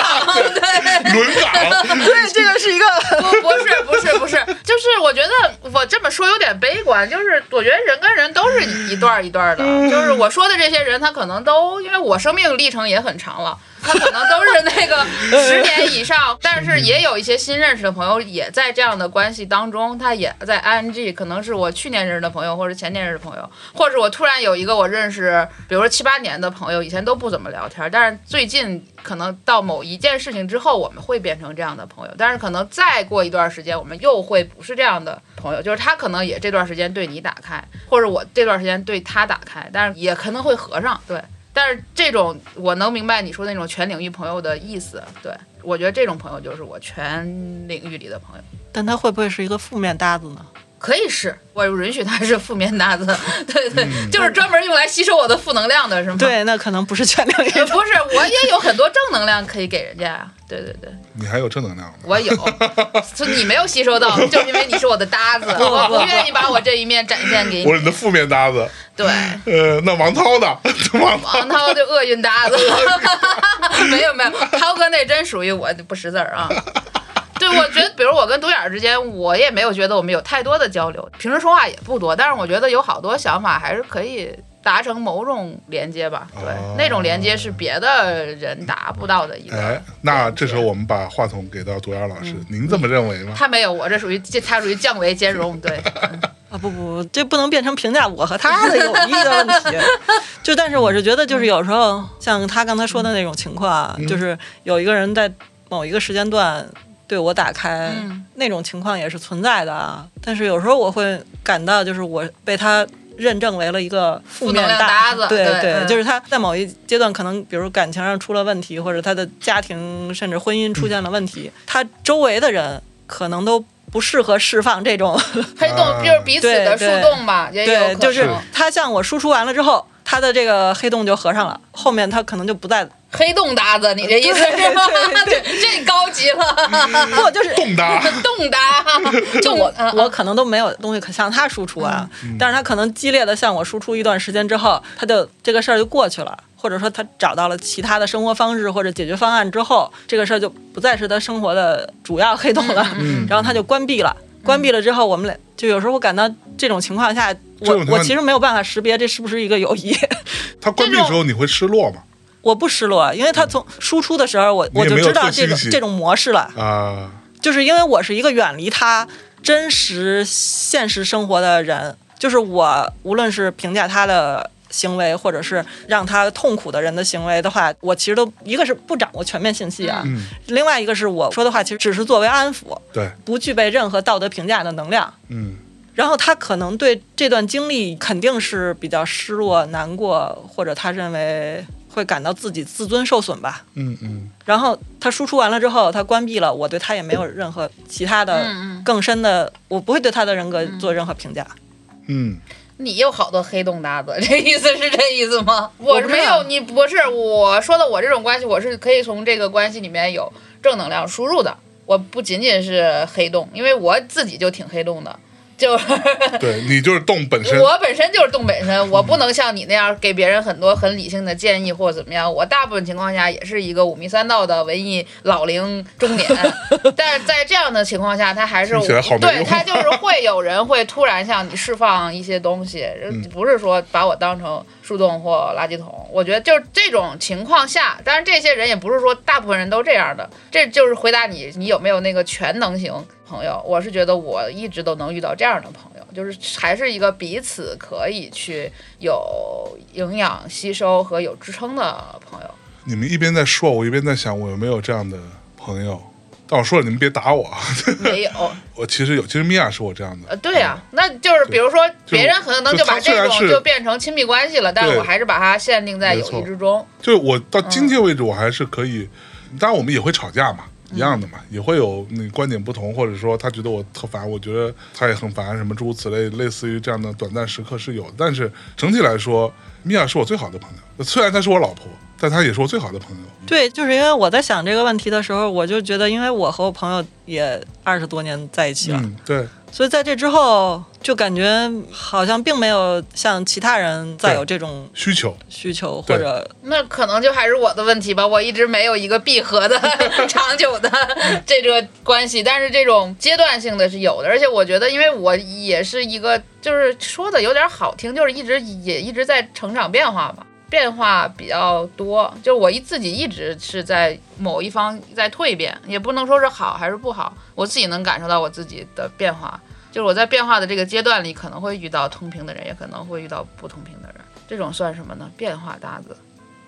轮岗，
对，这个是一个
不不是不是不是，就是我觉得我这么说有点悲观，就是我觉得人跟人都是一段儿一段儿的，就是我说的这些人，他可能都因为我生命历程也很长了，他可能都是那个十年以上，但是也有一些新认识的朋友也在这样的关系当中，他也在 ing，可能是我去年认识的朋友，或者前年认识的朋友，或者我突然有一个我认识，比如说七八年的朋友，以前都不怎么聊天，但是最近可能到某一件事情之后，我们会变成这样的朋友，但是可能再过一段时间，我们又会不是这样的朋友，就是他可能也这段时间对你打开，或者我这段时间对他打开，但是也可能会合上，对。但是这种我能明白你说那种全领域朋友的意思，对我觉得这种朋友就是我全领域里的朋友。
<laughs> 但他会不会是一个负面搭子呢？
可以是，我允许他是负面搭子， <laughs> 对对，就是专门用来吸收我的负能量的，是吗？，
对，那可能不是全领域
呃，不是，我也有很多正能量可以给人家呀，对对对，
你还有正能量呢？
我 <laughs> 有，所以你没有吸收到，就是因为你是我的搭子，我不愿意把我这一面展现给
我
你。
是你的负面搭子，
对，
呃，那王涛呢？ <laughs> 王涛
王涛就厄运
<laughs>
搭子，没有没有，涛哥那真属于我不识字儿啊。对，我觉得，比如我跟独眼儿之间，我也没有觉得我们有太多的交流，平时说话也不多，但是我觉得有好多想法还是可以达成某种连接吧。对，
哦
那种连接是别的人达不到的一个。
哎，那这时候我们把话筒给到独眼老师，您这么认为吗？
他没有，我这属于这他属于降维兼容，
<laughs>
对，
啊！不不，这不能变成评价我和他的友谊的问题。就但是我是觉得，就是有时候像他刚才说的那种情况啊，就是有一个人在某一个时间段对我打开，
嗯
那种情况也是存在的啊。但是有时候我会感到，就是我被他。认证为了一个负面
负能量搭子
对
对嗯
就是他在某一阶段，可能比如感情上出了问题，或者他的家庭甚至婚姻出现了问题，他周围的人可能都不适合释放这种
黑洞就是彼此的
啊对
树
对
洞吧，也有可
对，
能
就是他向我输出完了之后，他的这个黑洞就合上了，后面他可能就不再，
黑洞搭子，你这意思是吗？
对对
<laughs> 这高级了，
不就是
动
<laughs>
搭，
洞搭，啊就
我
嗯
我可能都没有东西可向他输出啊，
嗯
但是他可能激烈的向我输出一段时间之后，他就这个事儿就过去了。或者说他找到了其他的生活方式或者解决方案之后，这个事儿就不再是他生活的主要黑洞了，
嗯
<laughs> 然后他就关闭了。关闭了之后，我们俩就有时候我感到这种情况下，
这
我
种情
我
况
其实没有办法识别这是不是一个友谊。
他关闭的时候你会失落吗？
我不失落，因为他从输出的时候，我
嗯你也
我就
没有
知道
做
这种
信息
这种模式了，
啊，
就是因为我是一个远离他真实现实生活的人，就是我无论是评价他的行为，或者是让他痛苦的人的行为的话，我其实都一个是不掌握全面信息啊，
嗯，
另外一个是我说的话其实只是作为安抚，
对，
不具备任何道德评价的能量。
嗯，
然后他可能对这段经历肯定是比较失落、难过，或者他认为会感到自己自尊受损吧。
嗯嗯
然后他输出完了之后，他关闭了，我对他也没有任何其他的
嗯嗯
更深的，我不会对他的人格做任何评价。
嗯，
你有好多黑洞搭子， <laughs> 这意思是这意思吗？我是
不知
没
道
有，你不是我说的，我这种关系，我是可以从这个关系里面有正能量输入的。我不仅仅是黑洞，因为我自己就挺黑洞的，就
对你就是动本身，
<laughs> 我本身就是动本身，我不能像你那样给别人很多很理性的建议或者怎么样。我大部分情况下也是一个五迷三道的文艺老龄中年，但是在这样的情况下，他还是
听起来好没
对
用
他就是会有人会突然向你释放一些东西，
嗯
不是说把我当成树洞或垃圾桶。我觉得就是这种情况下，当然这些人也不是说大部分人都这样的，这就是回答你，你有没有那个全能型朋友？我是觉得我一直都能遇到这样的朋友，就是还是一个彼此可以去有营养吸收和有支撑的朋友。
你们一边在说，我一边在想我有没有这样的朋友。但我说了，你们别打我。啊！ <laughs>
没有，
我其实有，其实米娅是我这样的。嗯
呃，对呀、那就是比如说别人可能
就
把
他虽
这
然
种
是
就变成亲密关系了，但
对
我还是把它限定在
没
友
错
谊之中。
就是我到今天为止，我还是可以。
嗯
当然，我们也会吵架嘛，一样的嘛，也会有那观点不同，或者说他觉得我特烦，我觉得他也很烦，什么诸如此类，类似于这样的短暂时刻是有的。但是整体来说，米娅是我最好的朋友。虽然她是我老婆，但她也是我最好的朋友。
对，就是因为我在想这个问题的时候，我就觉得，因为我和我朋友也二十多年在一起了，
嗯，对，
所以在这之后就感觉好像并没有像其他人
对
再有这种
需求。
需求
对
或者
那可能就还是我的问题吧，我一直没有一个闭合的 <laughs> 长久的这个关系，但是这种阶段性的是有的，而且我觉得，因为我也是一个，就是说的有点好听，就是一直也一直在成长变化嘛，变化比较多，就我一自己一直是在某一方在蜕变，也不能说是好还是不好，我自己能感受到我自己的变化，就是我在变化的这个阶段里，可能会遇到同频的人，也可能会遇到不同频的人，这种算什么呢？变化搭子。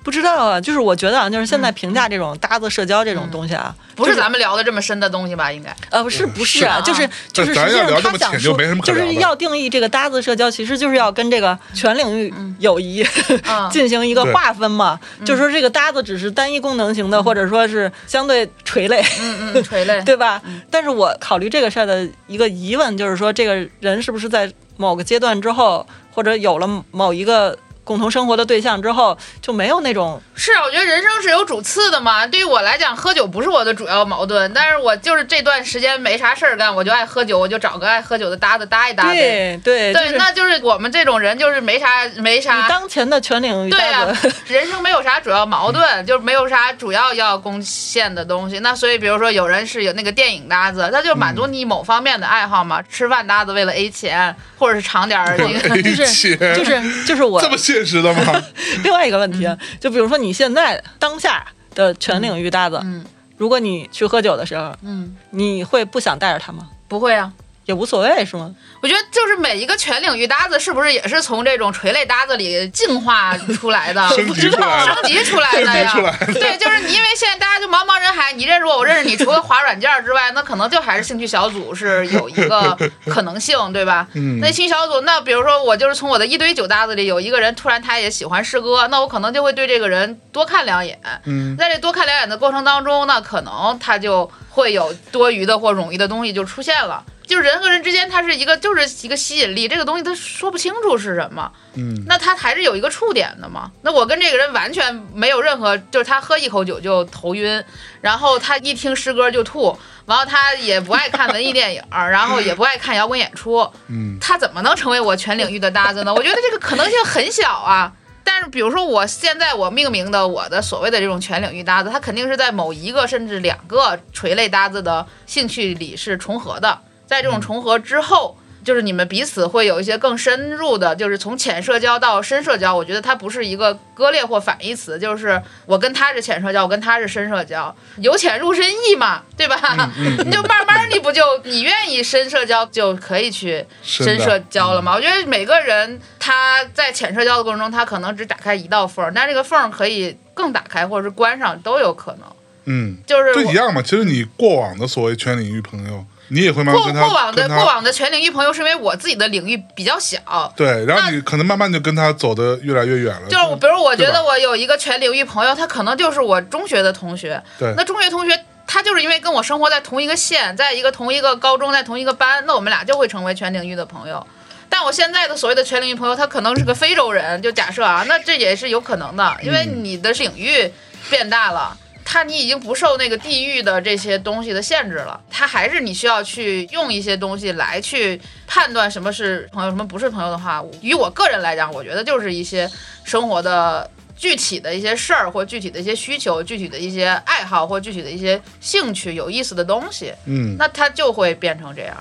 不知道啊，就是我觉得啊，就是现在
嗯
评价这种搭子社交这种东西啊，
不是
就是
咱们聊的这么深的东西吧？应
<laughs>
该
呃，不是不是啊，
是
就是就
但
是
咱
实际
要
上
聊这
他
么
讲
浅就
述
没什么可
就
聊
是
的
要定义这个搭子社交，其实就是要跟这个
嗯
全领域友谊
啊，
进行一个
对
划分嘛，
嗯
就是说这个搭子只是单一功能型的，或者说是相对垂类，
嗯嗯，垂
<laughs>
泪。
对吧？但是我考虑这个事儿的一个疑问就是说，这个人是不是在某个阶段之后，或者有了某一个共同生活的对象之后，就没有那种
是啊，我觉得人生是有主次的嘛。对于我来讲，喝酒不是我的主要矛盾，但是我就是这段时间没啥事儿干，我就爱喝酒，我就找个爱喝酒的搭子搭一搭呗。
对对，就是
对，那就是我们这种人，就是没啥没
你
啥。
当前的全领域
对呀、
搭子。
人生没有啥主要矛盾，就是没有啥主要要贡献的东西。那所以，比如说有人是有那个电影搭子，他就满
嗯
足你某方面的爱好嘛，吃饭搭子为了 A 钱，或者是尝点儿那个。
就是
切
啊
就是就是我
哎这
<laughs>
么现实的吗？
<laughs> 另外一个问
嗯
题，就比如说你现在当下的全领域搭子，
嗯
如果你去喝酒的时候，
嗯，
你会不想带着他吗？
不会啊。
也无所谓是吗？
我觉得就是每一个全领域搭子，是不是也是从这种垂类搭子里进化出来的？
<laughs> 升级出来
啊升
了，
级出来的呀，
升级出来的
对，就是你，因为现在大家就茫茫人海，你认识我，我认识你，除了划软件儿之外，那可能就还是兴趣小组是有一个可能性，对吧？
嗯
那兴趣小组，那比如说我就是从我的一堆酒搭子里有一个人突然他也喜欢诗歌，那我可能就会对这个人多看两眼。
嗯，
在这多看两眼的过程当中呢，可能他就会有多余的或冗余的东西就出现了。就是人和人之间，它是一个就是一个吸引力，这个东西他说不清楚是什么，
嗯，
那他还是有一个触点的嘛。那我跟这个人完全没有任何，就是他喝一口酒就头晕，然后他一听诗歌就吐，然后他也不爱看文艺电影，然后也不爱看摇滚演出，
嗯，
他怎么能成为我全领域的搭子呢？我 <laughs> 觉得这个可能性很小啊。但是，比如说我现在我命名的我的所谓的这种全领域搭子，它肯定是在某一个甚至两个垂类搭子的兴趣里是重合的。在这种重合之后，就是你们彼此会有一些更深入的，就是从浅社交到深社交。我觉得它不是一个割裂或反义词，就是我跟他是浅社交，我跟他是深社交， <laughs> 由浅入深易嘛，对吧？ <laughs> 你就慢慢你不就你愿意深社交就可以去
深
深
的嗯
社交了嘛？我觉得每个人他在浅社交的过程中，他可能只打开一道缝儿，但这个缝儿可以更打开或者是关上都有可能。
嗯，
就是
这
我
一样嘛。其实你过往的所谓全领域朋友，你也会慢慢啊
过
跟他
过往的
跟他
过往的全领域朋友，是因为我自己的领域比较小。
对，然后
那
你可能慢慢就跟他走的越来越远了。
就是我，比如我觉
对吧
得我有一个全领域朋友，他可能就是我中学的同学。
对
那中学同学，他就是因为跟我生活在同一个县，在一个同一个高中，在同一个班，那我们俩就会成为全领域的朋友。但我现在的所谓的全领域朋友，他可能是个非洲人，就假设啊，那这也是有可能的，因为
嗯
你的领域变大了。他你已经不受那个地域的这些东西的限制了，他还是你需要去用一些东西来去判断什么是朋友，什么不是朋友的话，于我个人来讲，我觉得就是一些生活的具体的一些事儿，或具体的一些需求，具体的一些爱好，或具体的一些兴趣，有意思的东西，
嗯，
那他就会变成这样。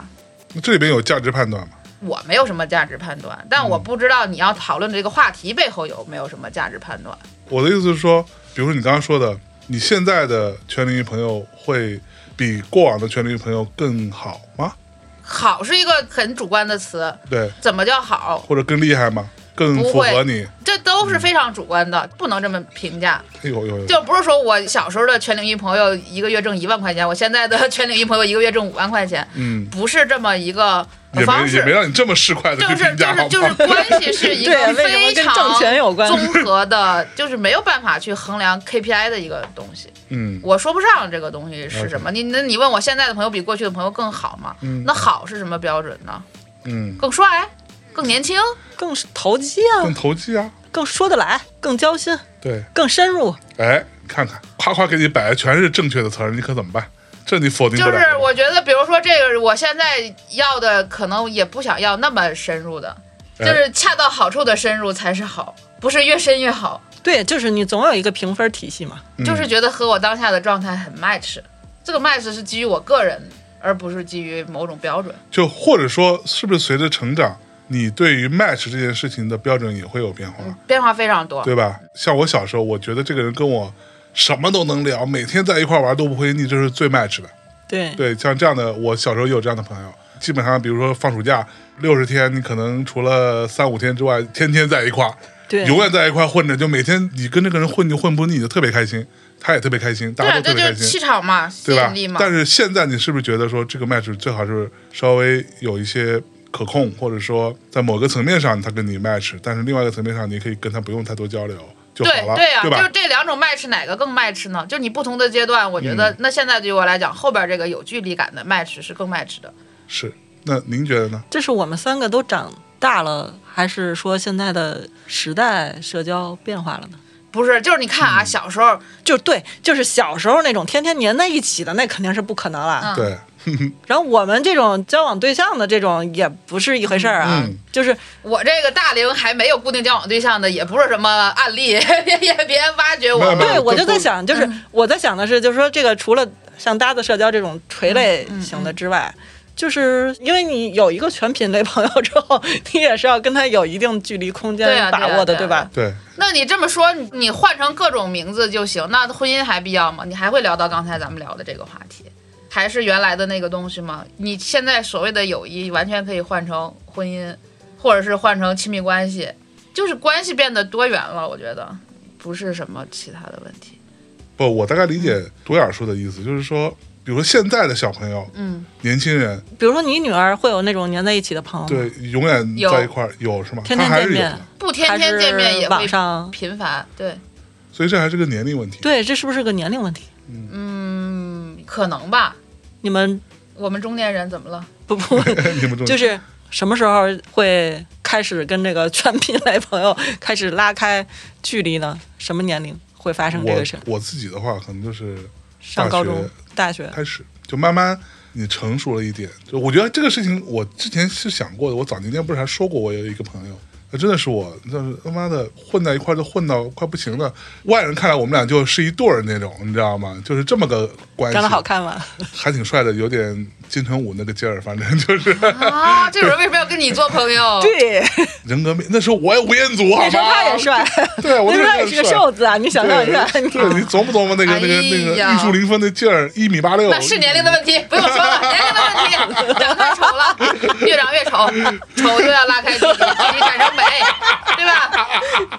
这里边有价值判断嘛？
我没有什么价值判断，但我不知道你要讨论的这个话题背后有没有什么价值判断。
我的意思是说，比如说你刚刚说的，你现在的全龄朋友会比过往的全龄朋友更好吗？
好是一个很主观的词，
对，
怎么叫好？
或者更厉害吗？更
不
符
会
合你？
这都是非常主观的，不能这么评价。
哎呦呦呦！
就不是说我小时候的全领域朋友一个月挣一万块钱，我现在的全领域朋友一个月挣五万块钱，
嗯，
不是这么一个
也
方
没也没
式。
让你这么市侩的
就
去
是
评
就
价，
是
好
就
吗
是？关系是一个
<laughs> 对啊为什么
非
跟
常
挣钱有关
综合的，就是没有办法去衡量 KPI 的一个东西。
嗯，
我说不上这个东西是什么。你那你问我现在的朋友比过去的朋友更好吗？
嗯
那好是什么标准呢？
嗯，
更帅，更年轻，
更是投机
更
啊，
投机啊，
更说得来，更交心，
对，
更深入。
哎，看看，夸夸给你摆的全是正确的词儿，你可怎么办？这你否定
就
不了的。
是我觉得，比如说这个，我现在要的可能也不想要那么深入的，就
哎
是恰到好处的深入才是好，不是越深越好。
对，就是你总有一个评分体系嘛。
就是觉得和我当下的状态很 match，这个 match 是基于我个人，而不是基于某种标准。
就或者说，是不是随着成长，你对于 match 这件事情的标准也会有变化，
变化非常多，
对吧？像我小时候，我觉得这个人跟我什么都能聊，每天在一块玩都不会腻，这是最 match 的。
嗯
对，
对，像这样的，我小时候也有这样的朋友。基本上，比如说放暑假六十天，你可能除了三五天之外，天天在一块儿，
对
永远在一块儿混着，就每天你跟这个人混就混不腻，你就特别开心，他也特别开心，大
对
家
啊，
都特
这就
别开
是
心。
气场嘛，吸
对吧
引力嘛？。
但是现在你是不是觉得说这个 match 最好是稍微有一些可控，或者说在某个层面上他跟你 match，但是另外一个层面上你可以跟他不用太多交流就好
对
了，
对啊，
吧
就？这两种 match 哪个更 match 呢？就你不同的阶段，我觉
嗯
得、那现在对于我来讲，后边这个有距离感的 match 是更 match 的。
是。那您觉得呢？
这是我们三个都长大了，还是说现在的时代社交变化了呢？
不是，就是你看
嗯
啊，小时候
就对，就是小时候那种天天粘在一起的，那肯定是不可能了。
嗯
对，
然后我们这种交往对象的这种也不是一回事儿啊，
嗯
就是
我这个大龄还没有固定交往对象的，也不是什么案例， <laughs> 别别别挖
没
掘
有
我
没有
了。
对我就
都
在想，就是
嗯
我在想的是，就是说这个除了像搭子社交这种
嗯
垂类型的之外。就是因为你有一个全品类朋友之后， <laughs> 你也是要跟他有一定距离空
对
间
啊对
把
啊
握的，
对啊
吧？
对，
那你这么说，你你换成各种名字就行，那婚姻还必要吗？你还会聊到刚才咱们聊的这个话题，还是原来的那个东西吗？你现在所谓的友谊，完全可以换成婚姻，或者是换成亲密关系，就是关系变得多元了。我觉得不是什么其他的问题。
不，我大概理解独眼叔的意思，就是说，比如说现在的小朋友、
嗯，
年轻人，
比如说你女儿会有那种粘在一起的朋友吗，
对，永远
有
在一块儿有是吗？
天天
他还
见
是有
面
的，
不天天见面也
网
会
上，
频繁，对，
所以这还是个年龄问题。
对，这是不是个年龄问题？
嗯，可能吧。
你们
我们中年人怎么了？
<laughs>
不不，
你们中
就是什么时候会开始跟这个全品类朋友开始拉开距离呢？什么年龄会发生这个事？
我我自己的话，可能就是
上高中、大学，
开始，就慢慢你成熟了一点。就我觉得这个事情，我之前是想过的。我早年间不是还说过，我有一个朋友，那真的是我，就是他妈的混在一块儿，就混到快不行了。外人看来我们俩就是一对儿那种，你知道吗？就是这么个关系。
长得好，看吗？
还挺帅的，有点金城武那个劲儿，反正就是
啊，这种人为什么要跟你做朋友？
<laughs> 对，
人格魅。那时候我也吴彦祖，好
那
吗？
时候他 <laughs> 也，帅，
对，我
那时候他也
是
是个瘦子啊！你想象一下，
对，
<laughs> 你
对你琢磨琢磨那个那个那个
哎呀
玉树临风的劲儿，一米八六，
那是年龄的问题，不用说了，年龄的问题，长太丑了，越长越丑，丑就要拉开距离，距离产生美，对吧？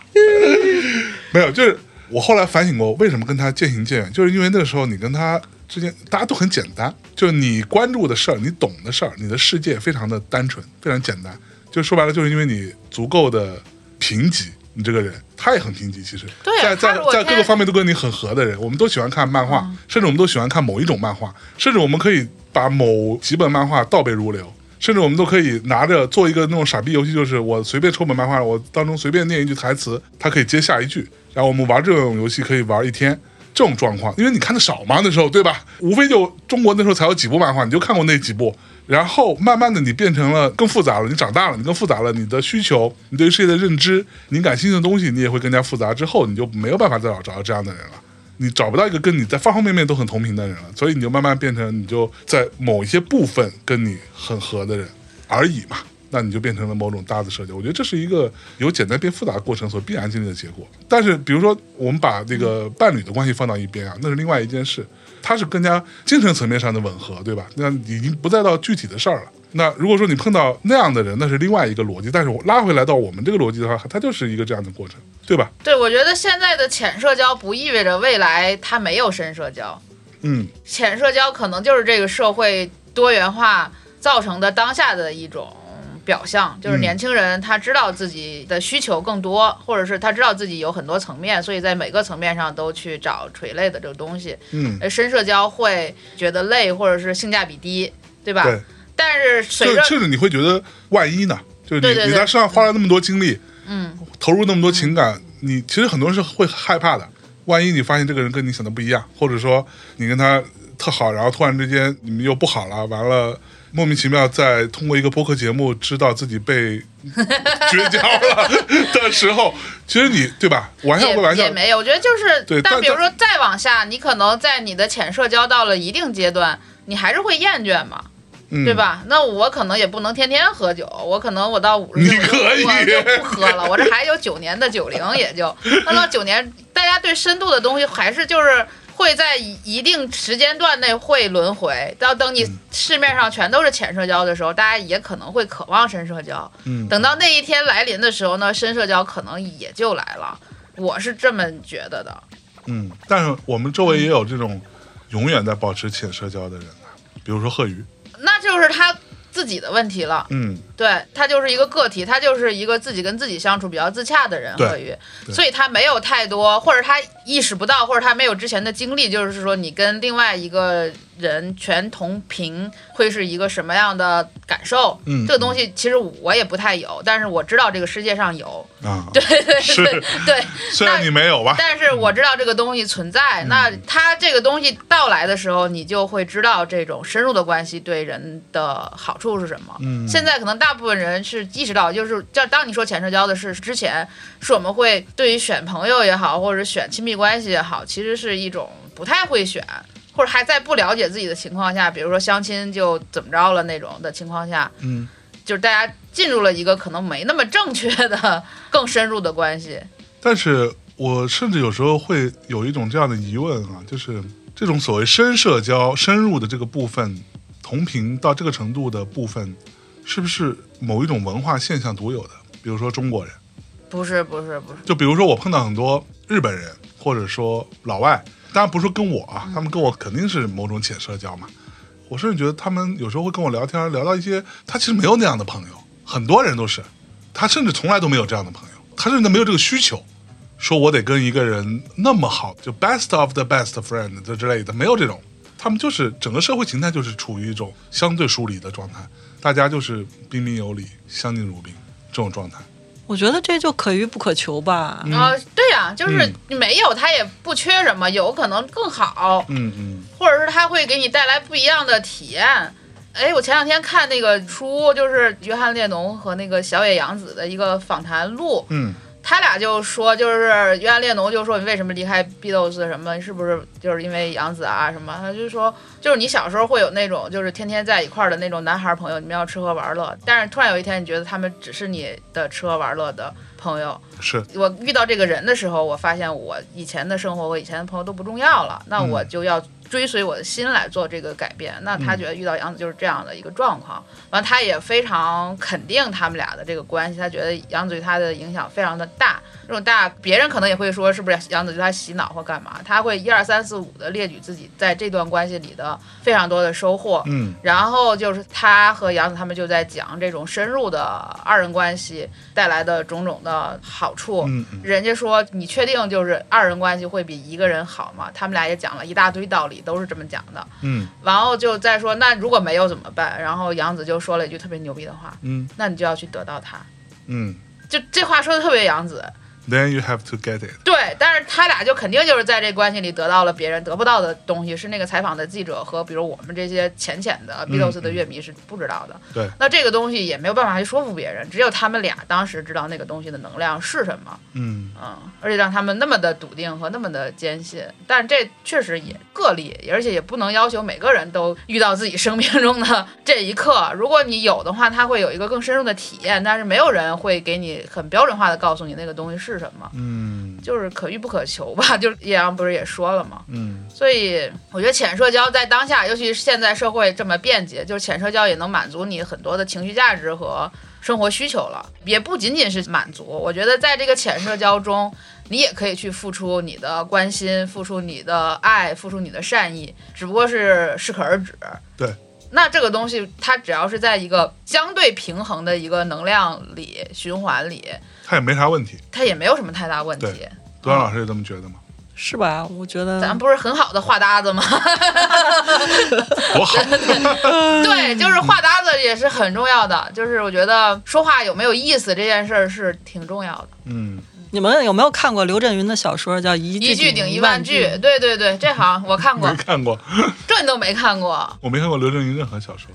没有，就是我后来反省过，为什么跟他渐行渐远，就是因为那个时候你跟他之间大家都很简单，就是你关注的事儿，你懂的事儿，你的世界非常的单纯，非常简单。就说白了，就是因为你足够的贫瘠，你这个人他也很贫瘠。其实，
对啊
在
他
在
如果
在
天
各个方面都跟你很合的人，我们都喜欢看漫画，甚至我们都喜欢看某一种漫画，甚至我们可以把某几本漫画倒背如流。甚至我们都可以拿着做一个那种傻逼游戏，就是我随便抽本漫画，我当中随便念一句台词，它可以接下一句，然后我们玩这种游戏可以玩一天。这种状况，因为你看的少嘛，那时候对吧？无非就中国那时候才有几部漫画，你就看过那几部。然后慢慢的，你变成了更复杂了，你长大了，你更复杂了，你的需求，你对于世界的认知，你感兴趣的东西，你也会更加复杂。之后，你就没有办法再找找到这样的人了，你找不到一个跟你在方方面面都很同频的人了，所以你就慢慢变成，你就在某一些部分跟你很合的人而已嘛。那你就变成了某种搭子社交。我觉得这是一个由简单变复杂的过程所必然经历的结果。但是，比如说我们把这个伴侣的关系放到一边啊，那是另外一件事，它是更加精神层面上的吻合，对吧？那已经不再到具体的事儿了。那如果说你碰到那样的人，那是另外一个逻辑。但是我拉回来到我们这个逻辑的话，它就是一个这样的过程，对吧？
对，我觉得现在的浅社交不意味着未来它没有深社交，
嗯，
浅社交可能就是这个社会多元化造成的当下的一种表象，就是
嗯
年轻人他知道自己的需求更多，或者是他知道自己有很多层面，所以在每个层面上都去找垂类的这个东西。
嗯，
呃，深社交会觉得累，或者是性价比低，对吧？
对。
但是
就
随着
甚至你会觉得万一呢？就是你
对对对
你在身上花了那么多精力，嗯，投入那么多情感，
嗯
你其实很多人是会害怕的。万一你发现这个人跟你想的不一样，或者说你跟他特好，然后突然之间你们又不好了，完了莫名其妙再通过一个播客节目知道自己
<laughs>
被绝交了的时候，其实你对吧？玩笑
也
归玩笑
也，没有，我觉得就是，
对但
但比如说再往下，你可能在你的浅社交到了一定阶段，你还是会厌倦嘛，
嗯
对？吧？那我可能也不能天天喝酒，我可能我到五十
你
岁我就
可以
我就不喝了，我这还有九年的九零，也就那到九年，大家对深度的东西还是就是。会在一一定时间段内会轮回，到等
嗯
你市面上全都是浅社交的时候，大家也可能会渴望深社交。
嗯，
等到那一天来临的时候呢，深社交可能也就来了，我是这么觉得的。
嗯，但是我们周围也有这种永远在保持浅社交的人啊，比如说贺鱼，
那就是他自己的问题了，
嗯，
对他就是一个个体，他就是一个自己跟自己相处比较自洽的人，
对
贺宇，
对
所以他没有太多，或者他意识不到，或者他没有之前的经历，就是说你跟另外一个人全同频会是一个什么样的感受？
嗯
这个东西其实我也不太有，但是我知道这个世界上有，
啊，
<laughs> 对对
是
对对，
<laughs> 虽然
那
你没有吧，
但是我知道这个东西存
嗯
在，那它这个东西到来的时候，你就会知道这种深入的关系对人的好处是什么。
嗯
现在可能大部分人是意识到，就是叫当你说前社交的事之前，是我们会对于选朋友也好，或者选亲密关系也好，其实是一种不太会选。或者还在不了解自己的情况下，比如说相亲就怎么着了那种的情况下，
嗯，
就是大家进入了一个可能没那么正确的、更深入的关系。
但是我甚至有时候会有一种这样的疑问啊，就是这种所谓深社交、深入的这个部分，同频到这个程度的部分，是不是某一种文化现象独有的？比如说中国人，
不是不是不是，
就比如说我碰到很多日本人，或者说老外，当然不是说跟我啊，他们跟我肯定是某种浅社交嘛。我甚至觉得他们有时候会跟我聊天，聊到一些他其实没有那样的朋友，很多人都是，他甚至从来都没有这样的朋友，他甚至没有这个需求，说我得跟一个人那么好，就 best of the best friend 这之类的，没有这种，他们就是整个社会形态就是处于一种相对疏离的状态，大家就是彬彬有礼、相敬如宾这种状态。
我觉得这就可遇不可求吧。
啊、对呀、就是
嗯
你没有，他也不缺什么，有可能更好，
嗯嗯
或者是他会给你带来不一样的体验。哎，我前两天看那个书，就是约翰列侬和那个小野洋子的一个访谈录，
嗯
他俩就说，就是约翰列侬就说你为什么离开 Beatles 什么，是不是就是因为杨子啊什么？他就说，就是你小时候会有那种就是天天在一块儿的那种男孩朋友，你们要吃喝玩乐，但是突然有一天你觉得他们只是你的吃喝玩乐的朋友，
是
我遇到这个人的时候，我发现我以前的生活和以前的朋友都不重要了，那我就要追随我的心来做这个改变。那他觉得遇到杨子就是这样的一个状况，完、他也非常肯定他们俩的这个关系，他觉得杨子对他的影响非常的大。这种大，别人可能也会说是不是杨子对他洗脑或干嘛，他会一二三四五的列举自己在这段关系里的非常多的收获。
嗯，
然后就是他和杨子他们就在讲这种深入的二人关系带来的种种的好处。
嗯嗯
人家说你确定就是二人关系会比一个人好吗？他们俩也讲了一大堆道理，都是这么讲的。
嗯
然后就再说那如果没有怎么办？然后杨子就说了一句特别牛逼的话，
嗯
那你就要去得到他。
嗯
就这话说的特别杨子，
，Then you have to get it。
对，但是他俩就肯定就是在这关系里得到了别人得不到的东西，是那个采访的记者和比如我们这些浅浅的 Beatles 的乐迷是不知道的。
对
那这个东西也没有办法去说服别人，只有他们俩当时知道那个东西的能量是什么，
嗯，
嗯，而且让他们那么的笃定和那么的坚信。但这确实也个例，而且也不能要求每个人都遇到自己生命中的这一刻。如果你有的话，他会有一个更深入的体验，但是没有人会给你很标准化的告诉你那个东西是什么。
嗯
就是可遇不可求吧。 <laughs> 就是叶阳不是也说了吗？
嗯
所以我觉得浅社交在当下，尤其是现在社会这么便捷，就是浅社交也能满足你很多的情绪价值和生活需求了，也不仅仅是满足。我觉得在这个浅社交中，你也可以去付出你的关心，付出你的爱，付出你的善意，只不过是适可而止。
对。
那这个东西，它只要是在一个相对平衡的一个能量里循环里，
他也没啥问题。
它也没有什么太大问题
对。端老师也这么觉得吗？ <laughs>
是吧？我觉得
咱不是很好的话搭子吗？
多好。
<laughs> 对，就是话搭子也是很重要的。就是我觉得说话有没有意思这件事儿是挺重要的，
嗯，
你们有没有看过刘震云的小说叫《一
一句
顶
顶
一
一万
句
句。》？对对对，这行我看过
没，看过，
这你都没看过，
我没看过刘震云任何小说，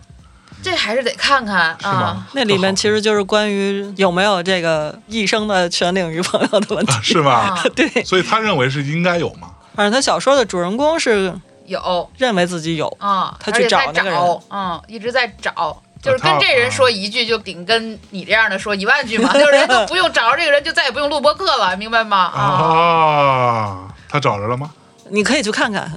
这还是得看看
是
啊。
吗？
那里面其实就是关于有没有这个一生的全领域朋友的 <laughs> 问题。
啊是吗
啊？
对，
所以他认为是应该有嘛？
反正他小说的主人公是
有
认为自己有，
啊，
他
而
去
且
找
在
那个人
找，嗯，一直在找。就是
他
跟这人说一句，就顶跟你这样的说一万句嘛，就是人都不用找着这个人，就再也不用录播课了，明白吗？啊，
啊，他找着了吗？
你可以去
<laughs>
看看。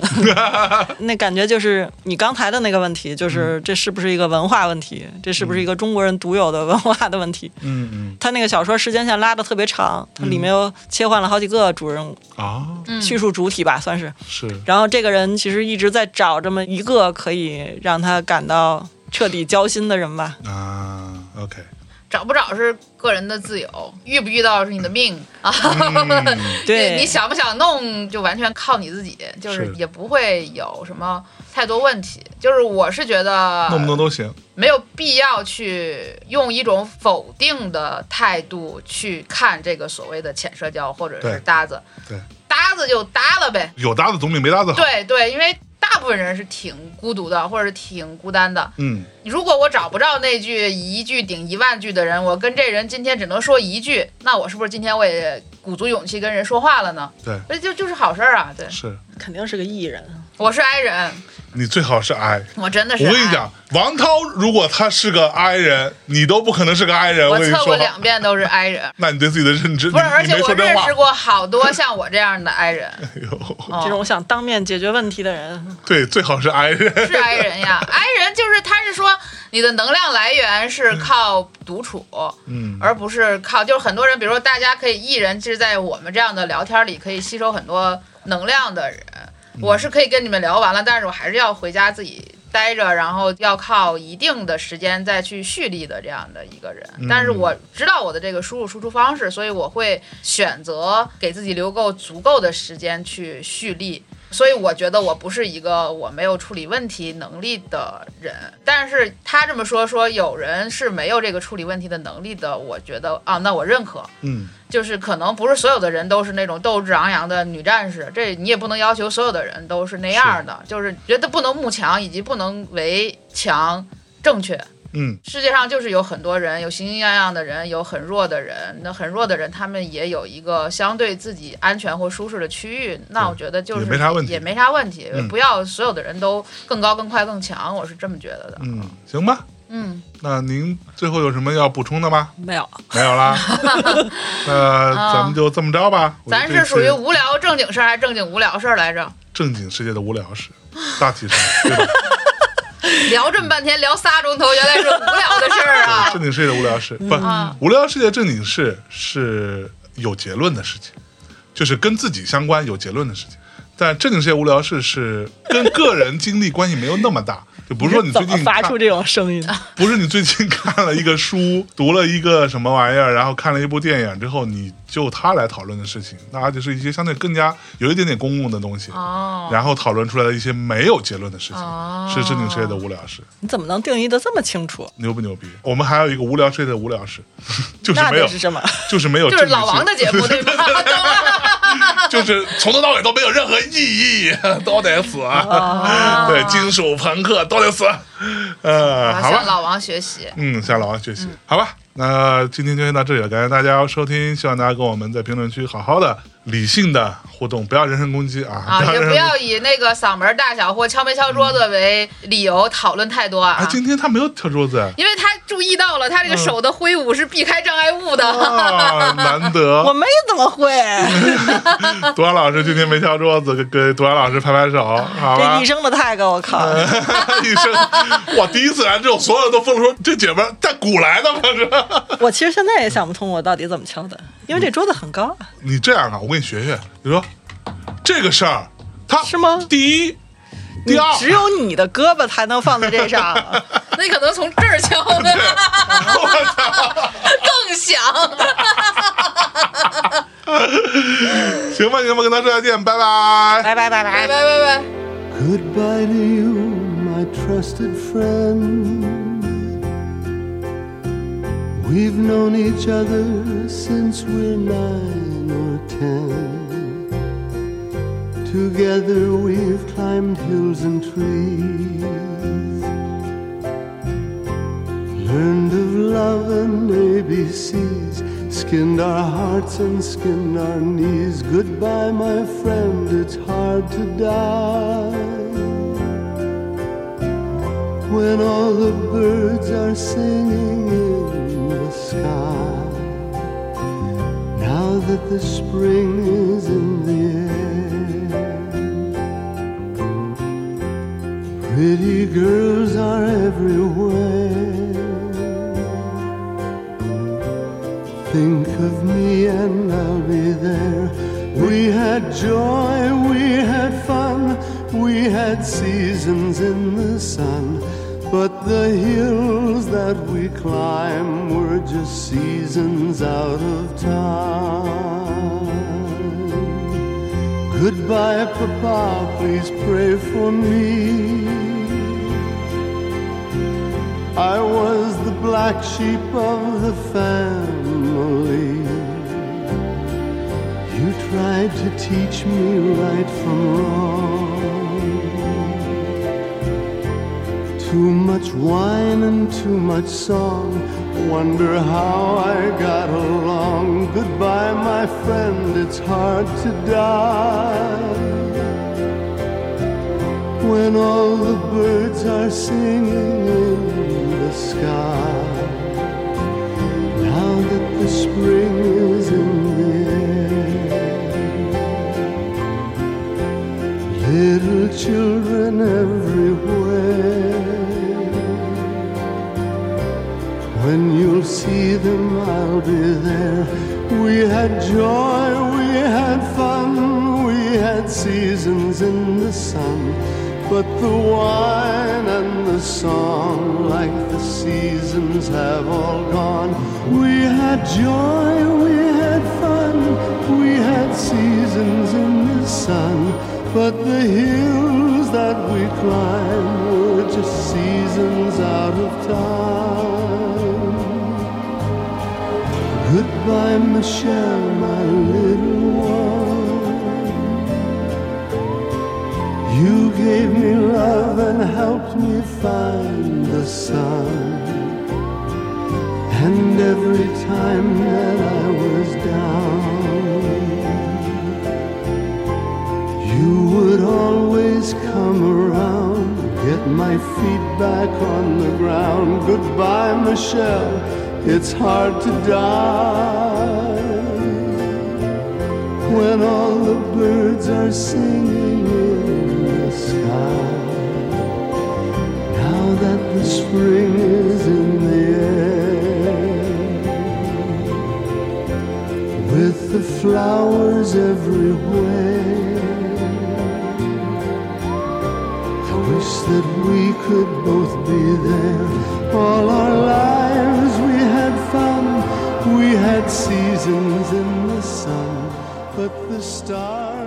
那感觉就是你刚才的那个问题，
嗯
就是这是不是一个文化问题？这是不是一个中国人独有的文化的问题？
嗯嗯
他那个小说时间线拉的特别长，它里面又切换了好几个主人
啊，
嗯
叙述主体吧，算是。
是
然后这个人其实一直在找这么一个可以让他感到彻底交心的人吧。
啊，OK，
找不找是个人的自由，遇不遇到是你的命啊。
嗯
<laughs> 对，
你你想不想弄就完全靠你自己，就是
是
也不会有什么太多问题。就是我是觉得
弄不弄都行。
没有必要去用一种否定的态度去看这个所谓的浅社交或者
对
是搭子，
对，
搭子就搭了呗。
有搭子总比没搭子好。
对对，因为大部分人是挺孤独的，或者是挺孤单的。
嗯，
如果我找不着那句一句顶一万句的人，我跟这人今天只能说一句，那我是不是今天我也鼓足勇气跟人说话了呢？
对，
这就就是好事儿啊！对，
是
肯定是个艺人，
我是 I 人，
你最好是 I。
我真的是啊
我
I。
跟你讲，王涛如果他是个 I 人，你都不可能是个 I 人。
我
哎跟你
测
说，，
过两遍都是 I 人
<laughs> 那你对自己的认知，
不是，
你
而
你
且
没
我
说真
认
话
识。过好多像我这样的 I
<laughs>
人，
哎呦，
哦
这种想当面解决问题的人，
对，最好是 I 人。
是 I 人呀，I 人就是他是说你的能量来源是靠独处，
嗯，
而不是靠，就是很多人，比如说大家可以一人，就是在我们这样的聊天里可以吸收很多能量的人，我是可以跟你们聊完了，但是我还是要回家自己待着，然后要靠一定的时间再去蓄力的这样的一个人。但是我知道我的这个输入输出方式，所以我会选择给自己留够足够的时间去蓄力。所以我觉得我不是一个我没有处理问题能力的人，但是他这么说说有人是没有这个处理问题的能力的，我觉得啊，那我认可，
嗯，
就是可能不是所有的人都是那种斗志昂扬的女战士，这你也不能要求所有的人都是那样的，就是觉得不能慕强，以及不能为强正确。
嗯，
世界上就是有很多人，有形形样样的人，有很弱的人。那很弱的人，他们也有一个相对自己安全或舒适的区域。那我觉得就是
也没啥问题
也没啥问题
嗯
不要所有的人都更高、更快、更强，我是这么觉得的。
嗯，行吧。
嗯，
那您最后有什么要补充的吗？
没有，
没有
<laughs>
啦。那咱们就这么着吧。我觉得
啊咱
这
是属于
次
无聊正经事儿还是正经无聊事儿来着？
正经世界的无聊事，大体上对吧？
聊这么半天，聊仨钟头，原来是无聊的事儿
<laughs>
啊
正！经世界的无聊事不，无聊世界正经事是有结论的事情，就是跟自己相关有结论的事情。但正经世界无聊事是跟个人经历关系没有那么大， <laughs> 就不是说你最
怎么
近
发
看
出这种声音？
<laughs> 不是你最近看了一个书，读了一个什么玩意儿，然后看了一部电影之后，你就它来讨论的事情，大家就是一些相对更加有一点点公共的东西，
哦，
然后讨论出来的一些没有结论的事情，
哦
是正经世界的无聊事，
你怎么能定义的这么清楚？
牛不牛逼？我们还有一个无聊世界的无聊事，就是
那
没有
得，是什么？
就是没有
就
正
是
经世界，
老王的节目对吧？
<laughs> 就是从头到尾都没有任何意义，都得死，
啊
对，金属朋克都得死，啊呃，好吧
向。老王学习。
嗯，向老王学习，好吧。那今天就先到这里了，感谢大家收听，希望大家跟我们在评论区好好的、理性的互动，不要人身攻击啊！
啊，
不要
也
人
不
身攻击。
要以那个嗓门大小或敲没敲桌子为理由讨论太多
啊，嗯
啊，
今天他没有跳桌子
因为他注意到了他这个手的挥舞是避开障碍
<laughs>
物的。
啊，难
<laughs> 我
得。
没怎么会，
杜阳老师今天没跳桌子，给给杜阳老师拍拍手，好吧呃
这一？生的 tag 我
<laughs>
靠，
哎一生，哇！第一次来之后，所有人都疯了，说这姐们儿带鼓来的吗？是？
我其实现在也想不通我到底怎么敲的，因为这桌子很高啊。
你这样啊，我给你学学。你说这个事儿，他
是吗
第一，第二，
只有你的胳膊才能放在这
<laughs>
上，
那可能从这儿敲的
<laughs> 我操！
<laughs> 更响。
行吧，行吧，跟大家说再见，拜拜。
拜拜拜
拜
拜
拜。拜拜。
Goodbye to you, my trusted friend. We've known each other since we're nine or ten. Together we've climbed hills and trees, learned of love and ABCs, skinned our hearts and skinned our knees. Goodbye, my friend, it's hard to die when all the birds are singing in the sky. Now that the spring is in the air, pretty girls are everywhere. Think of me and I'll be there. We had joy, we had fun, we had seasons in the sun. But the hills that we climb were just seasons out of time. Goodbye, Papa, please pray for me. I was the black sheep of the family. You tried to teach me right from wrong. Too much wine and too much song. Wonder how I got along. Goodbye, my friend, it's hard to die when all the birds are singing in the sky. Now that the spring is in the air, little children everywhere. When you'll see them, I'll be there. We had joy, we had fun, we had seasons in the sun. But the wine and the song, like the seasons, have all gone. We had joy, we had fun, we had seasons in the sun. But the hills that we climb were just seasons out of time. Goodbye, Michelle, my little one. You gave me love and helped me find the sun. And every time that I was down, you would always come around, get my feet back on the ground. Goodbye, Michelle, it's hard to die when all the birds are singing in flowers everywhere. I wish that we could both be there. All our lives we had fun, we had seasons in the sun, but the stars.